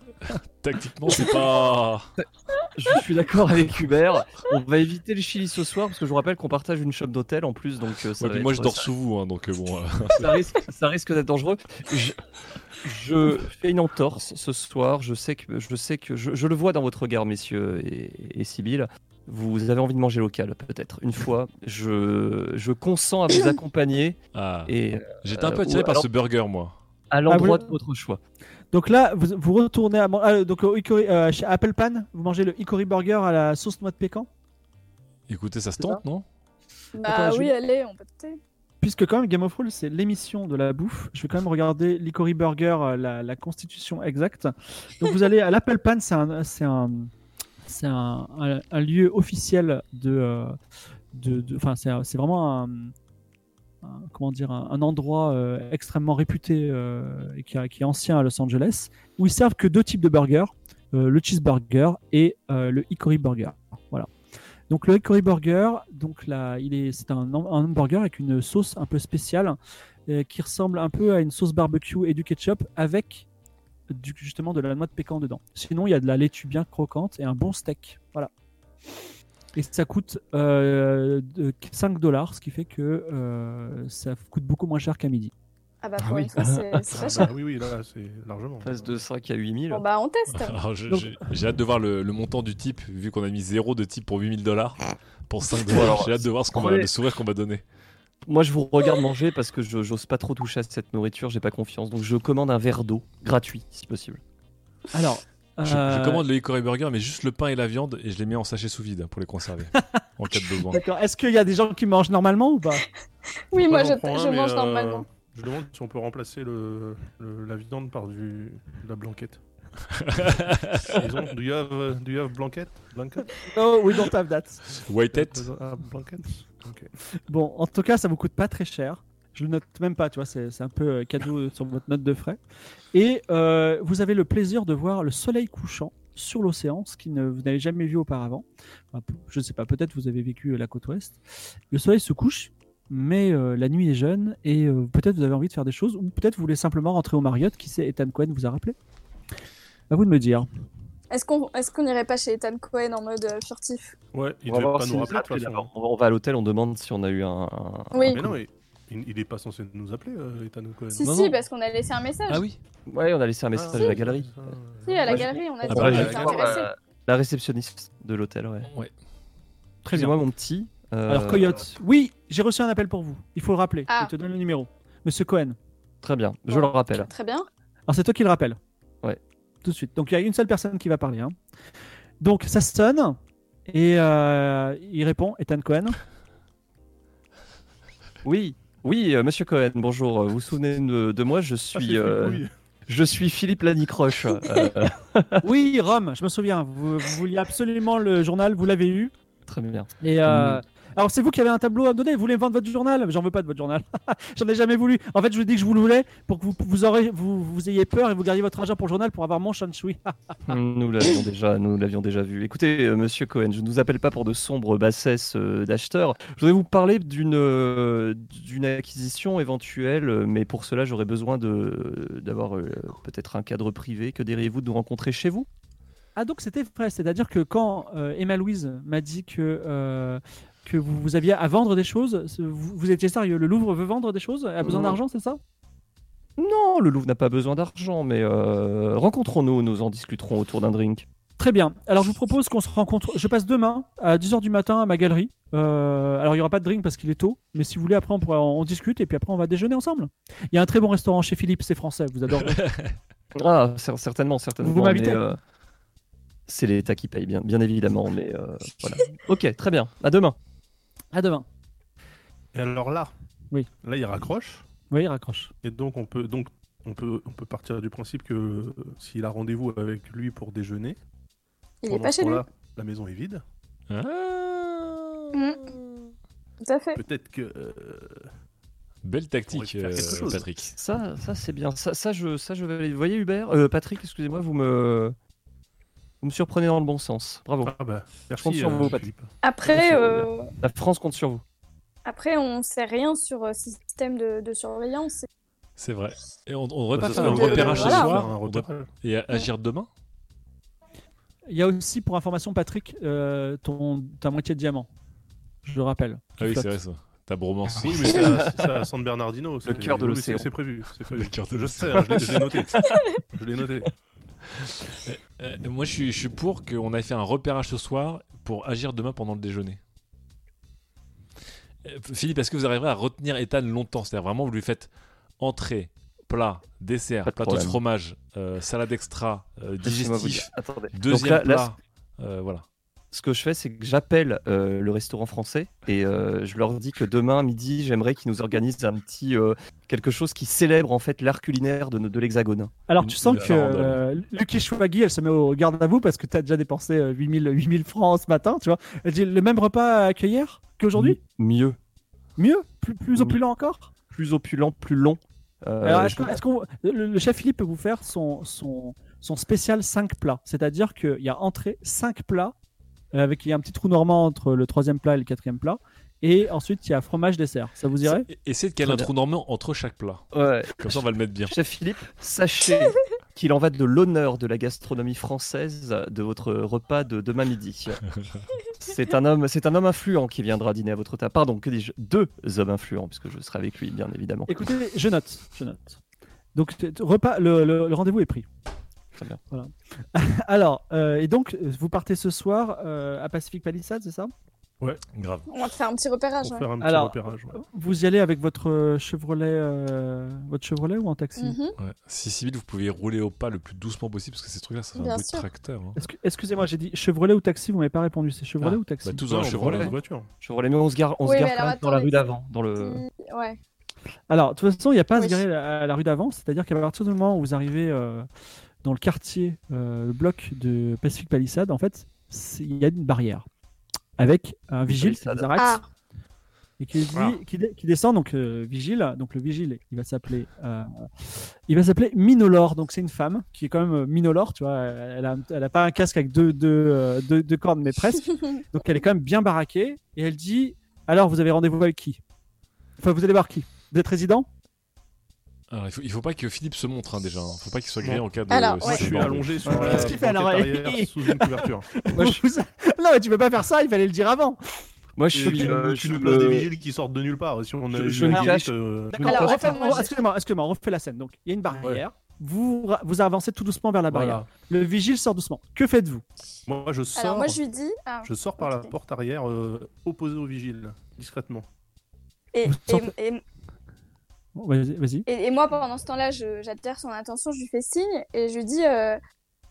Tactiquement, c'est pas. je suis d'accord avec Hubert. On va éviter le chili ce soir parce que je vous rappelle qu'on partage une chambre d'hôtel en plus, donc euh, ça. Ouais, va puis moi, être- je dors ça- sous vous, hein, donc euh, bon. euh, ça risque, ça risque d'être dangereux. Je, je fais une entorse ce soir. Je sais que je sais que je, je le vois dans votre regard, messieurs et, et Sybille. Vous avez envie de manger local, peut-être. Une fois, je, je consens à vous accompagner ah. et euh, J'étais un euh, peu attiré ou par alors- ce burger, moi. à l'endroit vous- de votre choix. Donc là, vous, vous retournez à, man- ah, donc, au Hickory- euh, chez Apple Pan, vous mangez le Hickory Burger à la sauce noix de pécan, Écoutez, ça se tente, non Bah Attends, je- oui, allez, on peut tenter. puisque quand même Game of Thrones, c'est l'émission de la bouffe. Je vais quand même regarder l'Hickory Burger, euh, la, la constitution exacte. Donc vous allez à l'Apple Pan, c'est un, c'est un, c'est un, un- un lieu officiel de, euh, de, de- enfin c'est, un- c'est vraiment un, un- comment dire, un, un endroit euh, extrêmement réputé euh, et qui, a- qui est ancien à Los Angeles, où ils servent que deux types de burgers, euh, le cheeseburger et euh, le hickory burger. Voilà. Donc le hickory burger, donc là, il est, c'est un, ham- un hamburger avec une sauce un peu spéciale euh, qui ressemble un peu à une sauce barbecue et du ketchup avec du, justement de la noix de pécan dedans. Sinon, il y a de la laitue bien croquante et un bon steak. Voilà. Et ça coûte euh, de- 5 dollars, ce qui fait que euh, ça coûte beaucoup moins cher qu'à midi. Ah bah Ah pour oui. une fois, c'est c'est Ah pas cher. bah oui, oui, là, c'est largement. Passe de 5 à 8000. Bon bah on teste. *laughs* Alors, je- Donc- j'ai- J'ai hâte de voir le, le montant du type, vu qu'on a mis 0 de type pour 8000 dollars. Pour 5 dollars, Alors, j'ai hâte de voir ce qu'on va, prenez- le sourire qu'on va donner. Moi, je vous regarde manger parce que je j'ose pas trop toucher à cette nourriture. J'ai pas confiance, donc je commande un verre d'eau gratuit, si possible. Alors, Je, euh, je commande le Hickory Burger, mais juste le pain et la viande, et je les mets en sachet sous vide pour *laughs* les conserver. en cas de besoin. d'accord. Est-ce qu'il y a des gens qui mangent normalement ou pas *laughs* Oui, moi je, j'en prends un, je mais, mange euh, normalement. Je demande si on peut remplacer le, le- la viande par du, de la blanquette. *laughs* Ils ont du have, euh, do you have blanquette Blanquette Oh, we don't have that. Whitehead Ah, blanquette Ok. Bon, en tout cas, ça vous coûte pas très cher. Je le note même pas, tu vois, c'est c'est un peu euh, cadeau *laughs* euh, sur votre note de frais. Et euh, vous avez le plaisir de voir le soleil couchant sur l'océan, ce que vous n'avez jamais vu auparavant. Enfin, p- je ne sais pas, peut-être vous avez vécu euh, la côte ouest. Le soleil se couche, mais euh, la nuit est jeune et euh, peut-être vous avez envie de faire des choses ou peut-être vous voulez simplement rentrer au Marriott, qui sait, Ethan Cohen vous a rappelé. À vous de me dire. Est-ce qu'on est qu'on irait pas chez Ethan Cohen en mode euh, furtif Ouais, il On va devait voir pas si nous nous rappeler de appelle toute façon. d'abord. On va- on va à l'hôtel, on demande si on a eu un. un- Oui. Mais non, mais il, il est pas censé nous appeler, euh, Ethan Cohen. Si, Non, si, non. parce qu'on a laissé un message. Ah oui Ouais, on a laissé un message Ah. à la galerie. Si, à la Moi, je- galerie, on a Ah dit bah, qu'on je- était intéressé. la, la réceptionniste de l'hôtel, ouais. Ouais. Très bien. Excusez-moi, mon petit. euh, Alors, Coyote, oui, j'ai reçu un appel pour vous. Il faut le rappeler. Ah. Je te donne le numéro. Monsieur Cohen. Très bien, je Bon. le rappelle. Très bien. Alors c'est toi qui le rappelle. Ouais. Tout de suite. Donc il y a une seule personne qui va parler. hein. Donc ça sonne et euh, il répond Ethan Cohen. Oui, oui, euh, monsieur Cohen, bonjour. euh, Vous vous souvenez de, de moi Je Ah, c'est suis, fait euh, couille. je suis Philippe Lanicroche. euh, oui, Rome, je me souviens. Vous, vous vouliez absolument le journal, vous l'avez eu. très bien. Et euh, alors c'est vous qui avez un tableau à me donner. Vous voulez me vendre votre journal J'en veux pas de votre journal. *laughs* J'en ai jamais voulu. En fait, je vous dis que je vous le voulais pour que vous, vous, aurez, vous, vous ayez peur et vous gardiez votre argent pour le journal pour avoir mon shanshui. Ah. Nous l'avions déjà, nous l'avions déjà vu. Écoutez, euh, Monsieur Cohen, je ne vous appelle pas pour de sombres bassesses euh, d'acheteurs. Je voudrais vous parler d'une euh, d'une acquisition éventuelle, euh, mais pour cela, j'aurais besoin de d'avoir euh, peut-être un cadre privé. Que diriez-vous de nous rencontrer chez vous Ah donc c'était vrai, c'est-à-dire que quand euh, Emma Louise m'a dit que, euh, que vous, vous aviez à vendre des choses, c'est- vous, vous étiez sérieux, le Louvre veut vendre des choses, a besoin Non. d'argent, c'est ça Non, le Louvre n'a pas besoin d'argent, mais euh, rencontrons-nous, nous en discuterons autour d'un drink. Très bien, alors je vous propose qu'on se rencontre, je passe demain à 10h du matin à ma galerie, Euh, alors il n'y aura pas de drink parce qu'il est tôt, mais si vous voulez après on, pourra, on discute et puis après on va déjeuner ensemble. Il y a un très bon restaurant chez Philippe, c'est français, vous adorez. Ah, cer- certainement, certainement. Vous m'invitez mais, euh, C'est l'État qui paye, bien, bien évidemment, mais euh, voilà. Ok, très bien. À demain. *laughs* à demain. Et alors là, Oui. là, il raccroche. Oui, raccroche. Et donc, on peut, donc on, peut, on peut partir du principe que euh, s'il a rendez-vous avec lui pour déjeuner, Il est pendant pas ce chez lui. temps-là, la maison est vide. Ah. Mm. Tout à fait. Peut-être que euh, Belle tactique, pourrait faire quelque euh, chose. Patrick. Ça, ça c'est bien. Ça, ça, je, ça, je valide. Vous voyez, Hubert euh, Patrick, excusez-moi, vous me... vous me surprenez dans le bon sens. Bravo. Ah bah, merci. compte sur vous, Patrick. Philippe. Après, Bien sûr, euh, La France compte sur vous. après, on sait rien sur euh, système de, de surveillance. C'est vrai. Et on, on devrait Bah, pas ça faire sera un un peu- repérage ce voilà. soir Un on devrait- repérage. et a- agir demain Il y a aussi, pour information, Patrick, euh, ton, ta moitié de diamant. Je le rappelle. Ah oui, flotte. c'est vrai ça. Ta bromance. Oui, mais Ah, c'est à- c'est à San Bernardino. c'est- cœur de oui, l'océan. C'est c'est prévu. c'est prévu. Le cœur de Je sais, hein, je l'ai- je l'ai noté. Je l'ai *laughs* noté. Euh, moi, je suis, je suis pour qu'on aille faire un repérage ce soir pour agir demain pendant le déjeuner. Euh, Philippe, est-ce que vous arriverez à retenir Ethan longtemps C'est-à-dire vraiment, vous lui faites entrée, plat, dessert, Pas de plateau de problème. fromage, euh, salade extra, euh, Laissez-moi vous digestif, dire. Attendez. Donc deuxième là- là, plat. Euh, voilà. ce que je fais, c'est que j'appelle euh, le restaurant français et euh, je leur dis que demain à midi, j'aimerais qu'ils nous organisent un petit euh, quelque chose qui célèbre en fait l'art culinaire de, de l'Hexagone. Alors, Une- tu sens une que farandole. euh, Lucky Chouagui, elle se met au garde à vous parce que tu as déjà dépensé euh, 8000, 8000 francs ce matin, tu vois. Elle dit le même repas à cueillir qu'aujourd'hui Mieux, Mieux Plus, plus Oui. opulent encore plus opulent, plus long. Euh, Alors, est-ce je- qu'on- est-ce qu'on- le, le chef Philippe peut vous faire son, son, son spécial 5 plats C'est-à-dire qu'il y a entrée 5 plats, euh, avec il y a un petit trou normand entre le troisième plat et le quatrième plat, et ensuite il y a fromage dessert. Ça vous irait C'est- Essayez de caler Très un bien. trou normand entre chaque plat. Ouais. Comme ça, on va le mettre *laughs* bien. Chef Philippe, sachez *laughs* qu'il en va de l'honneur de la gastronomie française de votre repas de demain *laughs* midi. C'est un homme, c'est un homme influent qui viendra dîner à votre table. Pardon, que dis-je Deux hommes influents, puisque je serai avec lui, bien évidemment. Écoutez, je note, je note. Donc t- t- repas, le, le- le rendez-vous est pris. Très bien. Voilà. *laughs* Alors, euh, et donc euh, vous partez ce soir euh, à Pacific Palisades, c'est ça Grave. On va te faire un petit repérage. hein. Pour ouais. faire un petit Alors, repérage. ouais. Vous y allez avec votre euh, Chevrolet, euh, votre Chevrolet ou en taxi Mhm. Mmh. Ouais. Si Sibyl, vous pouvez rouler au pas le plus doucement possible parce que ces trucs-là, ça fait Bien un bruit sûr. de tracteur. hein. Est-ce que- Excusez-moi, j'ai dit Chevrolet ou taxi, vous m'avez pas répondu. C'est Chevrolet Ah, ou taxi Bah, tous Non, dans on un prend Chevrolet. la voiture. Chevrolet, mais on se gare, on se Oui, gare mais quand alors, même dans la attendez, rue d'avant, dans le. Petit- Ouais. Alors, de toute façon, il n'y a pas à se Oui. garer à la rue d'avant, c'est-à-dire qu'à partir du moment où vous arrivez euh, dans le quartier, euh, le bloc de Pacific Palisade, en fait, c'est- il y a une barrière avec un vigile qui vous Palisade. arrête Ah, et qui, dit- Ah. qui dé- qui descend, donc euh, vigile. Donc le vigile, il va s'appeler, euh, il va s'appeler Minolore. Donc c'est une femme qui est quand même euh, Minolore, tu vois. Elle a, elle a pas un casque avec deux, deux, euh, deux- deux cornes, mais presque. Donc elle est quand même bien baraquée et elle dit Alors vous avez rendez-vous avec qui Enfin, vous allez voir qui Vous êtes résident Alors, il faut, il faut pas que Philippe se montre hein, déjà. hein. faut pas qu'il soit grillé en cas de. Alors, si ouais. Moi, je c'est suis mort. allongé sur Ouais. la Qu'est-ce qu'il fait, alors, banquette elle- arrière sous une couverture. Mm. *laughs* Non, mais tu peux pas faire ça, il fallait le dire avant. Moi, Tu- je suis. tu, euh, tu je- nous places des euh, vigiles qui sortent de nulle part. Si on a je- une je me guérite, cache. euh, on Alors, refait- refais-moi, on- j'ai- excusez-moi, excusez-moi, on refait la scène. Donc, il y a une barrière. Vous, vous avancez tout doucement vers la barrière. voilà. Le vigile sort doucement. Que faites-vous Moi, je sors. alors moi je lui dis. ah. Je sors par la Ok. porte arrière, euh, opposée au vigile, discrètement. Et, et, et- Bon, Vas-y. vas-y. et- et moi pendant ce temps-là, je- j'attire son attention, je lui fais signe et je lui dis euh,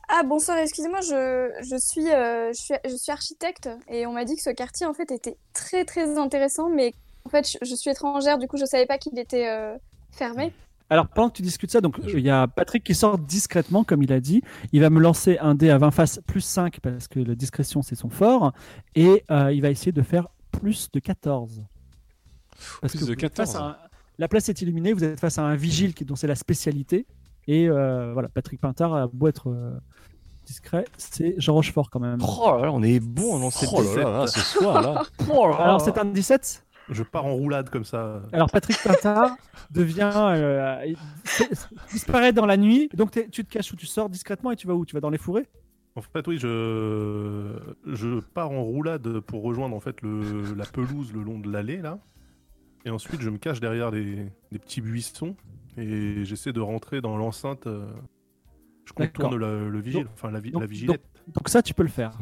Ah bonsoir, excusez-moi, je, je, suis, euh, je, suis, je suis architecte et on m'a dit que ce quartier en fait était très très intéressant, mais en fait je, je suis étrangère, du coup je savais pas qu'il était euh, fermé. Alors, pendant que tu discutes ça, donc il y a Patrick qui sort discrètement, comme il a dit. Il va me lancer un dé à 20 faces plus 5 parce que la discrétion, c'est son fort. Et euh, il va essayer de faire plus de 14. Parce Plus de hein. vous êtes 14. face à un- La place est illuminée, vous êtes face à un vigile qui, dont c'est la spécialité. Et euh, voilà, Patrick Pintard a beau être euh, discret, c'est Jean Rochefort quand même. Oh là là, on est bon on sait hein. Oh Oh là là, là, ce soir *laughs* là. Alors c'est un 17 Je pars en roulade comme ça. Alors Patrick Pintard *laughs* devient... euh, il- disparaît dans la nuit, donc t'es- tu te caches où tu sors discrètement et tu vas où Tu vas dans les fourrés En fait, oui, je je pars en roulade pour rejoindre en fait le la pelouse le long de l'allée là, et ensuite je me cache derrière les, les petits buissons et j'essaie de rentrer dans l'enceinte. euh, Je D'accord. contourne le, le vigile, enfin la, vi- donc- la vigilette. Donc ça, tu peux le faire.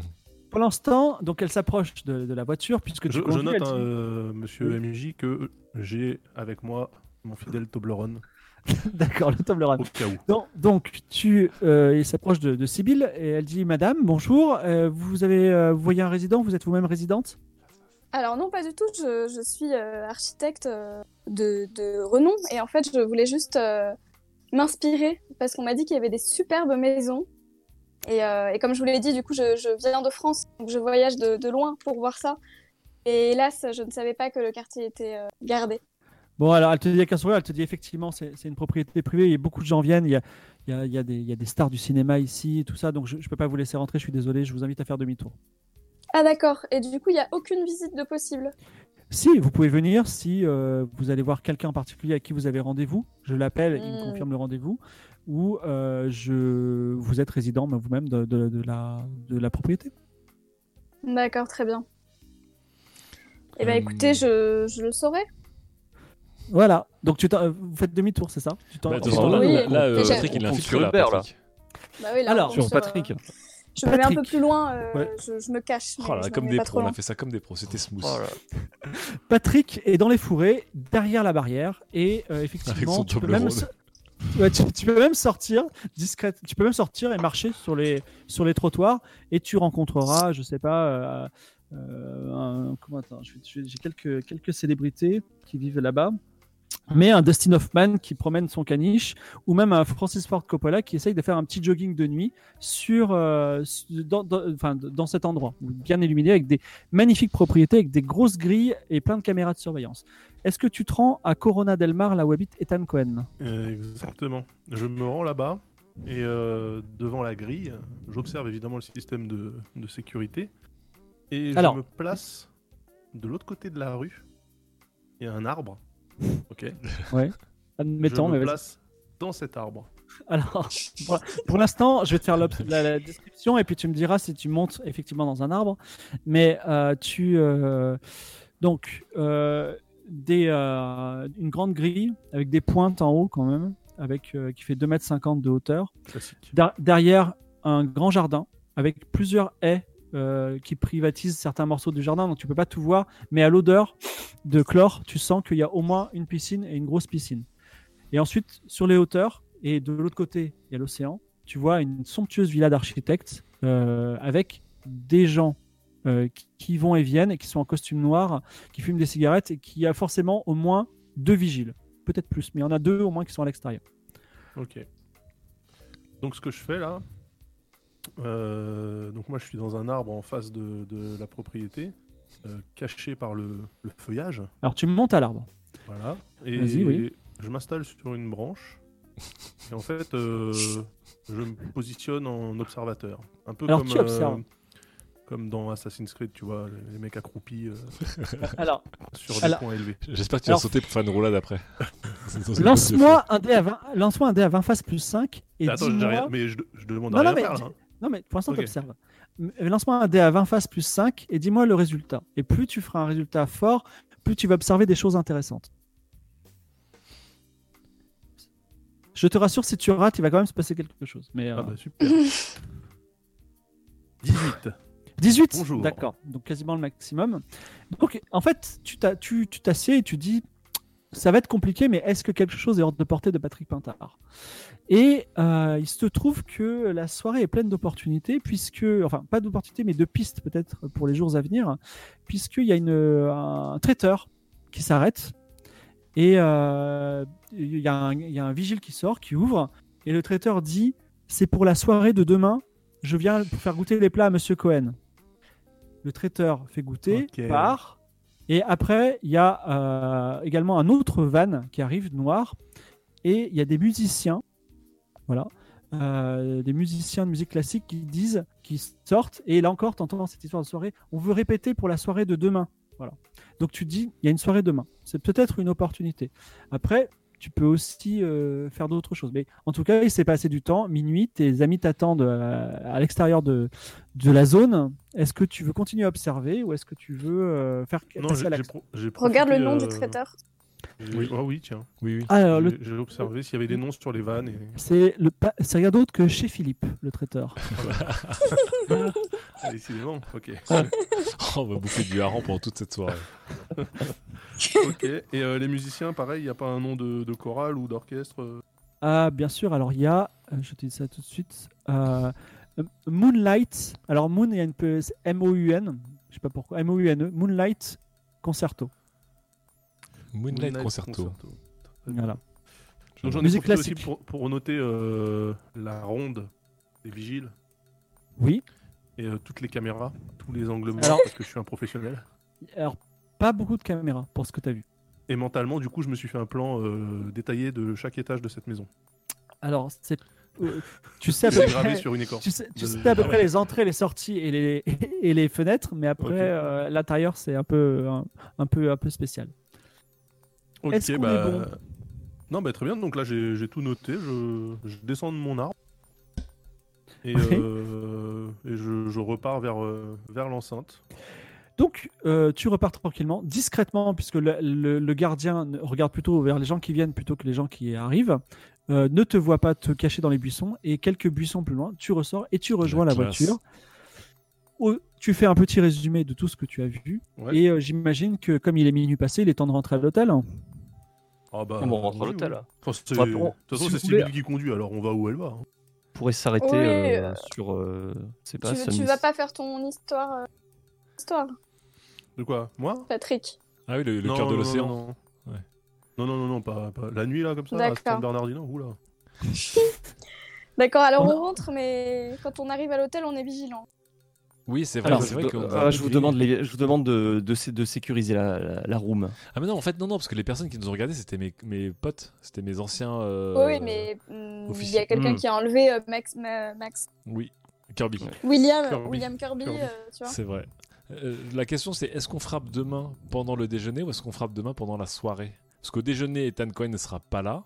Pour l'instant, donc elle s'approche de, de la voiture puisque tu Je, je conduis, note, elle dit- hein, euh, monsieur MJ, que j'ai avec moi mon fidèle Toblerone euh. *laughs* D'accord, le Toblerone. au cas où. Donc, donc, tu, euh, il s'approche de, de Sibylle et elle dit Madame, bonjour, euh, vous, avez, euh, vous voyez un résident, vous êtes vous-même résidente Alors non, pas du tout. Je, je suis euh, architecte euh, de, de renom et en fait, je voulais juste euh, m'inspirer parce qu'on m'a dit qu'il y avait des superbes maisons. Et, euh, et comme je vous l'ai dit, du coup, je, je viens de France, donc je voyage de, de loin pour voir ça. Et hélas, je ne savais pas que le quartier était euh, gardé. Bon, alors, elle te dit qu'un sourire, elle te dit effectivement, c'est c'est une propriété privée, il y a beaucoup de gens viennent, il y a, il y a- il y a des, il y a des stars du cinéma ici, tout ça, donc je ne peux pas vous laisser rentrer, je suis désolé, je vous invite à faire demi-tour. Ah d'accord. Et du coup, il n'y a aucune visite de possible. Si, vous pouvez venir, si euh, vous allez voir quelqu'un en particulier à qui vous avez rendez-vous, je l'appelle, il me Mm. confirme le rendez-vous, ou euh, je, vous êtes résident mais vous-même de, de- de la, de la propriété. D'accord, très bien. Eh Euh, ben écoutez, je, je le saurai. Voilà, donc tu t'en- euh, vous faites demi-tour, c'est ça Tu t'en- Bah, de toute tu façon, t'en- là, Oui. là, là, euh, Déjà- Patrick, il On compte infiltre sur là. Hubert, là. Patrick. Bah oui, là, Alors, on Sur se- Patrick. Je me mets un peu Patrick. plus loin, euh, Ouais. je, je me cache. mais Oh là je là, me comme mets des pas trop pros, on loin. a fait ça comme des pros, c'était smooth. Oh là là. Patrick est dans les fourrés, derrière la barrière, et euh, Avec effectivement, son tu peux, double même, rôle. so- ouais, tu, tu peux même sortir discrète, tu peux même sortir et marcher sur les, sur les trottoirs, et tu rencontreras, je sais pas, euh, euh, un- comment attends, je- je- j'ai quelques, quelques célébrités qui vivent là-bas, mais un Dustin Hoffman qui promène son caniche, ou même un Francis Ford Coppola qui essaye de faire un petit jogging de nuit sur, euh, su- dans, dans- enfin, dans cet endroit, bien illuminé avec des magnifique propriété avec des grosses grilles et plein de caméras de surveillance. Est-ce que tu te rends à Corona del Mar, là où habite Ethan Cohen Euh, Exactement. Je me rends là-bas et euh, devant la grille, j'observe évidemment le système de, de sécurité et Alors. je me place de l'autre côté de la rue. Il y a un arbre. *laughs* Ok. Admettons, je mais me vas-y. place dans cet arbre. *laughs* Alors, pour, pour l'instant, je vais te faire l'obs- la, la description et puis tu me diras si tu montes effectivement dans un arbre. Mais euh, tu. euh, donc, euh, des, euh, une grande grille avec des pointes en haut quand même, avec, euh, qui fait 2,50 m de hauteur. Classique. Der- derrière un grand jardin avec plusieurs haies euh, qui privatisent certains morceaux du jardin, donc tu peux pas tout voir, mais à l'odeur de chlore, tu sens qu'il y a au moins une piscine et une grosse piscine. Et ensuite, sur les hauteurs, et de l'autre côté, il y a l'océan, tu vois une somptueuse villa d'architectes euh, avec des gens euh, qui, qui vont et viennent et qui sont en costume noir, qui fument des cigarettes et qui a forcément au moins deux vigiles, peut-être plus, mais il y en a deux au moins qui sont à l'extérieur. Ok. Donc ce que je fais là, euh, donc moi je suis dans un arbre en face de, de la propriété, euh, caché par le- le feuillage. Alors tu montes à l'arbre. Voilà. Et Vas-y, oui. je m'installe sur une branche. Et en fait, euh, je me positionne en observateur. Un peu Alors, comme, euh, tu observes. comme dans Assassin's Creed, tu vois, les- les *laughs* mecs accroupis euh, Alors, sur Alors- des points élevés. J'espère que tu Alors- vas sauter pour faire une roulade après. Lance-moi un dé à 20, lance-moi un dé à 20 faces plus 5 et Attends, j'ai dis-moi- rien- mais je, je demande Non, à non, rien mais faire, tu- là, hein. Non mais pour l'instant Ok. t'observes. M- euh, Lance-moi un dé à 20 faces plus 5 et dis-moi le résultat. Et plus tu feras un résultat fort, plus tu vas observer des choses intéressantes. Je te rassure, si tu rates, il va quand même se passer quelque chose. Mais euh, Ah bah *laughs* super. 18. 18 Bonjour. D'accord, donc quasiment le maximum. Donc en fait, tu t'as- tu tu t'assieds et tu dis ça va être compliqué, mais est-ce que quelque chose est hors de portée de Patrick Pintard Et euh, il se trouve que la soirée est pleine d'opportunités, puisque, enfin, pas d'opportunités, mais de pistes peut-être pour les jours à venir, puisqu'il y a une, un traiteur qui s'arrête et euh, il y, a un- il y a un vigile qui sort, qui ouvre, et le traiteur dit c'est pour la soirée de demain, je viens pour faire goûter les plats à monsieur Cohen. Le traiteur fait goûter, Ok. part, et après, il y a euh, également un autre van qui arrive, noir, et il y a des musiciens, voilà, euh, des musiciens de musique classique qui disent, qui sortent, et là encore, t'entends cette histoire de soirée, on veut répéter pour la soirée de demain. Voilà. Donc tu te dis, il y a une soirée demain. C'est peut-être une opportunité. Après, tu peux aussi euh, faire d'autres choses. Mais en tout cas, il s'est passé du temps. Minuit, tes amis t'attendent euh, à l'extérieur de, de la zone. Est-ce que tu veux continuer à observer ou est-ce que *laughs* tu veux euh, faire Non, passer j'ai- à j'ai l'action pro- j'ai Regarde le profité, nom du euh, traiteur. j'ai- Oui. Ah oui, tiens. *laughs* Oui, oui. Alors, le- J'ai- J'ai observé s'il y avait des noms sur les vannes. Et... c'est le pa- c'est rien d'autre que chez Philippe, le traiteur. Ah, Décidément, *laughs* ok. Oh, on va bouffer du hareng pendant toute cette soirée. Ok. Et euh, les musiciens, pareil, il n'y a pas un nom de, de chorale ou d'orchestre euh, Ah, bien sûr. Alors, il y a, euh, je te dis ça tout de suite, euh, Moonlight. Alors, Moon, il y a une peu- c'est M-O-U-N, je sais pas pourquoi, M-O-U-N-E, E, Moonlight Concerto. Moonlight Concerto. Voilà. Donc j'en ai Musique profité aussi classique. pour, pour noter euh, la ronde des vigiles Oui. et euh, toutes les caméras, tous les angles morts, Alors- parce que je suis un professionnel. Alors, pas beaucoup de caméras pour ce que tu as vu. Et mentalement, du coup, je me suis fait un plan euh, détaillé de chaque étage de cette maison. Alors, c'est. euh, Tu sais à peu C'est gravé près, sur une écorce. tu sais, tu de- sais à peu Ah près ouais. les entrées, les sorties et les, *laughs* et les fenêtres, mais après, Ok. euh, l'intérieur, c'est un peu, un, un peu, un peu spécial. Ok, Est-ce qu'on bah, est bon Non, bah très bien. Donc là, j'ai j'ai tout noté. Je, je descends de mon arbre. Et, Oui. euh, et je, je repars vers, euh, vers l'enceinte. Donc, euh, tu repars tranquillement, discrètement, puisque le, le- le gardien ne- regarde plutôt vers les gens qui viennent plutôt que les gens qui arrivent. Euh, ne te voit pas te cacher dans les buissons et quelques buissons plus loin, tu ressors et tu rejoins la, La classe. voiture. Au- tu fais un petit résumé de tout ce que tu as vu Ouais. et euh, j'imagine que comme il est minuit passé, il est temps de rentrer à l'hôtel. Ah bah, on rentre à oui, l'hôtel. oui. là. Enfin, c'est- Ouais, de on- toute façon, si c'est vous voulez- Sybille qui conduit, alors on va où elle va. hein. On pourrait s'arrêter Oui, euh, euh, sur. euh, c'est pas Tu, veux- tu Sunnis. vas pas faire ton histoire, euh, histoire De quoi Moi Patrick. Ah oui, le, le Non, cœur de non, non, l'océan. Non, non. Ouais. non, non, non, non, pas, pas- la nuit là, comme ça, à D'accord. San Bernardino. Oula. D'accord, alors On a- on rentre, mais quand on arrive à l'hôtel, on est vigilant. *laughs* Oui, c'est vrai, Alors, c'est je, vrai vous- qu'on euh, a pas je vous grillé. demande, les- je vous demande de, de, sé- de sécuriser la, la, la room. Ah mais non, en fait, non, non, parce que les personnes qui nous ont regardés, c'était mes, mes potes, c'était mes anciens... euh, Oui, oui, mais mm, il y officier. a quelqu'un Hmm. qui a enlevé euh, Max, Ma- Max. Oui, Kirby, Ouais. William Kirby. Kirby, William Kirby, Kirby. euh, tu vois. c'est vrai. Euh, la question c'est, est-ce qu'on frappe demain pendant le déjeuner ou est-ce qu'on frappe demain pendant la soirée Parce qu'au déjeuner, Ethan Cohen ne sera pas là.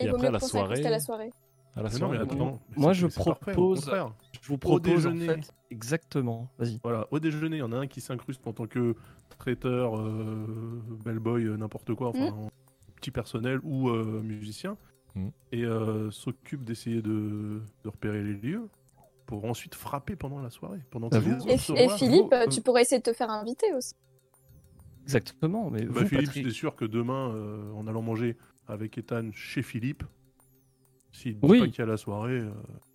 Et, il vaut après, mieux à la qu'on s'accoste soirée... à la soirée. à la Mais non, mais soirée, attends. non. attends. mais Moi, c'est- je mais c'est parfait, au propose- contraire. Je vous Au propose en déjeuner. fait exactement. Vas-y. Voilà, au déjeuner, il y en a un qui s'incruste en tant que traiteur, euh, bellboy, euh, n'importe quoi, enfin, Mm. en petit personnel ou euh, musicien, Mm. et euh, s'occupe d'essayer de, de repérer les lieux pour ensuite frapper pendant la soirée, pendant que Ah, les vous- autres Et, se et voient. Philippe, Vous- tu pourrais essayer de te faire inviter aussi. Exactement. Mais Bah, vous, Philippe, Patrick- c'est sûr que demain, euh, en allant manger avec Ethan chez Philippe, s'il dit Oui. pas qu'il y a la soirée, euh,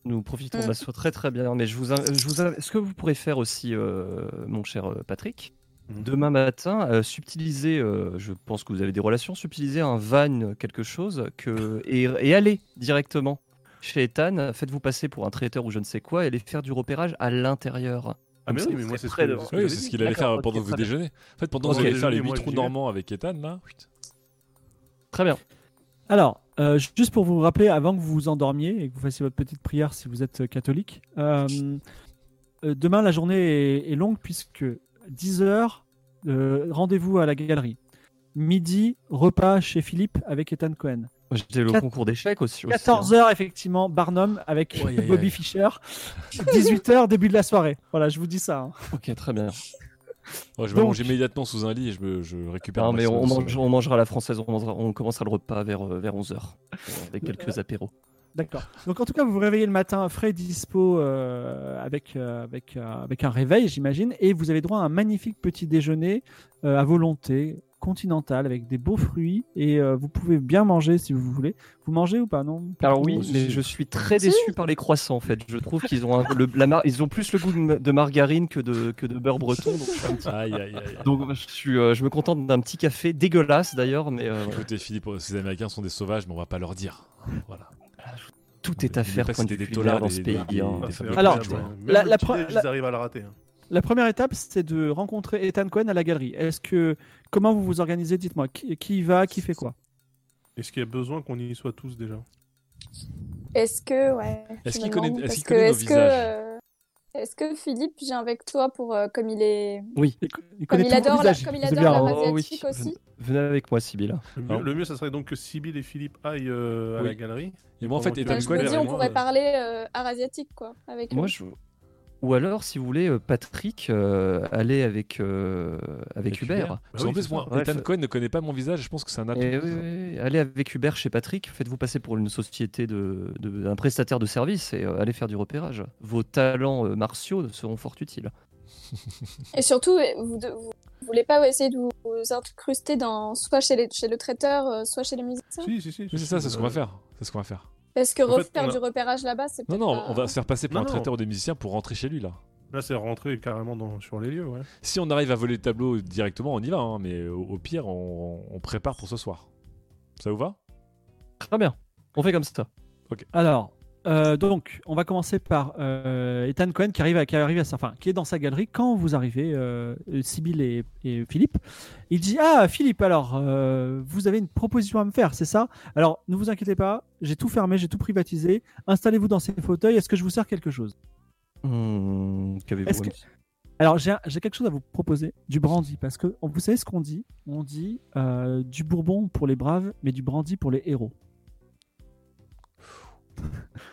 Nous profitons de Mm. la soirée très très bien, mais je vous, in- je vous in- ce que vous pourrez faire aussi, euh, mon cher euh, Patrick, Mhm. demain matin, euh, subtiliser, euh, je pense que vous avez des relations, subtiliser un van quelque chose que et, et aller directement chez Ethan, faites-vous passer pour un traiteur ou je ne sais quoi, et aller faire du repérage à l'intérieur. Ah, Comme mais oui, ça, mais vous serez moi, c'est ce près que- de- c'est ce que Oui, j'avais c'est dit. ce qu'il allait D'accord, faire ok, pendant que très vous bien. déjeunez. En fait, pendant que Ok, vous allez faire les moi, huit j'y trous vais. normands avec Ethan, là, putain, Très bien. Alors, euh, juste pour vous rappeler, avant que vous vous endormiez et que vous fassiez votre petite prière si vous êtes euh, catholique, euh, euh, demain la journée est, est longue puisque 10h, rendez-vous à la galerie. Midi, repas chez Philippe avec Ethan Cohen. J'ai le Quat- concours d'échecs aussi. aussi, hein. 14h, effectivement, Barnum avec Ouais, ouais, Bobby ouais. Fischer. 18h, début de la soirée. Voilà, je vous dis ça. hein. Ok, très bien. Ouais, je Donc- m'allonge immédiatement sous un lit et je, me- je récupère. Non, ma mais on, sauce. mange- on mangera à la française, on, mangera- on commencera le repas vers, euh, vers 11h, avec quelques apéros. D'accord. Donc en tout cas, vous vous réveillez le matin frais, dispo, euh, avec, euh, avec, euh, avec un réveil, j'imagine, et vous avez droit à un magnifique petit déjeuner euh, à volonté, continental, avec des beaux fruits, et euh, vous pouvez bien manger si vous voulez. Vous mangez ou pas, non Alors Oh, oui, si, mais si. je suis très Si. déçu par les croissants en fait. Je trouve qu'ils ont un- le- la mar- ils ont plus le goût de, ma- de margarine que de que de beurre breton. Donc, je suis un petit- Aïe, aïe, aïe. aïe. donc, je suis, euh, je me contente d'un petit café dégueulasse d'ailleurs, mais euh, voilà. Écoutez, Philippe, euh, ces Américains sont des sauvages, mais on va pas leur dire. Voilà. tout est N'oubliez à faire pas que point de c'était vue des taulards, culinaire dans ce des- des- pays. hein. des- Ah, c'est fabricants, Alors, incroyable, tu hein. la- Même la le pre- petit-déj, la- ils arrivent à la rater. hein. La première étape, c'était de rencontrer Ethan Cohen à la galerie. Est-ce que comment vous vous organisez Dites-moi, qui, qui y va, qui fait quoi Est-ce qu'il y a besoin qu'on y soit tous déjà Est-ce que, ouais. Est-ce je qu'il me connaît- demande, est-ce parce qu'il que- connaît nos est-ce que, visages euh, Est-ce que Philippe, j'ai avec toi pour, euh, comme il est, Oui, Il co- il comme connaît il tous vos adore, la, visages. comme il Vous adore avez la un- race. race Oh, oui. asiatique aussi. venez avec moi, Sybille. Le mieux, Alors- le mieux, ça serait donc que Sibyl et Philippe aillent euh, à Oui. la galerie. Et moi, en fait, Pendant Ethan que- je me Cohen. dis, et on moi, pourrait euh, parler euh, art asiatique, quoi, avec Moi, eux. je... Ou alors, si vous voulez, euh, Patrick, euh, allez avec euh, avec Avec Hubert. Hubert. Parce qu'en oui, plus, c'est Ah moi, ça. Ouais, Ethan faut- Cohen ne connaît pas mon visage, je pense que c'est un atout. Eh oui, oui, oui. Allez avec Hubert chez Patrick, faites-vous passer pour une société de, de- un prestataire de service et euh, allez faire du repérage. Vos talents euh, martiaux seront fort utiles. Et surtout, euh, vous, de- vous vous voulez pas essayer de vous, vous incruster dans, soit chez, les, chez le traiteur, euh, soit chez les musiciens Si, si, si. Oui, c'est ça, c'est ce qu'on va faire. C'est ce qu'on va faire. Parce que En fait, refaire on a- du repérage là-bas, c'est Non, peut-être non, pas- Euh, on va se faire passer pour Non, un non. traiteur ou des musiciens pour rentrer chez lui, là. Là, c'est rentré carrément dans, sur les lieux, ouais. Si on arrive à voler le tableau directement, on y va, hein, mais au, au pire, on, on prépare pour ce soir. Ça vous va Très bien, on fait comme ça. Alors, Euh, donc, on va commencer par euh, Ethan Cohen qui arrive, à, qui arrive à sa, enfin, qui est dans sa galerie quand vous arrivez, euh, Sibyl et, et Philippe. Il dit Ah, Philippe, alors, euh, vous avez une proposition à me faire, c'est ça Alors, ne vous inquiétez pas, j'ai tout fermé, j'ai tout privatisé. Installez-vous dans ces fauteuils. Est-ce que je vous sers quelque chose Hum, qu'avez-vous Est-ce que- Alors, j'ai j'ai quelque chose à vous proposer du brandy parce que on- vous savez ce qu'on dit On dit euh, du bourbon pour les braves, mais du brandy pour les héros.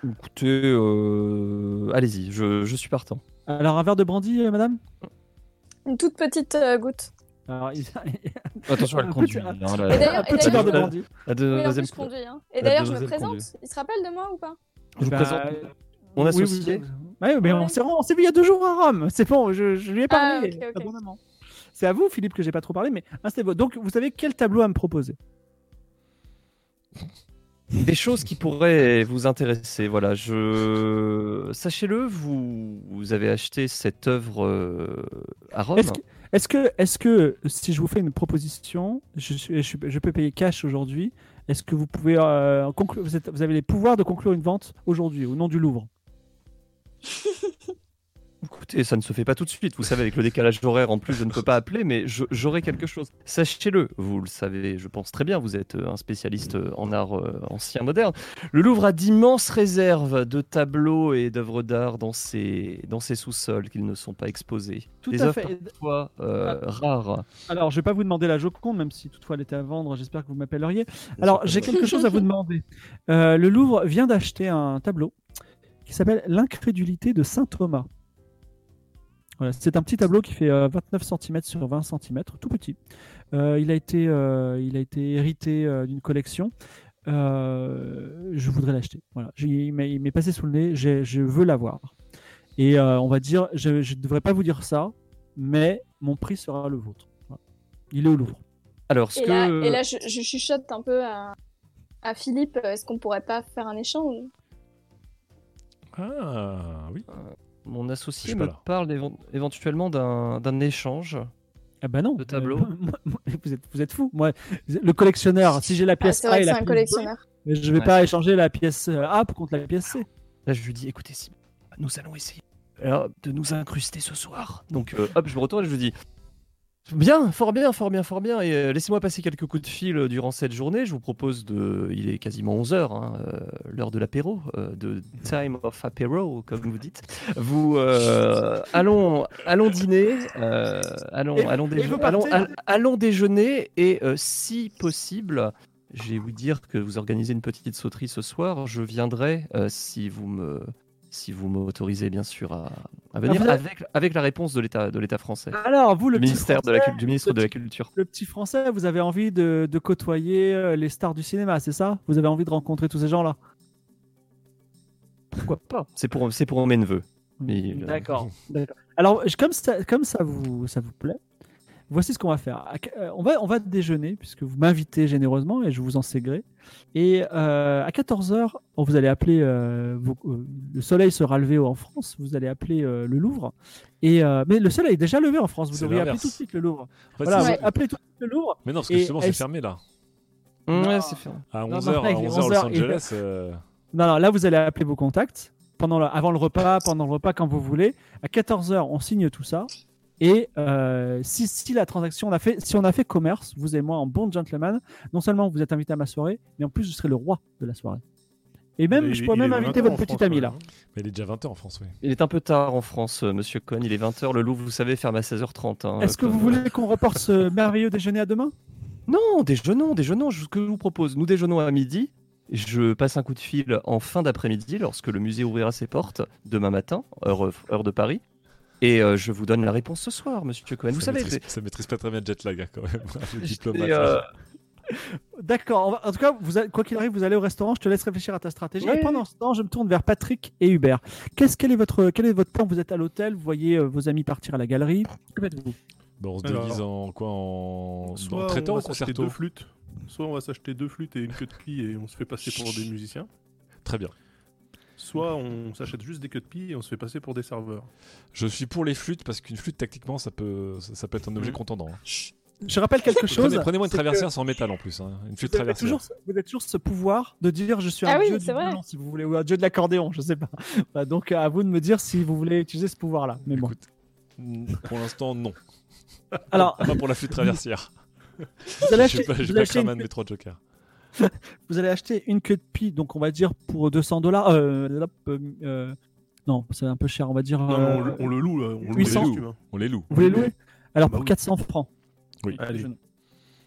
Écoutez, euh, allez-y, je, je suis partant. Alors, un verre de brandy, euh, madame Une toute petite euh, goutte. Alors, il- Attention, elle Un conduit. petit- hein, Et la, d'ailleurs- un petit verre de brandy. la Ah, Oui, en plus, deuxième. je conduis, hein. Et la d'ailleurs, je me deuxième présente. conduit. Il se rappelle de moi ou pas Je vous Bah, présente mon Oui, oui, associé. oui. Ouais, mais on s'est on s'est vu il y a deux jours à Rome. C'est bon, je, je lui ai parlé Ah, ok, ok. abondamment. C'est à vous, Philippe, que j'ai pas trop parlé, mais installez-vous. Donc, vous savez quel tableau à me proposer Des choses qui pourraient vous intéresser. Voilà, je sachez-le, vous, vous avez acheté cette œuvre euh, à Rome. Est-ce que, est-ce que, est-ce que si je vous fais une proposition, je, suis- je, suis- je peux payer cash aujourd'hui Est-ce que vous pouvez euh, conclure vous, êtes- vous avez les pouvoirs de conclure une vente aujourd'hui au nom du Louvre Écoutez, ça ne se fait pas tout de suite. Vous savez, avec le décalage horaire, en plus, je ne peux pas appeler, mais je- j'aurai quelque chose. Sachez-le, vous le savez, je pense très bien, vous êtes euh, un spécialiste euh, en art euh, ancien moderne. Le Louvre a d'immenses réserves de tableaux et d'œuvres d'art dans ses, dans ses sous-sols qu'ils ne sont pas exposés. Tout Des à œuvres fait. Et- parfois euh, Ah. rares. Alors, je vais pas vous demander la Joconde, même si toutefois elle était à vendre. J'espère que vous m'appelleriez. Alors, j'ai quelque chose à vous demander. Euh, le Louvre vient d'acheter un tableau qui s'appelle L'incrédulité de saint Thomas. Voilà, c'est un petit tableau qui fait euh, 29 cm sur 20 cm, tout petit. Euh, il, a été, euh, il a été hérité euh, d'une collection. Euh, je voudrais l'acheter. Voilà. J'ai- Il m'est il m'est passé sous le nez, j'ai- je veux l'avoir. Et euh, on va dire, je ne devrais pas vous dire ça, mais mon prix sera le vôtre. Voilà. Il est au Louvre. Alors, ce et, que. là, et là, je, je chuchote un peu à, à Philippe. euh, Est-ce qu'on pourrait pas faire un échange Ah, oui. Mon Je associé suis pas me là. parle évent- éventuellement d'un d'un échange. Ah bah non. Le tableau. Euh, *laughs* moi- moi- vous êtes vous êtes fou. Moi, le collectionneur. Si j'ai la Ah, pièce C'est A vrai et que c'est la un pièce B, collectionneur. mais je vais Ouais. pas échanger la pièce euh, A contre la pièce C. Là, je lui dis, écoutez, si nous allons essayer alors, de nous incruster ce soir. Donc, euh, hop, je me retourne et je lui dis, bien, fort bien, fort bien, fort bien. Et euh, laissez-moi passer quelques coups de fil euh, durant cette journée. Je vous propose de, il est quasiment 11 h euh, l'heure de l'apéro, euh, de time of apéro, comme vous dites. Vous, *laughs* euh, allons, allons dîner, euh, allons, Et- allons, et déje- vous partez allons, all- allons déjeuner et euh, si possible. J'ai vous dire que vous organisez une petite sauterie ce soir. Je viendrai euh, si vous me si vous m'autorisez bien sûr à, à venir Ah, vous avez- avec, avec la réponse de l'État de l'État français, Alors vous, Ah, le du petit ministère de la Français, cul- du ministre le de la culture. Le petit français, vous avez envie de, de côtoyer euh, les stars du cinéma, c'est ça Vous avez envie de rencontrer tous ces gens-là Pourquoi pas C'est pour c'est pour mes neveux. Mais, euh, *laughs* D'accord. d'accord. Alors, je- comme ça, comme ça vous, ça vous plaît, voici ce qu'on va faire. À que- euh, On va, on va déjeuner, puisque vous m'invitez généreusement et je vous en sais gré. Et euh, à 14h, vous allez appeler, euh, vos- euh, le soleil sera levé en France, vous allez appeler euh, le Louvre. Et, euh, mais le soleil est déjà levé en France, vous C'est devriez appeler l'inverse. tout de suite le Louvre. En fait, voilà, c'est- ouais. vous appelez tout de suite le Louvre. Mais non, parce que Et justement, c'est est-ce- fermé là. Ouais, c'est fait. À Non, 11h, à Marseille, il est 11h, Los 11 heures, il est- Angeles. euh, Non, non, là, vous allez appeler vos contacts pendant le- avant le repas, pendant le repas, quand vous voulez. À 14h, on signe tout ça. Et euh, si, si la transaction, on a fait, si on a fait commerce, vous et moi, en bon gentleman, non seulement vous êtes invité à ma soirée, mais en plus, je serai le roi de la soirée. Et même, Il est- je pourrais il est même 20 inviter ans votre en petit France, ami quand là. même, hein. Mais il est déjà 20h en France, oui. Il est un peu tard en France, euh, Monsieur Cohen. Il est 20h. Le Louvre, vous savez, ferme à 16h30. hein, Est-ce que comme- euh, vous voulez qu'on reporte *laughs* ce merveilleux déjeuner à demain Non, déjeunons, déjeunons. Je- Ce que je vous propose, nous déjeunons à midi. Je passe un coup de fil en fin d'après-midi lorsque le musée ouvrira ses portes demain matin, heure, heure de Paris. Et euh, je vous donne la réponse ce soir, monsieur Cohen. Vous ça, savez, maîtrise, ça maîtrise pas très bien le jet lag, hein, quand même. *laughs* Le j'ai- diplomate. j'ai, euh, D'accord. on va- En tout cas, vous allez- quoi qu'il arrive, vous allez au restaurant. Je te laisse réfléchir à ta stratégie. Ouais. Et pendant ce temps, je me tourne vers Patrick et Hubert. Qu'est-ce quel est votre quel est votre plan Vous êtes à l'hôtel. Vous voyez euh, vos amis partir à la galerie. Que faites-vous Bon, on se Alors- déguise en quoi En, Soit en traiteur on ou va s'acheter deux concerto flûtes, soit on va s'acheter deux flûtes et une queue de pie et on se fait passer pour des musiciens, Très bien. soit on s'achète juste des queues de pie et on se fait passer pour des serveurs. Je suis pour les flûtes parce qu'une flûte, tactiquement, ça peut, ça, ça peut être un objet Mhm. contendant. hein. je rappelle quelque Mm. chose. Prenez- Prenez-moi une c'est que traversière sans métal en plus. hein. Une fuite Vous avez, traversière. toujours, ce- vous avez toujours ce pouvoir de dire je suis un Ah oui, dieu du c'est vrai. violon, si vous voulez, ou un dieu de l'accordéon, je sais pas. Bah, donc à vous de me dire si vous voulez utiliser ce pouvoir-là. Mais bon. Mm, Pour l'instant, non. Ah, Alors, Pas pour la fuite traversière. *laughs* vous allez Je suis acheter, pas, je suis vous pas allez acheter Kraman une, des trois jokers. vous allez acheter une queue de pie, donc on va dire pour 200 dollars. Euh, hop, euh, euh, non, c'est un peu cher, on va dire. Non, mais on euh, le- on le loue, là. On le 800. loue, si tu veux. On les loue. vous les louez Alors pour Bah oui. 400 francs. Oui. Allez. je-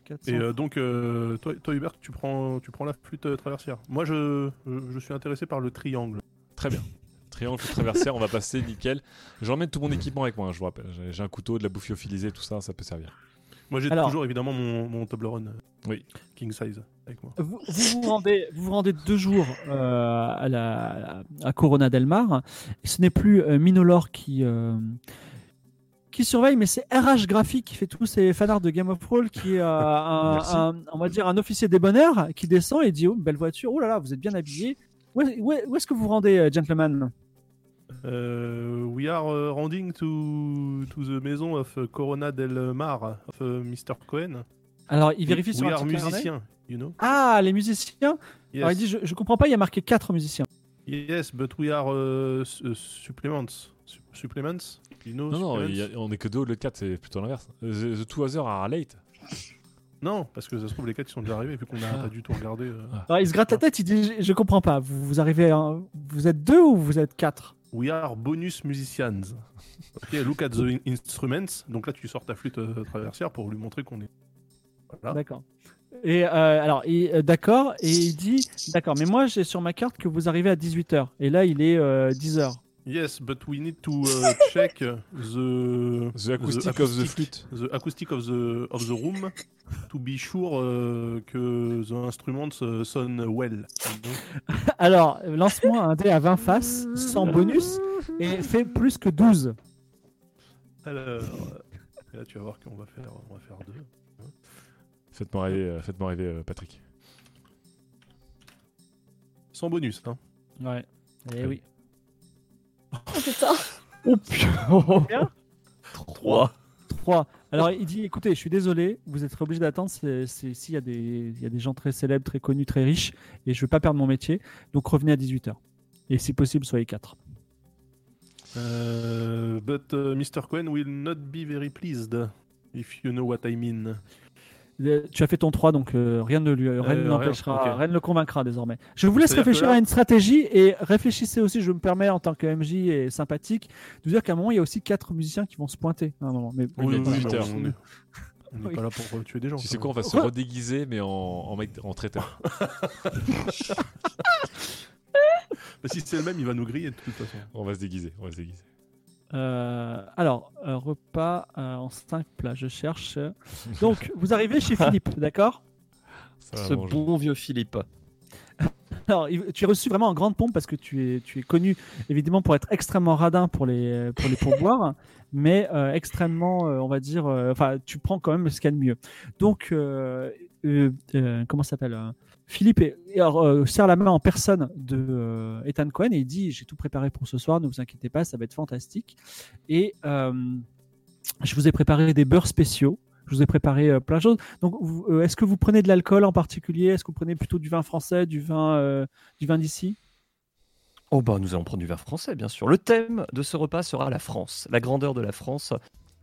400. Et euh, donc, euh, toi, toi, Hubert, tu prends, tu prends la flûte euh, traversière. Moi, je, euh, je, je suis intéressé par le triangle. Très bien. Triangle fuite traversière, on va passer, nickel. J'emmène tout mon équipement avec moi, hein, je vous rappelle. J'ai- J'ai un couteau, de la bouffe lyophilisée, tout ça, ça peut servir. Moi, j'ai Alors- toujours évidemment mon, mon Toblerone euh, Oui. King Size avec moi. Vous vous, vous rendez, vous vous rendez deux jours euh, à, la, à Corona del Mar. Et ce n'est plus euh, Minolor qui, euh, qui surveille, mais c'est RH Graphique qui fait tous ces fanarts de Game of Thrones, qui *laughs* est euh, un, Merci. un- on va dire un officier débonnaire qui descend et dit Oh, belle voiture, oh là là, vous êtes bien habillé. Où, est- où est- où est-ce que vous vous rendez, euh, gentlemen Euh, we are euh, rounding to, to the maison of euh, Corona del Mar, of euh, Mr. Cohen. Alors, il vérifie we, sur we un are petit carnet. musician, you know. Ah, les musiciens Yes, Alors, il dit je, je comprends pas, il y a marqué quatre musiciens. yes but we are euh, su- euh, supplements. Su- supplements, you know. Non, non, supplements il y a- on est que deux au lieu de quatre, c'est plutôt l'inverse. Euh, The, the two others are late. Non, parce que ça se trouve, les 4 ils sont déjà arrivés, vu qu'on n'a Ah. pas du tout regardé. euh. Alors, il Ah, se gratte la tête, il dit Je, je comprends pas, vous, vous arrivez, à un- vous êtes deux ou vous êtes quatre We are bonus musicians. Ok, look at the in- instruments. Donc là, tu sors ta flûte euh, traversière pour lui montrer qu'on est. Voilà. D'accord. Et euh, alors, il- euh, d'accord, et il dit, d'accord, mais moi j'ai sur ma carte que vous arrivez à 18h, et là il est euh, 10h. Yes, but we need to uh, check the The acoustic of the acoustic- flute. the acoustic of the of the room to be sure euh, que the instruments euh, sonne well. *laughs* Alors, lance-moi un dé à 20 faces, sans bonus, et fais plus que 12. Alors, euh, là, tu vas voir qu'on va faire on va faire deux. Faites-moi rêver, euh, faites-moi rêver, euh, Patrick. Sans bonus, hein. Ouais. Eh oui. Oh putain. Oh putain Combien 3. 3. Alors il dit, écoutez, je suis désolé, vous êtes obligé d'attendre, c'est- c'est- s'il y, a des- il y a des gens très célèbres, très connus, très riches, et je veux pas perdre mon métier, donc revenez à 18h. Et si possible, soyez 4. Euh, but uh, Mr Cohen will not be very pleased if you know what I mean. Le- Tu as fait ton 3, donc euh, rien ne lui, rien ne rien, l'empêchera, ok. rien ne le convaincra désormais. Je vous laisse C'est-à-dire que réfléchir là- à une stratégie et réfléchissez aussi, je me permets en tant que MJ et sympathique, de dire qu'à un moment, il y a aussi quatre musiciens qui vont se pointer. à un moment. Mais, mais Oui, mais voilà. oui, visiteurs. on est, on est Oui. pas là pour euh, tuer des gens. Tu sais quand quoi, on va se Quoi redéguiser, mais en, en, mec- en traiteur. même. Bah, si c'est le même, il va nous griller de toute façon. On va se déguiser, on va se déguiser. Euh, alors, euh, repas euh, en 5 plats, je cherche. Donc, vous arrivez chez Philippe, d'accord Ça va Ce manger. bon vieux Philippe. Alors, il- tu es reçu vraiment en grande pompe parce que tu es, tu es connu évidemment pour être extrêmement radin pour les, pour les pourboires, mais euh, extrêmement, euh, on va dire, euh, enfin, tu prends quand même ce qu'il y a de mieux. Donc, euh, euh, euh, comment ça s'appelle euh, Philippe est- et alors, euh, serre la main en personne de euh, Ethan Cohen et il dit J'ai tout préparé pour ce soir, ne vous inquiétez pas, ça va être fantastique. Et euh, je vous ai préparé des beurres spéciaux. Je vous ai préparé euh, plein de choses. Donc, vous- euh, est-ce que vous prenez de l'alcool en particulier Est-ce que vous prenez plutôt du vin français, du vin, euh, du vin d'ici Oh bah nous allons prendre du verre français bien sûr. Le thème de ce repas sera la France, la grandeur de la France,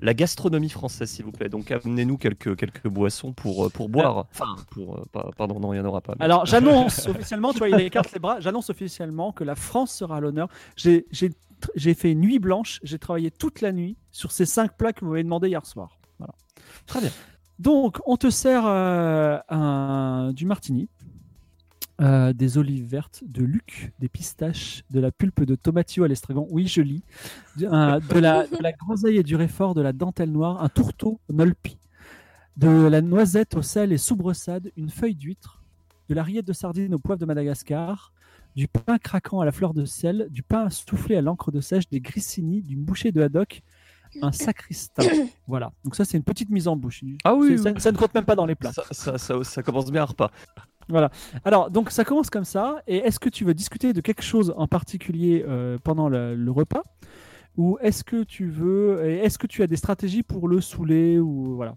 la gastronomie française s'il vous plaît. Donc amenez-nous quelques, quelques boissons pour, euh, pour boire. Enfin pour euh, pas- pardon non il n'y en aura pas. mais- Alors, *laughs* j'annonce officiellement, tu vois, il écarte les bras. J'annonce officiellement que la France sera à l'honneur. J'ai, j'ai, tr- j'ai fait une nuit blanche. J'ai travaillé toute la nuit sur ces cinq plats que vous m'avez demandé hier soir. Voilà. Très bien. Donc, on te sert euh, un- du martini, euh, des olives vertes, de Luc, des pistaches, de la pulpe de tomatillo à l'estragon. Oui, je lis. Du- un- de, la, de la groseille et du réfort, de la dentelle noire, un tourteau nolpi, de la noisette au sel et soubressade, une feuille d'huître, de la rillette de sardine au poivre de Madagascar, du pain craquant à la fleur de sel, du pain soufflé à l'encre de sèche, des grissini, d'une bouchée de haddock, un sacristain. voilà. Donc ça, c'est une petite mise en bouche. Ah oui, C'est- oui, Ça, oui. ça ne compte même pas dans les plats. ça, ça, ça- ça commence bien un repas. Alors, donc ça commence comme ça. Et est-ce que tu veux discuter de quelque chose en particulier euh, pendant le, le repas ou est-ce que tu veux, et est-ce que tu as des stratégies pour le saouler ou voilà.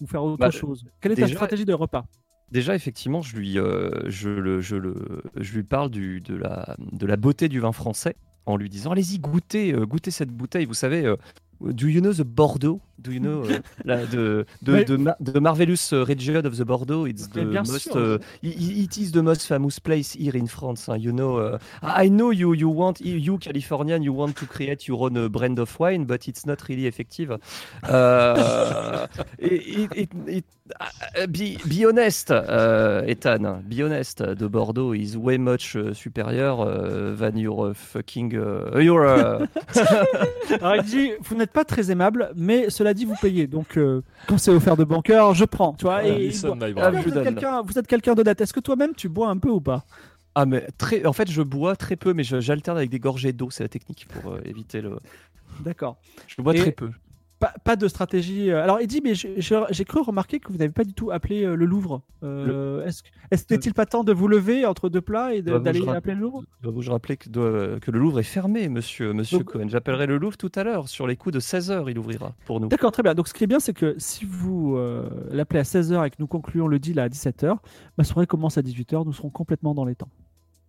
ou faire autre Bah, chose Quelle est ta déjà- stratégie de repas Déjà, effectivement, je lui, euh, je le, je le, je lui parle du, de, la, de la beauté du vin français en lui disant Allez-y, goûtez, euh, goûtez cette bouteille. Vous savez, euh, do you know the Bordeaux Do you know *laughs* euh, la- de, de, Mais- de Ma- de Marvelous Region of the Bordeaux It's the Mais bien most, sûr. euh, i- i- it is the most famous place here in France. hein, you know, euh, I know you, you want, you Californian, you want to create your own uh, brand of wine, but it's not really effective. Euh, *laughs* it- it- it- Uh, be, be honest, euh, Ethan. Be honest. De Bordeaux is way much euh, supérieur euh, than your euh, fucking. euh, your, euh, *laughs* Alors, il dit Vous n'êtes pas très aimable, mais cela dit, vous payez. Donc, euh, quand c'est offert de banqueur, je prends. Tu vois, et, il boit. Nissan, là, il va Ah, arriver. je vous êtes donne. quelqu'un vous êtes quelqu'un d'honnête. Est-ce que toi-même, tu bois un peu ou pas Ah mais très. En fait, je bois très peu, mais je- j'alterne avec des gorgées d'eau. C'est la technique pour euh, éviter le. D'accord. Je bois Et- très peu. Pas, pas de stratégie. euh, Alors, il dit Mais je- je- j'ai cru remarquer que vous n'avez pas du tout appelé euh, le Louvre. Euh, Est-ce que- est-ce- n'est-il pas temps de vous lever entre deux plats et de- Bah, moi, je d'aller rappelle- appeler le Louvre Dois-vous Je rappelais que, dois- que le Louvre est fermé, monsieur, monsieur Donc- Cohen. J'appellerai le Louvre tout à l'heure. Sur les coups de 16h, il ouvrira pour nous. D'accord, très bien. Donc, ce qui est bien, c'est que si vous euh, l'appelez à 16h et que nous concluons le deal à 17h, ma soirée commence à 18h. Nous serons complètement dans les temps.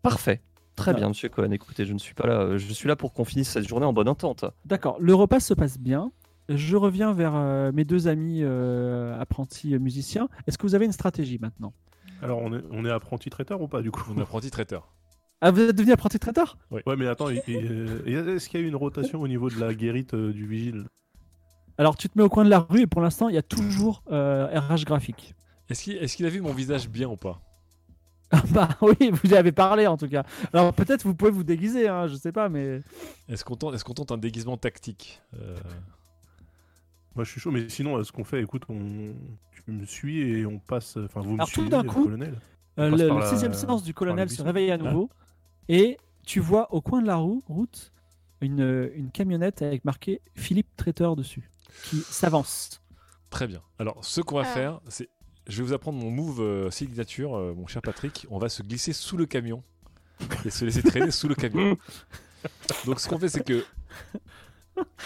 Parfait. Très Voilà. bien, monsieur Cohen. Écoutez, je ne suis pas là. euh, Je suis là pour qu'on finisse cette journée en bonne entente. D'accord, le repas se passe bien. Je reviens vers euh, mes deux amis euh, apprentis musiciens. Est-ce que vous avez une stratégie maintenant Alors, on est, on est apprenti traiteur ou pas du coup Mon apprenti traiteur. Ah, vous êtes devenu apprenti traiteur Ouais, mais attends, et- et, euh, et est-ce qu'il y a eu une rotation au niveau de la guérite euh, du vigile Alors, tu te mets au coin de la rue et pour l'instant, il y a toujours euh, RH graphique. Est-ce qu'il est-ce qu'il a vu mon visage bien ou pas Ah bah *laughs* oui, vous y avez parlé en tout cas. Alors, peut-être vous pouvez vous déguiser, hein, je sais pas, mais. Est-ce qu'on tente, est-ce qu'on tente un déguisement tactique Euh, Moi, je suis chaud, mais sinon, euh, ce qu'on fait, écoute, on... tu me suis et on passe. euh, Enfin, vous me Alors, tout suivez, d'un le coup, colonel. Euh, passe le, par le la- Hein sixième sens du colonel le se buisson. réveille à nouveau et tu vois au coin de la roue- route une, une camionnette avec marqué Philippe Traiteur dessus qui s'avance. Très bien. Alors, ce qu'on va Ah. faire, c'est. Je vais vous apprendre mon move euh, signature, euh, mon cher Patrick. On va se glisser sous le camion et se laisser traîner sous le camion. Donc, ce qu'on fait, c'est que.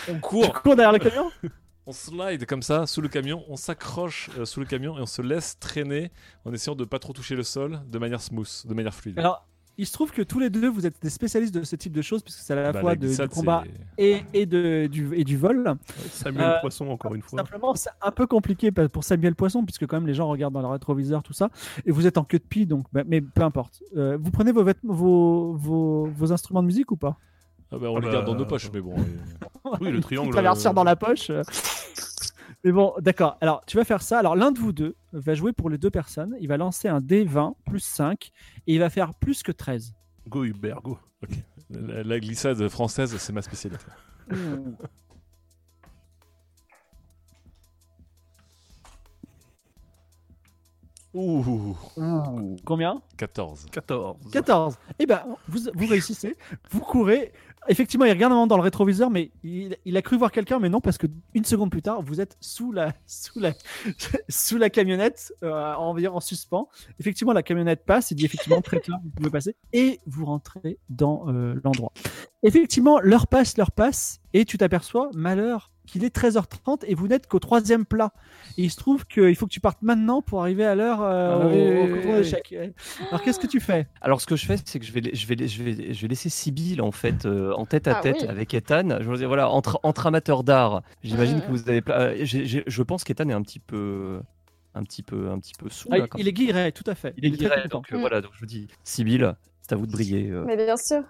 On Tu court, cours derrière le camion on slide comme ça sous le camion, on s'accroche euh, sous le camion et on se laisse traîner en essayant de pas trop toucher le sol de manière smooth, de manière fluide. Alors, il se trouve que tous les deux, vous êtes des spécialistes de ce type de choses, puisque c'est à la Bah, fois la de, du glissade, combat c'est- et, et, de, du, et du vol. Samuel Euh, Poisson, encore une fois. Simplement, c'est un peu compliqué pa- pour Samuel Poisson, puisque quand même les gens regardent dans leur rétroviseur, tout ça, et vous êtes en queue de pie, donc, bah, mais peu importe. Euh, vous prenez vos, vêtements, vos, vos, vos instruments de musique ou pas Ah bah, on Ah les bah, garde dans nos euh, poches, mais bon. euh, Oui, le triangle. Ils traversent euh, dans la poche. *laughs* mais bon, d'accord. Alors, tu vas faire ça. Alors, l'un de vous deux va jouer pour les deux personnes. Il va lancer un D20 plus 5, et il va faire plus que 13. Go Hubert, go. La, la glissade française, c'est ma spécialité. Ouh, Combien 14. 14. 14. Eh ben, vous, vous réussissez, vous courez. Effectivement, il regarde un moment dans le rétroviseur, mais il, il a cru voir quelqu'un, mais non, parce que une seconde plus tard, vous êtes sous la, sous la, *laughs* sous la camionnette, euh, en, en suspens. Effectivement, la camionnette passe, il dit effectivement, très clair, vous pouvez passer, et vous rentrez dans euh, l'endroit. Effectivement, l'heure passe, l'heure passe, et tu t'aperçois, malheur, qu'il est 13h30 et vous n'êtes qu'au troisième plat. Et il se trouve qu'il faut que tu partes maintenant pour arriver à l'heure euh, Ah oui, au, au oui, contrôle oui. d'échec. Alors, qu'est-ce que tu fais Alors, ce que je fais, c'est que je vais, la- je vais, la- je vais, je vais laisser Sibyl en fait euh, en tête à Ah tête oui. avec Ethan. Je vous dis voilà entre, entre amateurs d'art. J'imagine Mm, que Ah. mm. vous avez. pla- euh, j'ai- j'ai- je pense qu'Ethan est un petit peu, un petit peu, un petit peu saoul. Ah, là, quand il est guiré, tout à fait. il est très guiré, content. donc euh, Mm. voilà. Donc je vous dis, Sibyl, c'est à vous de briller. euh, Mais bien sûr.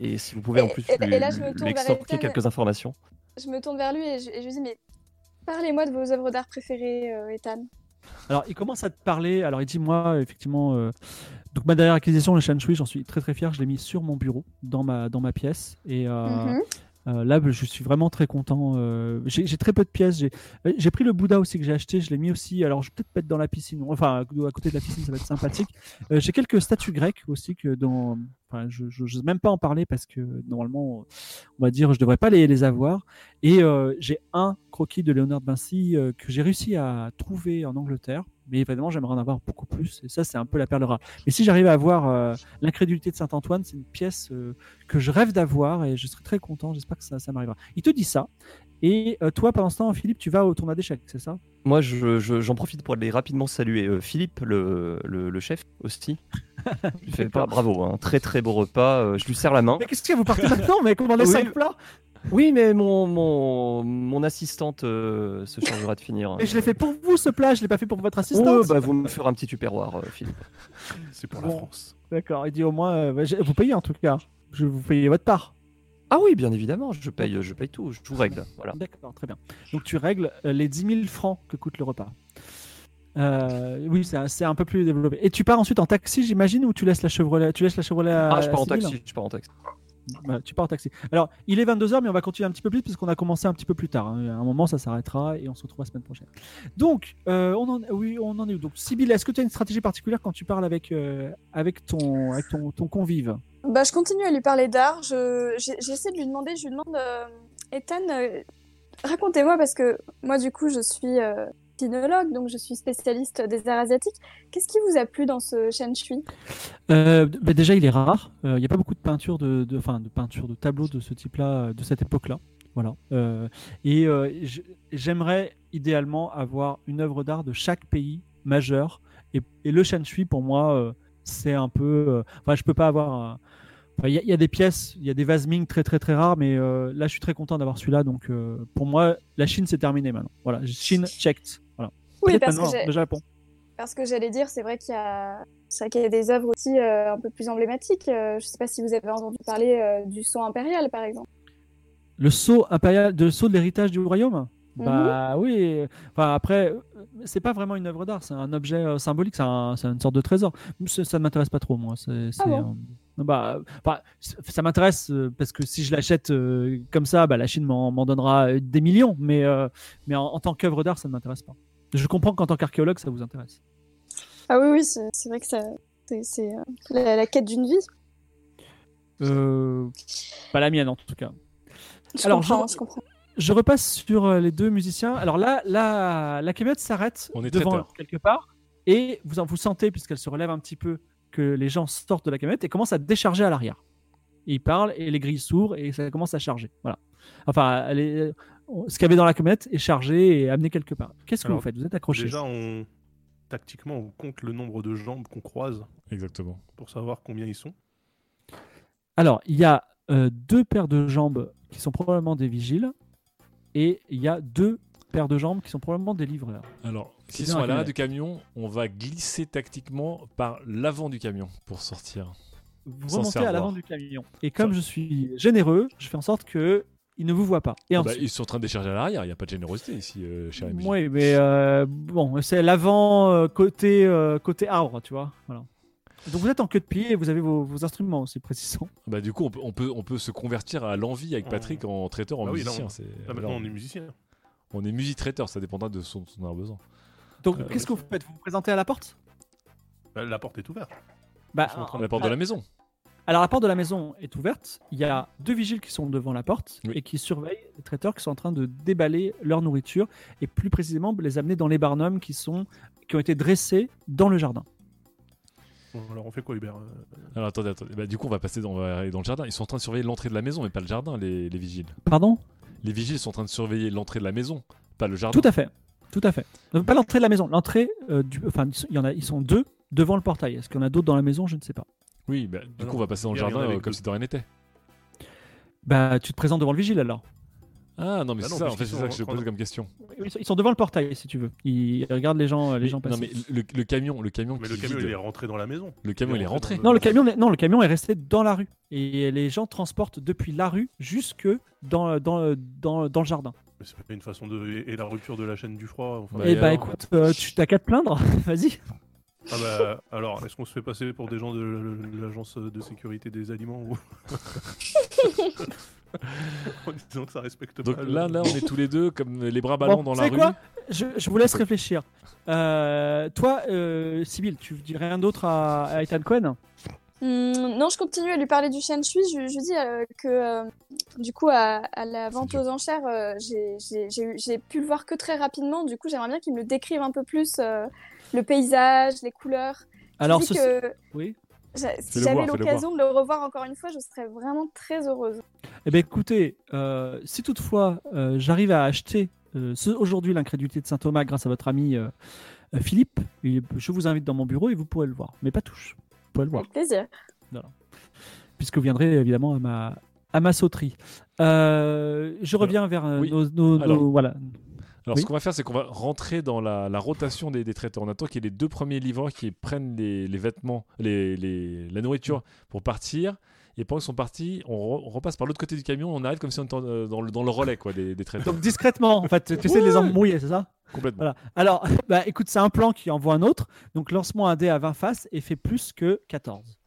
et si vous pouvez en Et- plus et- lui, et là, je me lui tourne vers extorquer Ethan. quelques informations. Je me tourne vers lui et je, et je lui dis mais parlez-moi de vos œuvres d'art préférées, euh, Ethan. Alors, il commence à te parler. Alors, il dit Moi, effectivement, euh, donc ma dernière acquisition, le Shanshui, j'en suis très très fier. Je l'ai mis sur mon bureau, dans ma, dans ma pièce. Et euh, Mhm. euh, là, je suis vraiment très content. euh, j'ai j'ai très peu de pièces. J'ai euh, j'ai pris le Bouddha aussi que j'ai acheté. Je l'ai mis aussi. Alors, je vais peut-être mettre dans la piscine. Enfin, à côté de la piscine, ça va être sympathique. Euh, j'ai quelques statues grecques aussi que dans. Enfin, je n'ose même pas en parler parce que normalement, on va dire, je devrais pas les, les avoir. Et euh, j'ai un croquis de Léonard de Vinci euh, que j'ai réussi à trouver en Angleterre Mais évidemment, j'aimerais en avoir beaucoup plus. Et ça, c'est un peu la perle rare. Mais si j'arrive à avoir euh, l'incrédulité de Saint-Antoine, c'est une pièce euh, que je rêve d'avoir et je serai très content. J'espère que ça, ça m'arrivera. Il te dit ça. Et euh, toi, pendant ce temps, Philippe, tu vas au tournoi d'échecs, c'est ça Moi, je- je- j'en profite pour aller rapidement saluer euh, Philippe, le, le- le chef, *laughs* aussi. Je lui fais pas, bravo, un très très beau repas. euh, je lui serre la main. Mais qu'est-ce qu'il y a Vous *laughs* partez maintenant Mais commandez Oui. 5 plats Oui, mais mon, mon, mon assistante euh, se chargera de finir. Et je l'ai fait pour vous, ce plat. Je l'ai pas fait pour votre assistante. Oh, bah, vous me ferez un petit tupperware, euh, Philippe. C'est pour Bon. la France. D'accord. Il dit au moins, euh, bah, j'ai- vous payez en tout cas. Je vous payez votre part. Ah oui, bien évidemment, je paye, je paye tout, je vous règle. Voilà. D'accord, très bien. Donc tu règles euh, les 10 000 francs que coûte le repas. Euh, oui, c'est un- c'est un peu plus développé. Et tu pars ensuite en taxi, j'imagine, ou tu laisses la Chevrolet Tu laisses la Chevrolet à- Ah, je pars en à Sybille taxi, je pars en taxi. Voilà, Bah, tu pars en taxi. Alors, il est 22h, mais on va continuer un petit peu plus parce qu'on a commencé un petit peu plus tard. hein. À un moment, ça s'arrêtera et on se retrouve la semaine prochaine. Donc, euh, on en, oui, on en est où Donc, Sybille, est-ce que tu as une stratégie particulière quand tu parles avec, euh, avec, ton, avec ton, ton convive Bah, je continue à lui parler d'art. Je- j'ai- J'essaie de lui demander, je lui demande, euh, Ethan, euh, racontez-moi, parce que moi, du coup, je suis euh, sinologue, donc je suis spécialiste des arts asiatiques. Qu'est-ce qui vous a plu dans ce Shen Shui Euh, d- bah déjà, il est rare. Euh, Il n'y a pas beaucoup de peintures de, de, enfin, de peintures de tableaux de ce type-là, euh, de cette époque-là. Voilà. Euh, et euh, j- j'aimerais idéalement avoir une œuvre d'art de chaque pays majeur. Et, et le Shanshui, pour moi, euh, c'est un peu. euh, Enfin, je peux pas avoir. un- enfin, Il y, a- il y a des pièces, il y a des vases Ming très très très rares, mais euh, là, je suis très content d'avoir celui-là. Donc, euh, pour moi, la Chine, c'est terminé maintenant. Voilà, Chine checked. Voilà. Oui, Peut-être parce que, maintenant, j'ai- le Japon. parce que j'allais dire, c'est vrai qu'il y a. C'est vrai qu'il y a des œuvres aussi euh, un peu plus emblématiques. Euh, je sais pas si vous avez entendu parler euh, du son impérial, par exemple. Le sceau impérial, de le sceau de l'héritage du royaume Bah oui. Enfin après, euh, c'est pas vraiment une œuvre d'art, c'est un objet euh, symbolique, c'est un- c'est une sorte de trésor. Ça ça ne m'intéresse pas trop moi. c'est c'est, bon euh, bah, enfin, c- ça m'intéresse euh, parce que si je l'achète euh, comme ça, bah, la Chine m'en m'en donnera euh, des millions. Mais euh, mais en, en tant qu'œuvre d'art, ça ne m'intéresse pas. Je comprends qu'en tant qu'archéologue, ça vous intéresse. Ah oui, oui, c'est c'est vrai que ça. c'est- C'est euh, la, la quête d'une vie. Euh, pas la mienne en tout cas. Je Alors, comprends, je- je comprends. Je repasse sur euh, les deux musiciens. Alors là, là la camionnette s'arrête On est devant traiteur. eux, quelque part et vous en vous sentez, puisqu'elle se relève un petit peu, que les gens sortent de la camionnette et commencent à décharger à l'arrière. Et Ils parlent et les grilles s'ouvrent et ça commence à charger. Voilà. Enfin, elle est- euh, ce qu'il y avait dans la camionnette est chargé et amené quelque part. Qu'est-ce que Alors, vous faites Vous êtes accroché Déjà, on... tactiquement, on compte le nombre de jambes qu'on croise Exactement. pour savoir combien ils sont. Alors, il y a euh, deux paires de jambes qui sont probablement des vigiles et il y a deux paires de jambes qui sont probablement des livreurs. Alors, C'est s'ils bien sont à l'arrière la du camion, on va glisser tactiquement par l'avant du camion pour sortir. vous Sans remontez à savoir. l'avant du camion. Et comme je suis généreux, je fais en sorte que il ne vous voit pas. Et Ah bah, ensuite, ils sont en train de décharger à l'arrière, il n'y a pas de générosité ici, euh, cher Émilie. oui, mais euh, bon, c'est l'avant euh, côté euh, côté arbre, tu vois. Voilà. Donc vous êtes en queue de pied et vous avez vos, vos instruments, c'est précisant. Bah, du coup, on peut, on, peut, on peut se convertir à l'envie avec Patrick en traiteur, en Ah oui, là, musicien. on- c'est- Là, là, maintenant, on est musicien. on est music-traiteur, ça dépendra de son, son avoir besoin. Donc Euh, qu'est-ce que vous faites Vous vous présentez à la porte Bah, La porte est ouverte. Bah, Ils sont en train La porte de la maison. Alors la porte de la maison est ouverte. Il y a deux vigiles qui sont devant la porte Oui. et qui surveillent les traiteurs qui sont en train de déballer leur nourriture et plus précisément les amener dans les barnums qui sont qui ont été dressés dans le jardin. Bon, alors, on fait quoi, Hubert Euh, Alors attendez, attendez. Bah, du coup, on va passer dans, on va aller dans le jardin. Ils sont en train de surveiller l'entrée de la maison, mais pas le jardin, les, les vigiles. Pardon Les vigiles sont en train de surveiller l'entrée de la maison, pas le jardin. Tout à fait, tout à fait. Euh, Pas l'entrée de la maison, l'entrée euh, du, enfin, il y en a, ils sont deux devant le portail. Est-ce qu'il y en a d'autres dans la maison Je ne sais pas. Oui, bah, du Ah Non, coup, on va passer dans le il y en a jardin avec euh, comme deux. si de rien n'était. Bah, tu te présentes devant le vigile alors. Ah non, mais Bah c'est non, ça, en puisqu'ils fait, c'est sont ça que je en train pose de- comme question. Ils sont, ils sont devant le portail si tu veux. Ils regardent les gens, euh, les Mais- gens passer. non, mais le, le camion, le camion, Mais qui le camion, vide- il est rentré dans la maison. le camion, il est il est rentré. rentré dans Non, le camion, n'est- non, le camion est resté dans la rue et les gens transportent depuis la rue jusque dans dans dans, dans le jardin. Mais c'est pas une façon de. Et et la rupture de la chaîne du froid. enfin, Bah, Eh et et bah alors écoute, euh, tu t'as qu'à te plaindre, *laughs* vas-y. Ah bah, alors, est-ce qu'on se fait passer pour des gens de l'agence de sécurité des *laughs* aliments ou... En disant que ça respecte Donc pas. le- là, là, on est tous les deux comme les bras ballants Bon, dans tu la sais rue. quoi Je, je vous laisse réfléchir. Euh, toi, euh, Sybille, tu dis rien d'autre à, à Ethan Cohen Hum, non, je continue à lui parler du Shen Shui. Je, je dis euh, que, euh, du coup, à, à la vente dur. aux enchères, euh, j'ai- j'ai j'ai eu- j'ai pu le voir que très rapidement. Du coup, j'aimerais bien qu'il me le décrive un peu plus. euh, le paysage, les couleurs. Je Alors, dis ceci- que oui. j'a- si Fais-le j'avais voir, fais-le l'occasion de le revoir encore une fois, je serais vraiment très heureuse. Eh bien, écoutez, euh, si toutefois euh, j'arrive à acheter euh, ce- aujourd'hui l'incrédulité de saint Thomas grâce à votre ami euh, euh, Philippe, et je vous invite dans mon bureau et vous pourrez le voir. Mais pas touche. Vous pourrez le voir, Avec plaisir. puisque vous viendrez évidemment à ma, à ma sauterie. Euh, je Alors, reviens vers euh, oui. nos, nos- Alors. nos- Voilà. Alors, Oui. ce qu'on va faire, c'est qu'on va rentrer dans la, la rotation des, des traiteurs. On attend qu'il y ait les deux premiers livreurs qui prennent les, les vêtements, les, les- la nourriture pour partir. Et pendant qu'ils sont partis, on, re- on repasse par l'autre côté du camion. On arrive comme si on était en- euh, dans le, dans le relais quoi, des, des traiteurs. Donc, discrètement, en fait, tu essaies de les embrouiller, c'est ça Complètement. Voilà. Alors, *laughs* bah, écoute, c'est un plan qui envoie un autre. Donc, lance-moi un dé à 20 faces et fais plus que 14.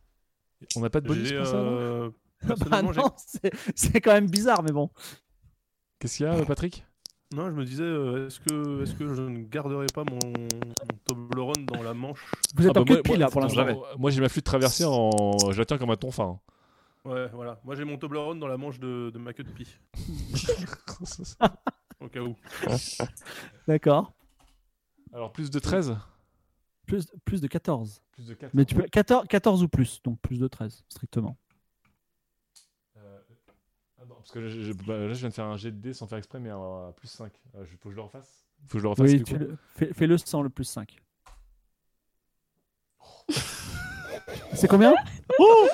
On n'a pas de bonus J'ai, pour ça non euh, Bah personnellement, j'ai- non, c'est- c'est quand même bizarre, mais bon. Qu'est-ce qu'il y a, euh, Patrick Non, je me disais, euh, est-ce que, est que je ne garderai pas mon, mon Toblerone dans la manche Vous êtes Ah, en bah, queue moi- de pile, moi- là, pour l'instant. Moi, moi, j'ai ma flûte traversée en. Je la tiens comme un tonfin. hein. Ouais, voilà. Moi, j'ai mon Toblerone dans la manche de, de ma queue de pie, hein. au *laughs* cas où. D'accord. *laughs* Alors, plus de 13 Plus, plus de 14. Plus de 4. Mais tu peux 14, 14 ou plus, donc plus de 13, strictement. Euh, ah non, parce que je- je- bah, là, je viens de faire un jet de dés sans faire exprès, mais à plus 5. Il faut que je le refasse Faut que je le refasse oui, du tu coup. le- fais- fais-le sans le plus 5. C'est combien Oh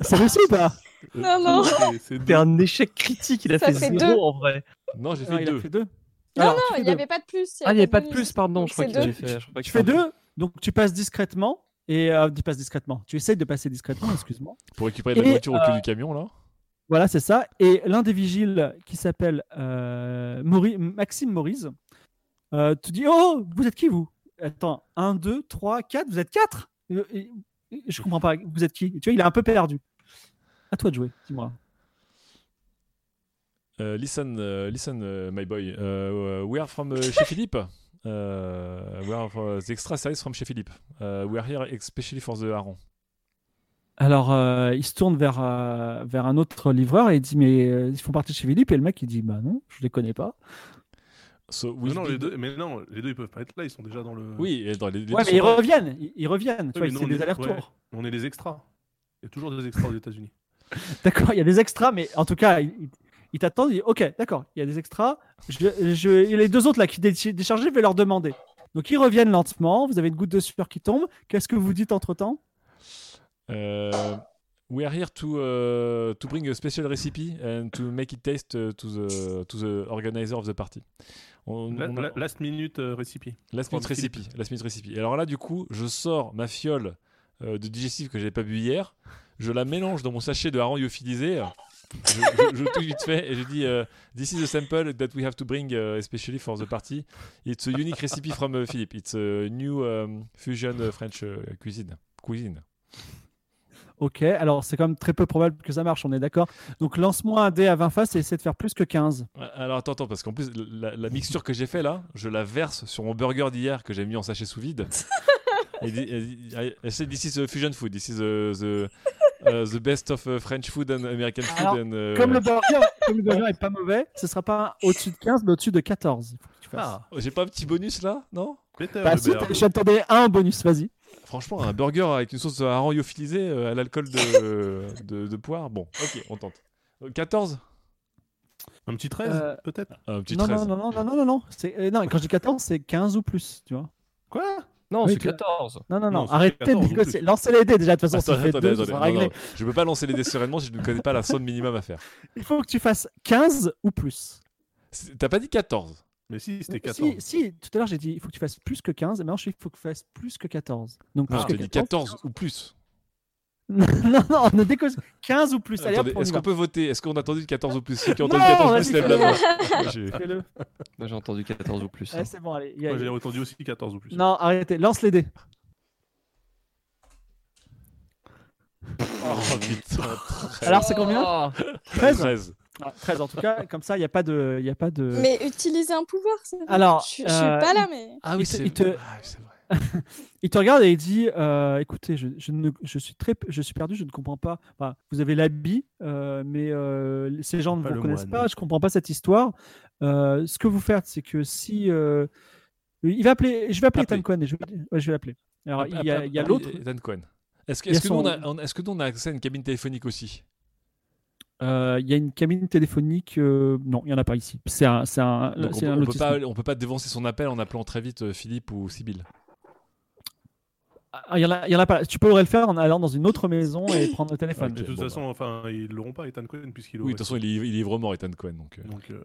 C'est réussi ou pas Non, non. Euh, C'est- c'est C'était un échec critique, il a Ça fait, fait zéro deux. en vrai. Non, j'ai Non, fait il a 2. fait 2. Non, non, il n'y avait pas de plus. Ah, il n'y avait pas de bonus. plus, pardon, Donc je crois c'est qu'il avait deux. fait. je crois pas Tu fais que c'était un- 2, donc tu passes discrètement. Et euh, tu passes discrètement. Tu essayes de passer discrètement, excuse-moi. Pour récupérer de la Et, euh, voiture au cul du camion, là. Voilà, c'est ça. Et l'un des vigiles qui s'appelle euh, Mauri- Maxime Maurice euh, te dit Oh, vous êtes qui vous Attends, 1, 2, 3, 4, vous êtes 4 Je comprends pas, vous êtes qui Tu vois, il est un peu perdu. À toi de jouer, dis-moi. Euh, listen, euh, listen, euh, my boy. Euh, we are from euh, *laughs* chez Philippe. Euh, we are from the extra size from chez Philippe. Euh, we are here especially for the haron. Alors, euh, il se tourne vers, euh, vers un autre livreur et il dit Mais euh, ils font partie de chez Philippe. Et le mec, il dit Bah non, je les connais pas. So, Mais we Ah non, did- les deux, mais non, les deux ils peuvent pas être là, ils sont déjà dans le. Oui, et dans les, les ouais, deux mais ils sont là. reviennent, ils, ils reviennent. Tu vois, mais nous, c'est on des est- allers-retours. ouais. On est les extras. Il y a toujours des extras aux États-Unis. D'accord, il y a des extras, mais en tout cas, ils il, il t'attendent. il dit, ok, d'accord, il y a des extras. Je, je, et les deux autres là qui dé- déchargent, je vais leur demander. Donc ils reviennent lentement. Vous avez une goutte de sueur qui tombe. Qu'est-ce que vous dites entre temps Euh, we are here to uh, to bring a special recipe and to make it taste uh, to the to the organizer of the party. On, La- on a- la- last minute euh, recipe. last minute from Philippe. recipe, last minute recipe. Et Alors là, du coup, je sors ma fiole euh, de digestif que j'avais pas bu hier. Je la mélange dans mon sachet de harangue lyophilisé. Je, je, je touche vite fait et je dis euh, This is a sample that we have to bring uh, especially for the party. It's a unique recipe from uh, Philippe. It's a new um, fusion uh, French uh, cuisine. Cuisine. Ok, alors c'est quand même très peu probable que ça marche. On est d'accord. Donc lance-moi un dé à 20 faces et essaie de faire plus que 15. Ouais, Alors attends, attends, parce qu'en plus, la, la mixture que j'ai fait là, je la verse sur mon burger d'hier que j'ai mis en sachet sous vide. Et di- et di- I said, this is a fusion food, this is uh, the, uh, the best of uh, French food and American food. Alors, and, uh, Comme le burger, comme le burger est pas mauvais, ce sera pas au-dessus de 15, mais au-dessus de 14. Il faut que tu Ah, fasses. oh, J'ai pas un petit bonus là, non Peter Bah, Ah, le si, beurre. t'as- j'attendais un bonus. Vas-y. Franchement, un burger avec une sauce à lyophilisée euh, à l'alcool de, de, de poire, bon, ok, on tente. Euh, 14 Un petit 13, Euh, peut-être Un petit Non, 13. non, non, non, non, non, non, non. C'est- euh, non, quand je dis 14, c'est 15 ou plus, tu vois. Quoi Non, Oui, c'est tu- 14. Non, non, non, Non, c'est arrêtez de 14 ou négocier. plus. Lancez les dés déjà, de toute façon, Attends, si tu fais attendez, deux, ça attendez, sera non, réglé. non, Je peux pas lancer les dés sereinement si je ne connais pas la somme minimum à faire. Il faut que tu fasses 15 ou plus. C'est- T'as pas dit 14 Mais si, c'était Si, 14. Si, tout à l'heure j'ai dit il faut que tu fasses plus que 15, et maintenant je dis il faut que tu fasses plus que 14. Donc plus Non, je que te dis 14 ou plus. *laughs* non, non, on ne déconne. 15 ou plus. Allez, Attendez, hop, on y est-ce qu'on va. peut voter Est-ce qu'on a attendu le 14 ou plus Ceux qui ont hein. Non, entendu 14 ou vas-y, plus, lèvent la voix. *laughs* Moi, j'ai- Fais-le. Moi, Bah, j'ai entendu 14 ou plus. hein. Ouais, c'est bon, allez. il y a- Moi, j'ai entendu aussi 14 ou plus. Non, arrêtez, lance les dés. Oh putain, Alors c'est Oh. combien Ah, 13 13. Ah, 13 en tout cas, comme ça, il n'y a pas de. il Y a pas euh. de... Mais utiliser un pouvoir, c'est Alors, Je, je suis euh, pas là, mais. Ah oui, Il te- c'est- il te- vrai. Il te regarde et il dit euh, Écoutez, je, je ne- je suis très, je suis perdu, je ne comprends pas. Enfin, vous avez l'habit, euh, mais euh, ces gens ne Pas vous le connaissent moine. pas, je ne comprends pas cette histoire. Euh, ce que vous faites, c'est que si euh, Il va appeler, je vais appeler Appelez. Ethan Cohen et je vais, ouais, je vais l'appeler. Alors, il y a, il y a Appelez l'autre. Ethan euh, Cohen. Est-ce que, Il y a est-ce que nous, on a- son- on- est-ce que nous, on a accès à une cabine téléphonique aussi euh, il y a une cabine téléphonique. euh, non, il n'y en a pas ici. C'est un, c'est un, Donc c'est on, un ne peut lotissement. pas, on peut pas dévancer son appel en appelant très vite euh, Philippe ou Sybille. Ah, il y en a, il y en a pas. Tu pourrais le faire en allant dans une autre maison et prendre le Ah, téléphone. ok. De toute bon, façon, enfin, ils l'auront pas, Ethan Cohen, puisqu'il Oui, de aurait- toute façon, il est, il est vraiment Ethan Cohen. Donc, euh, Donc, euh,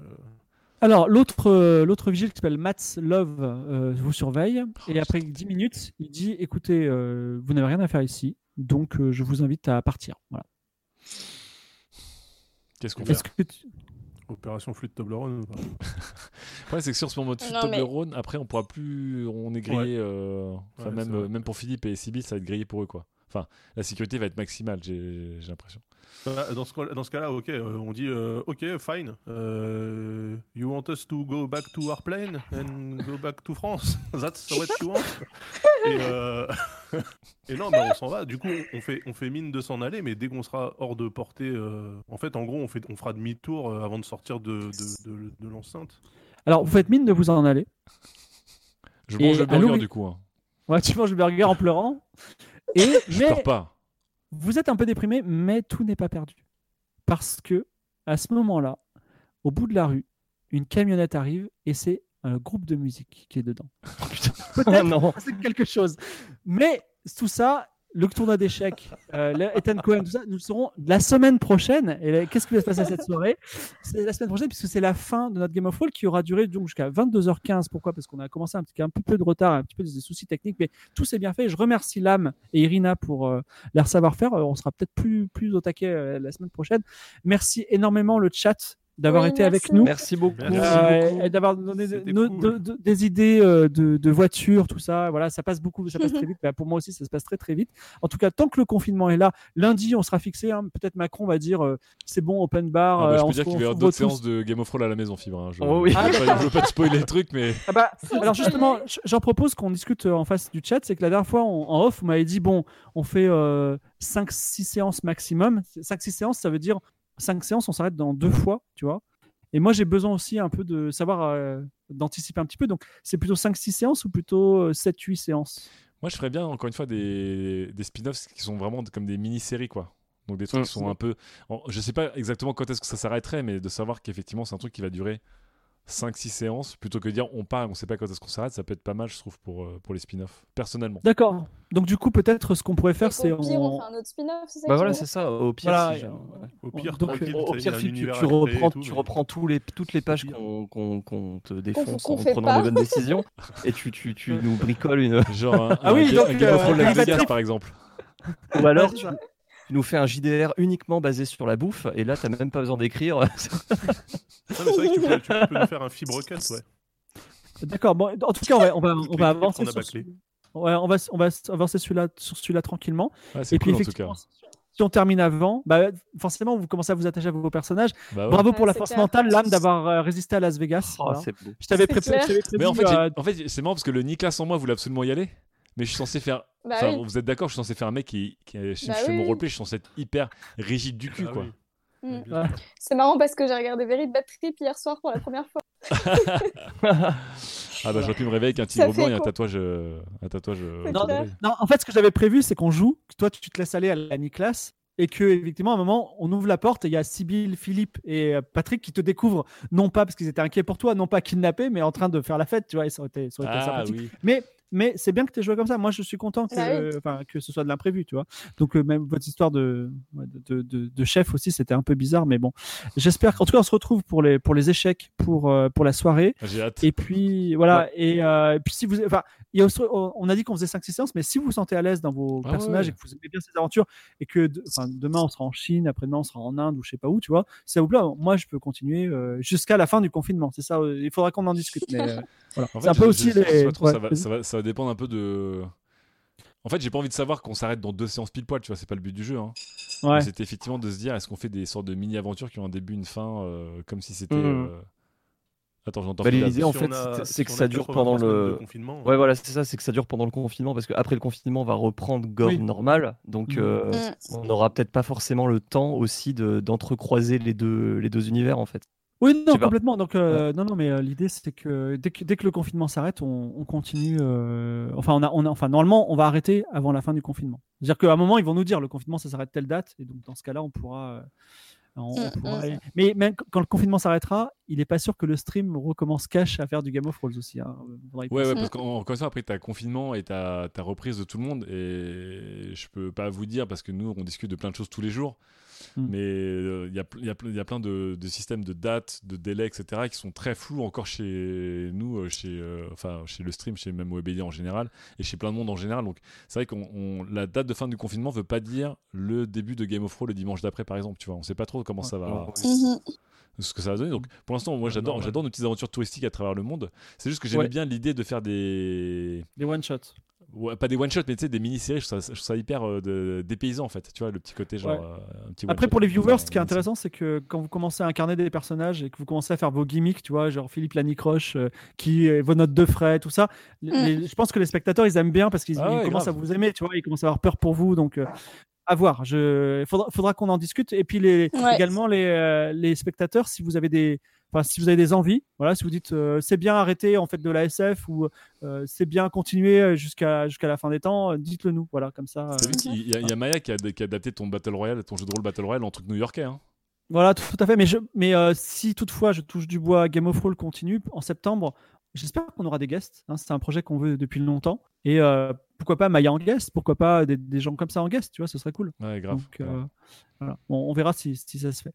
Alors, l'autre euh, l'autre vigile qui s'appelle Mats Love euh, vous surveille. Et après 10 minutes, il dit écoutez, euh, vous n'avez rien à faire ici, donc euh, je vous invite à partir. Voilà. qu'est-ce qu'on fait Est-ce que tu- opération flûte Toblerone. enfin, Le problème, c'est que si on se met en mode Non, mais- Toblerone, après, on pourra plus. On est grillé. euh, enfin, Ouais, même, c'est vrai. euh, même pour Philippe et Sybille, ça va être grillé pour eux, quoi. Enfin, la sécurité va être maximale, j'ai j'ai l'impression. Bah, Dans ce, cas- dans ce cas-là, ok, euh, on dit euh, ok, fine. euh, you want us to go back to our plane and go back to France? *laughs* That's what you want? Et, euh, *laughs* et non, bah, on s'en va. Du coup, on fait, on fait mine de s'en aller, mais dès qu'on sera hors de portée, euh, en fait, en gros, on, fait, on fera demi-tour euh, avant de sortir de, de, de- de l'enceinte. Alors, vous faites mine de vous en aller. Je Et mange le à burger, l'oubli- du coup. hein. Ouais, *laughs* tu manges le burger en pleurant. Et, Je mais pleure pas. vous êtes un peu déprimé, mais tout n'est pas perdu. Parce que, à ce moment-là, au bout de la rue, une camionnette arrive et c'est un groupe de musique qui est dedans. *laughs* *laughs* Oh non. c'est quelque chose. Mais tout ça, le tournoi d'échecs, euh, le Ethan Cohen, tout ça, nous le saurons la semaine prochaine. Et là, qu'est-ce qui va se passer cette soirée C'est la semaine prochaine, puisque c'est la fin de notre Game of Thrones qui aura duré donc jusqu'à 22h15. Pourquoi Parce qu'on a commencé un petit un peu, peu de retard, un petit peu des soucis techniques, mais tout s'est bien fait. Je remercie Lame et Irina pour euh, leur savoir-faire. Euh, on sera peut-être plus, plus au taquet euh, la semaine prochaine. Merci énormément le chat d'avoir Oui, été avec merci. nous. Merci beaucoup. Merci Euh, beaucoup. et d'avoir donné de- C'était nos- cool. de- de- des idées euh, de, de voitures, tout ça. Voilà, ça passe beaucoup, ça passe très *laughs* vite. Bah, pour moi aussi, ça se passe très très vite. En tout cas, tant que le confinement est là, lundi, on sera fixé. hein. Peut-être Macron va dire euh, c'est bon, open bar. Ah bah, euh, je on peux se dire qu'il va y avoir retrouve d'autres tous. séances de Game of Thrones à la maison, Fibre. hein. Je, Oh oui. je veux pas, je veux pas te *laughs* spoiler le truc, mais Ah bah, alors justement, j- j'en propose qu'on discute euh, en face du chat. C'est que la dernière fois, on- en off, on m'avait dit bon, on fait 5-6 séances maximum. 5-6 séances, ça veut dire 5 séances, on s'arrête dans deux fois, tu vois. Et moi, j'ai besoin aussi un peu de savoir, euh, d'anticiper un petit peu. Donc, c'est plutôt 5-6 séances ou plutôt 7-8 séances moi, je ferais bien, encore une fois, des, des spin-offs qui sont vraiment comme des mini-séries, quoi. Donc des trucs qui Mm. sont un peu. en- Je sais pas exactement quand est-ce que ça s'arrêterait, mais de savoir qu'effectivement, c'est un truc qui va durer 5-6 séances, plutôt que de dire on part, on sait pas quand est-ce qu'on s'arrête, ça peut être pas mal, je trouve, pour, euh, pour les spin-offs, personnellement. D'accord. Donc, du coup, peut-être ce qu'on pourrait faire, c'est c'est. au pire, on- on fait un autre spin-off, c'est ça Bah que tu voilà, veux c'est ça. Au pire, Voilà, si j'ai- euh, Au Ouais, pire, donc, tranquille, Au- au t'as- il y a pire, un Philippe, tu, univers à tu créer et reprends, tout, tu mais- reprends tous les, toutes les pages Au pire. qu'on qu'on- qu'on te défonce qu'on en fait prenant pas. des bonnes *laughs* décisions et tu, tu, tu nous bricoles une. Genre un, Ah oui, un, donc, un Game of euh, Thrones Las Privative- Vegas, par exemple. *laughs* Ou alors tu, tu nous fais un JDR uniquement basé sur la bouffe et là t'as même pas besoin d'écrire. *laughs* Ah, mais c'est vrai que tu peux, tu peux nous faire *laughs* un fibre cut, ouais. D'accord. Bon, en tout cas, on va, on va, on va Les trucs avancer. qu'on a sur ce- bâclés. Ouais, on va, on va avancer celui-là, sur celui-là tranquillement. Ah, c'est Et puis cool en tout cas. effectivement, si on termine avant, bah, forcément, vous commencez à vous attacher à vos personnages. Bah ouais. Bravo pour Ouais, la Ah, c'est force clair. mentale, l'âme d'avoir euh, résisté à Las Vegas. Oh, Voilà. c'est beau. Je t'avais C'est préparé. clair. je t'avais Mais en fait, prévenu, j'ai- euh, en fait, c'est marrant parce que le Nicolas en moi voulait absolument y aller, mais je suis censé faire. Bah enfin, oui. Vous êtes d'accord, je suis censé faire un mec qui. qui- je Bah je fais oui, mon oui. roleplay, je suis censé être hyper rigide du cul, Ah quoi. oui. Mm. Ouais, bien sûr. C'est marrant parce que j'ai regardé Very Bad Trip hier soir pour la première fois. Ah bah j'aurais pu me réveiller avec un Ça tigre fait blanc et un quoi tatouage. euh, un tatouage euh, C'est autour de clair. l'œil. non, en fait, ce que j'avais prévu, c'est qu'on joue, que toi, tu te laisses aller à la Nicolas, et que, effectivement, à un moment, on ouvre la porte, et il y a Sybille, Philippe et euh, Patrick qui te découvrent, non pas parce qu'ils étaient inquiets pour toi, non pas kidnappés, mais en train de faire la fête, tu vois, et ça aurait été, ça aurait été Ah sympathique. oui. Mais, mais c'est bien que tu aies joué comme ça. Moi, je suis content que, Bah enfin, que ce soit de l'imprévu, tu vois. Donc, euh, même votre histoire de, ouais, de, de- de chef aussi, c'était un peu bizarre, mais bon. J'espère qu'en tout cas, on se retrouve pour les, pour les échecs, pour, euh, pour la soirée. Ah, J'ai hâte. Et puis, voilà. Et, euh, et puis, si vous. Enfin, il y a aussi- on on a dit qu'on faisait 5-6 séances, mais si vous vous sentez à l'aise dans vos Ah personnages ouais. et que vous aimez bien ces aventures, et que de- enfin, demain, on sera en Chine, après-demain, on sera en Inde ou je sais pas où, tu vois, si ça vous plaît, moi, je peux continuer euh, jusqu'à la fin du confinement. C'est ça. euh, il faudra qu'on en discute. mais, *laughs* euh, voilà. En fait, C'est un peu je- aussi je- je sais les. pas trop, ouais, ça, va, vas-y. ça, va, ça va dépendre un peu de. En fait, j'ai pas envie de savoir qu'on s'arrête dans deux séances pile poil, tu vois, c'est pas le but du jeu. Hein. Ouais. Mais C'était effectivement de se dire, est-ce qu'on fait des sortes de mini-aventures qui ont un début, une fin, euh, comme si c'était. Mmh. Mhm. euh, Attends, j'entends Bah, plus la- l'idée, en Si fait, on a- c'est- si c'est que on a ça dure 80 pendant semaines de le. confinement, *laughs* Ouais, voilà, c'est ça, c'est que ça dure pendant le confinement, parce qu'après le confinement, on va reprendre Gore Oui. normal, donc Mm. euh, Mm. on n'aura peut-être pas forcément le temps aussi de- d'entrecroiser les, deux, les deux univers, en fait. Oui, Je non, sais pas. complètement. Donc, euh, non, non, mais euh, l'idée, c'est que dès, que dès que le confinement s'arrête, on, on continue. euh, enfin, on a, on a- enfin, normalement, on va arrêter avant la fin du confinement. C'est-à-dire qu'à un moment, ils vont nous dire le confinement, ça s'arrête telle date, et donc dans ce cas-là, on pourra. euh, on- on Mm, pourra mm. aller- Mais même qu- quand le confinement s'arrêtera, il n'est pas sûr que le stream recommence cash à faire du Game of Thrones aussi. hein. Faudra y Ouais, ouais, penser. parce qu'en comme ça, après, t'as confinement et t'as t'as reprise de tout le monde. Et je peux pas vous dire, parce que nous, on discute de plein de choses tous les jours. Mm. Mais il y, a, ple- y a ple- y a plein de, de systèmes de dates, de délais, etc., qui sont très flous encore chez nous, euh, chez, euh, enfin, chez le stream, chez même Webedia en général, et chez plein de monde en général. Donc, c'est vrai que la date de fin du confinement veut pas dire le début de Game of Thrones le dimanche d'après, par exemple. Tu vois, on sait pas trop comment ça va Mhm. ce que ça va donner. Donc, pour l'instant, moi, Ouais, j'adore, normal. j'adore nos petites aventures touristiques à travers le monde. C'est juste que j'aimais Ah, Ouais. bien l'idée de faire des, Des one-shots. ouais, pas des one shot, mais tu sais, des mini-séries. Je trouve ça, je trouve ça hyper euh, de- dépaysant en fait. Tu vois, le petit côté genre. Ouais. euh, un petit Après, one-shot. pour les viewers, ce qui est Enfin, intéressant, c'est que quand vous commencez à incarner des personnages et que vous commencez à faire vos gimmicks, tu vois, genre Philippe Lanicroche, euh, qui est vos notes de frais, tout ça, les- Mm. les- je pense que les spectateurs, ils aiment bien parce qu'ils Ah ils ouais, commencent grave. à vous aimer, tu vois, ils commencent à avoir peur pour vous. Donc, euh, à voir. Je... Faudra, faudra qu'on en discute. Et puis, les, Ouais. également, les, euh, les spectateurs, si vous avez des. Enfin, si vous avez des envies, voilà, si vous dites euh, c'est bien arrêter en fait de la SF ou euh, c'est bien continuer euh, jusqu'à jusqu'à la fin des temps, euh, dites-le nous, voilà, comme ça. euh, T'as vu qu'il- il y, a- il y a Maya qui a, qui a adapté ton Battle Royale, ton jeu de rôle Battle Royale en truc new-yorkais. Hein. Voilà, tout, tout à fait. Mais, je, mais euh, si toutefois je touche du bois, Game of Thrones continue en septembre. J'espère qu'on aura des guests. hein, c'est un projet qu'on veut depuis longtemps. Et euh, pourquoi pas Maya en guest Pourquoi pas des, des gens comme ça en guest Tu vois, ce serait cool. Ouais, grave. Donc, grave. euh, voilà. Bon, on verra si, si ça se fait.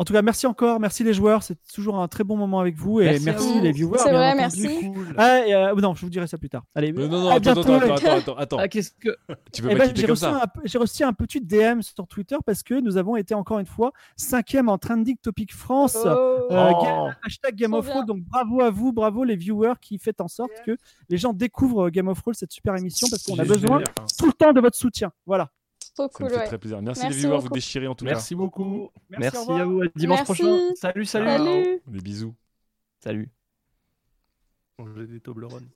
En tout cas, merci encore. Merci les joueurs. C'est toujours un très bon moment avec vous. Et merci, Merci à vous. les viewers. C'est bien vrai, entendu. merci. Cool. Ah, et, euh, non, je vous dirai ça plus tard. Allez, Mais Euh, non, non, à attends, Ah, bientôt. attends, attends, attends, attends, attends. Ah, qu'est-ce que. Tu peux Eh pas ben, quitter j'ai comme reçu, ça. un, j'ai reçu un petit DM sur Twitter parce que nous avons été encore une fois cinquième en Trending Topic France. Oh. Euh, Oh. Ga- hashtag Game Trop of Thrones. bien. Donc bravo à vous, bravo les viewers qui faites en sorte que les gens découvrent euh, Game of Thrones, cette super émission, parce qu'on a Génial. besoin tout le temps de votre soutien. Voilà. Trop Ça me cool, fait ouais. très plaisir. Merci, Merci les viewers, vous beaucoup. déchirez en tout Merci beaucoup. Merci, au revoir. à vous. À dimanche Merci. prochain. Salut, salut. Salut. cas. Des bisous. Salut. J'ai des Toblerones.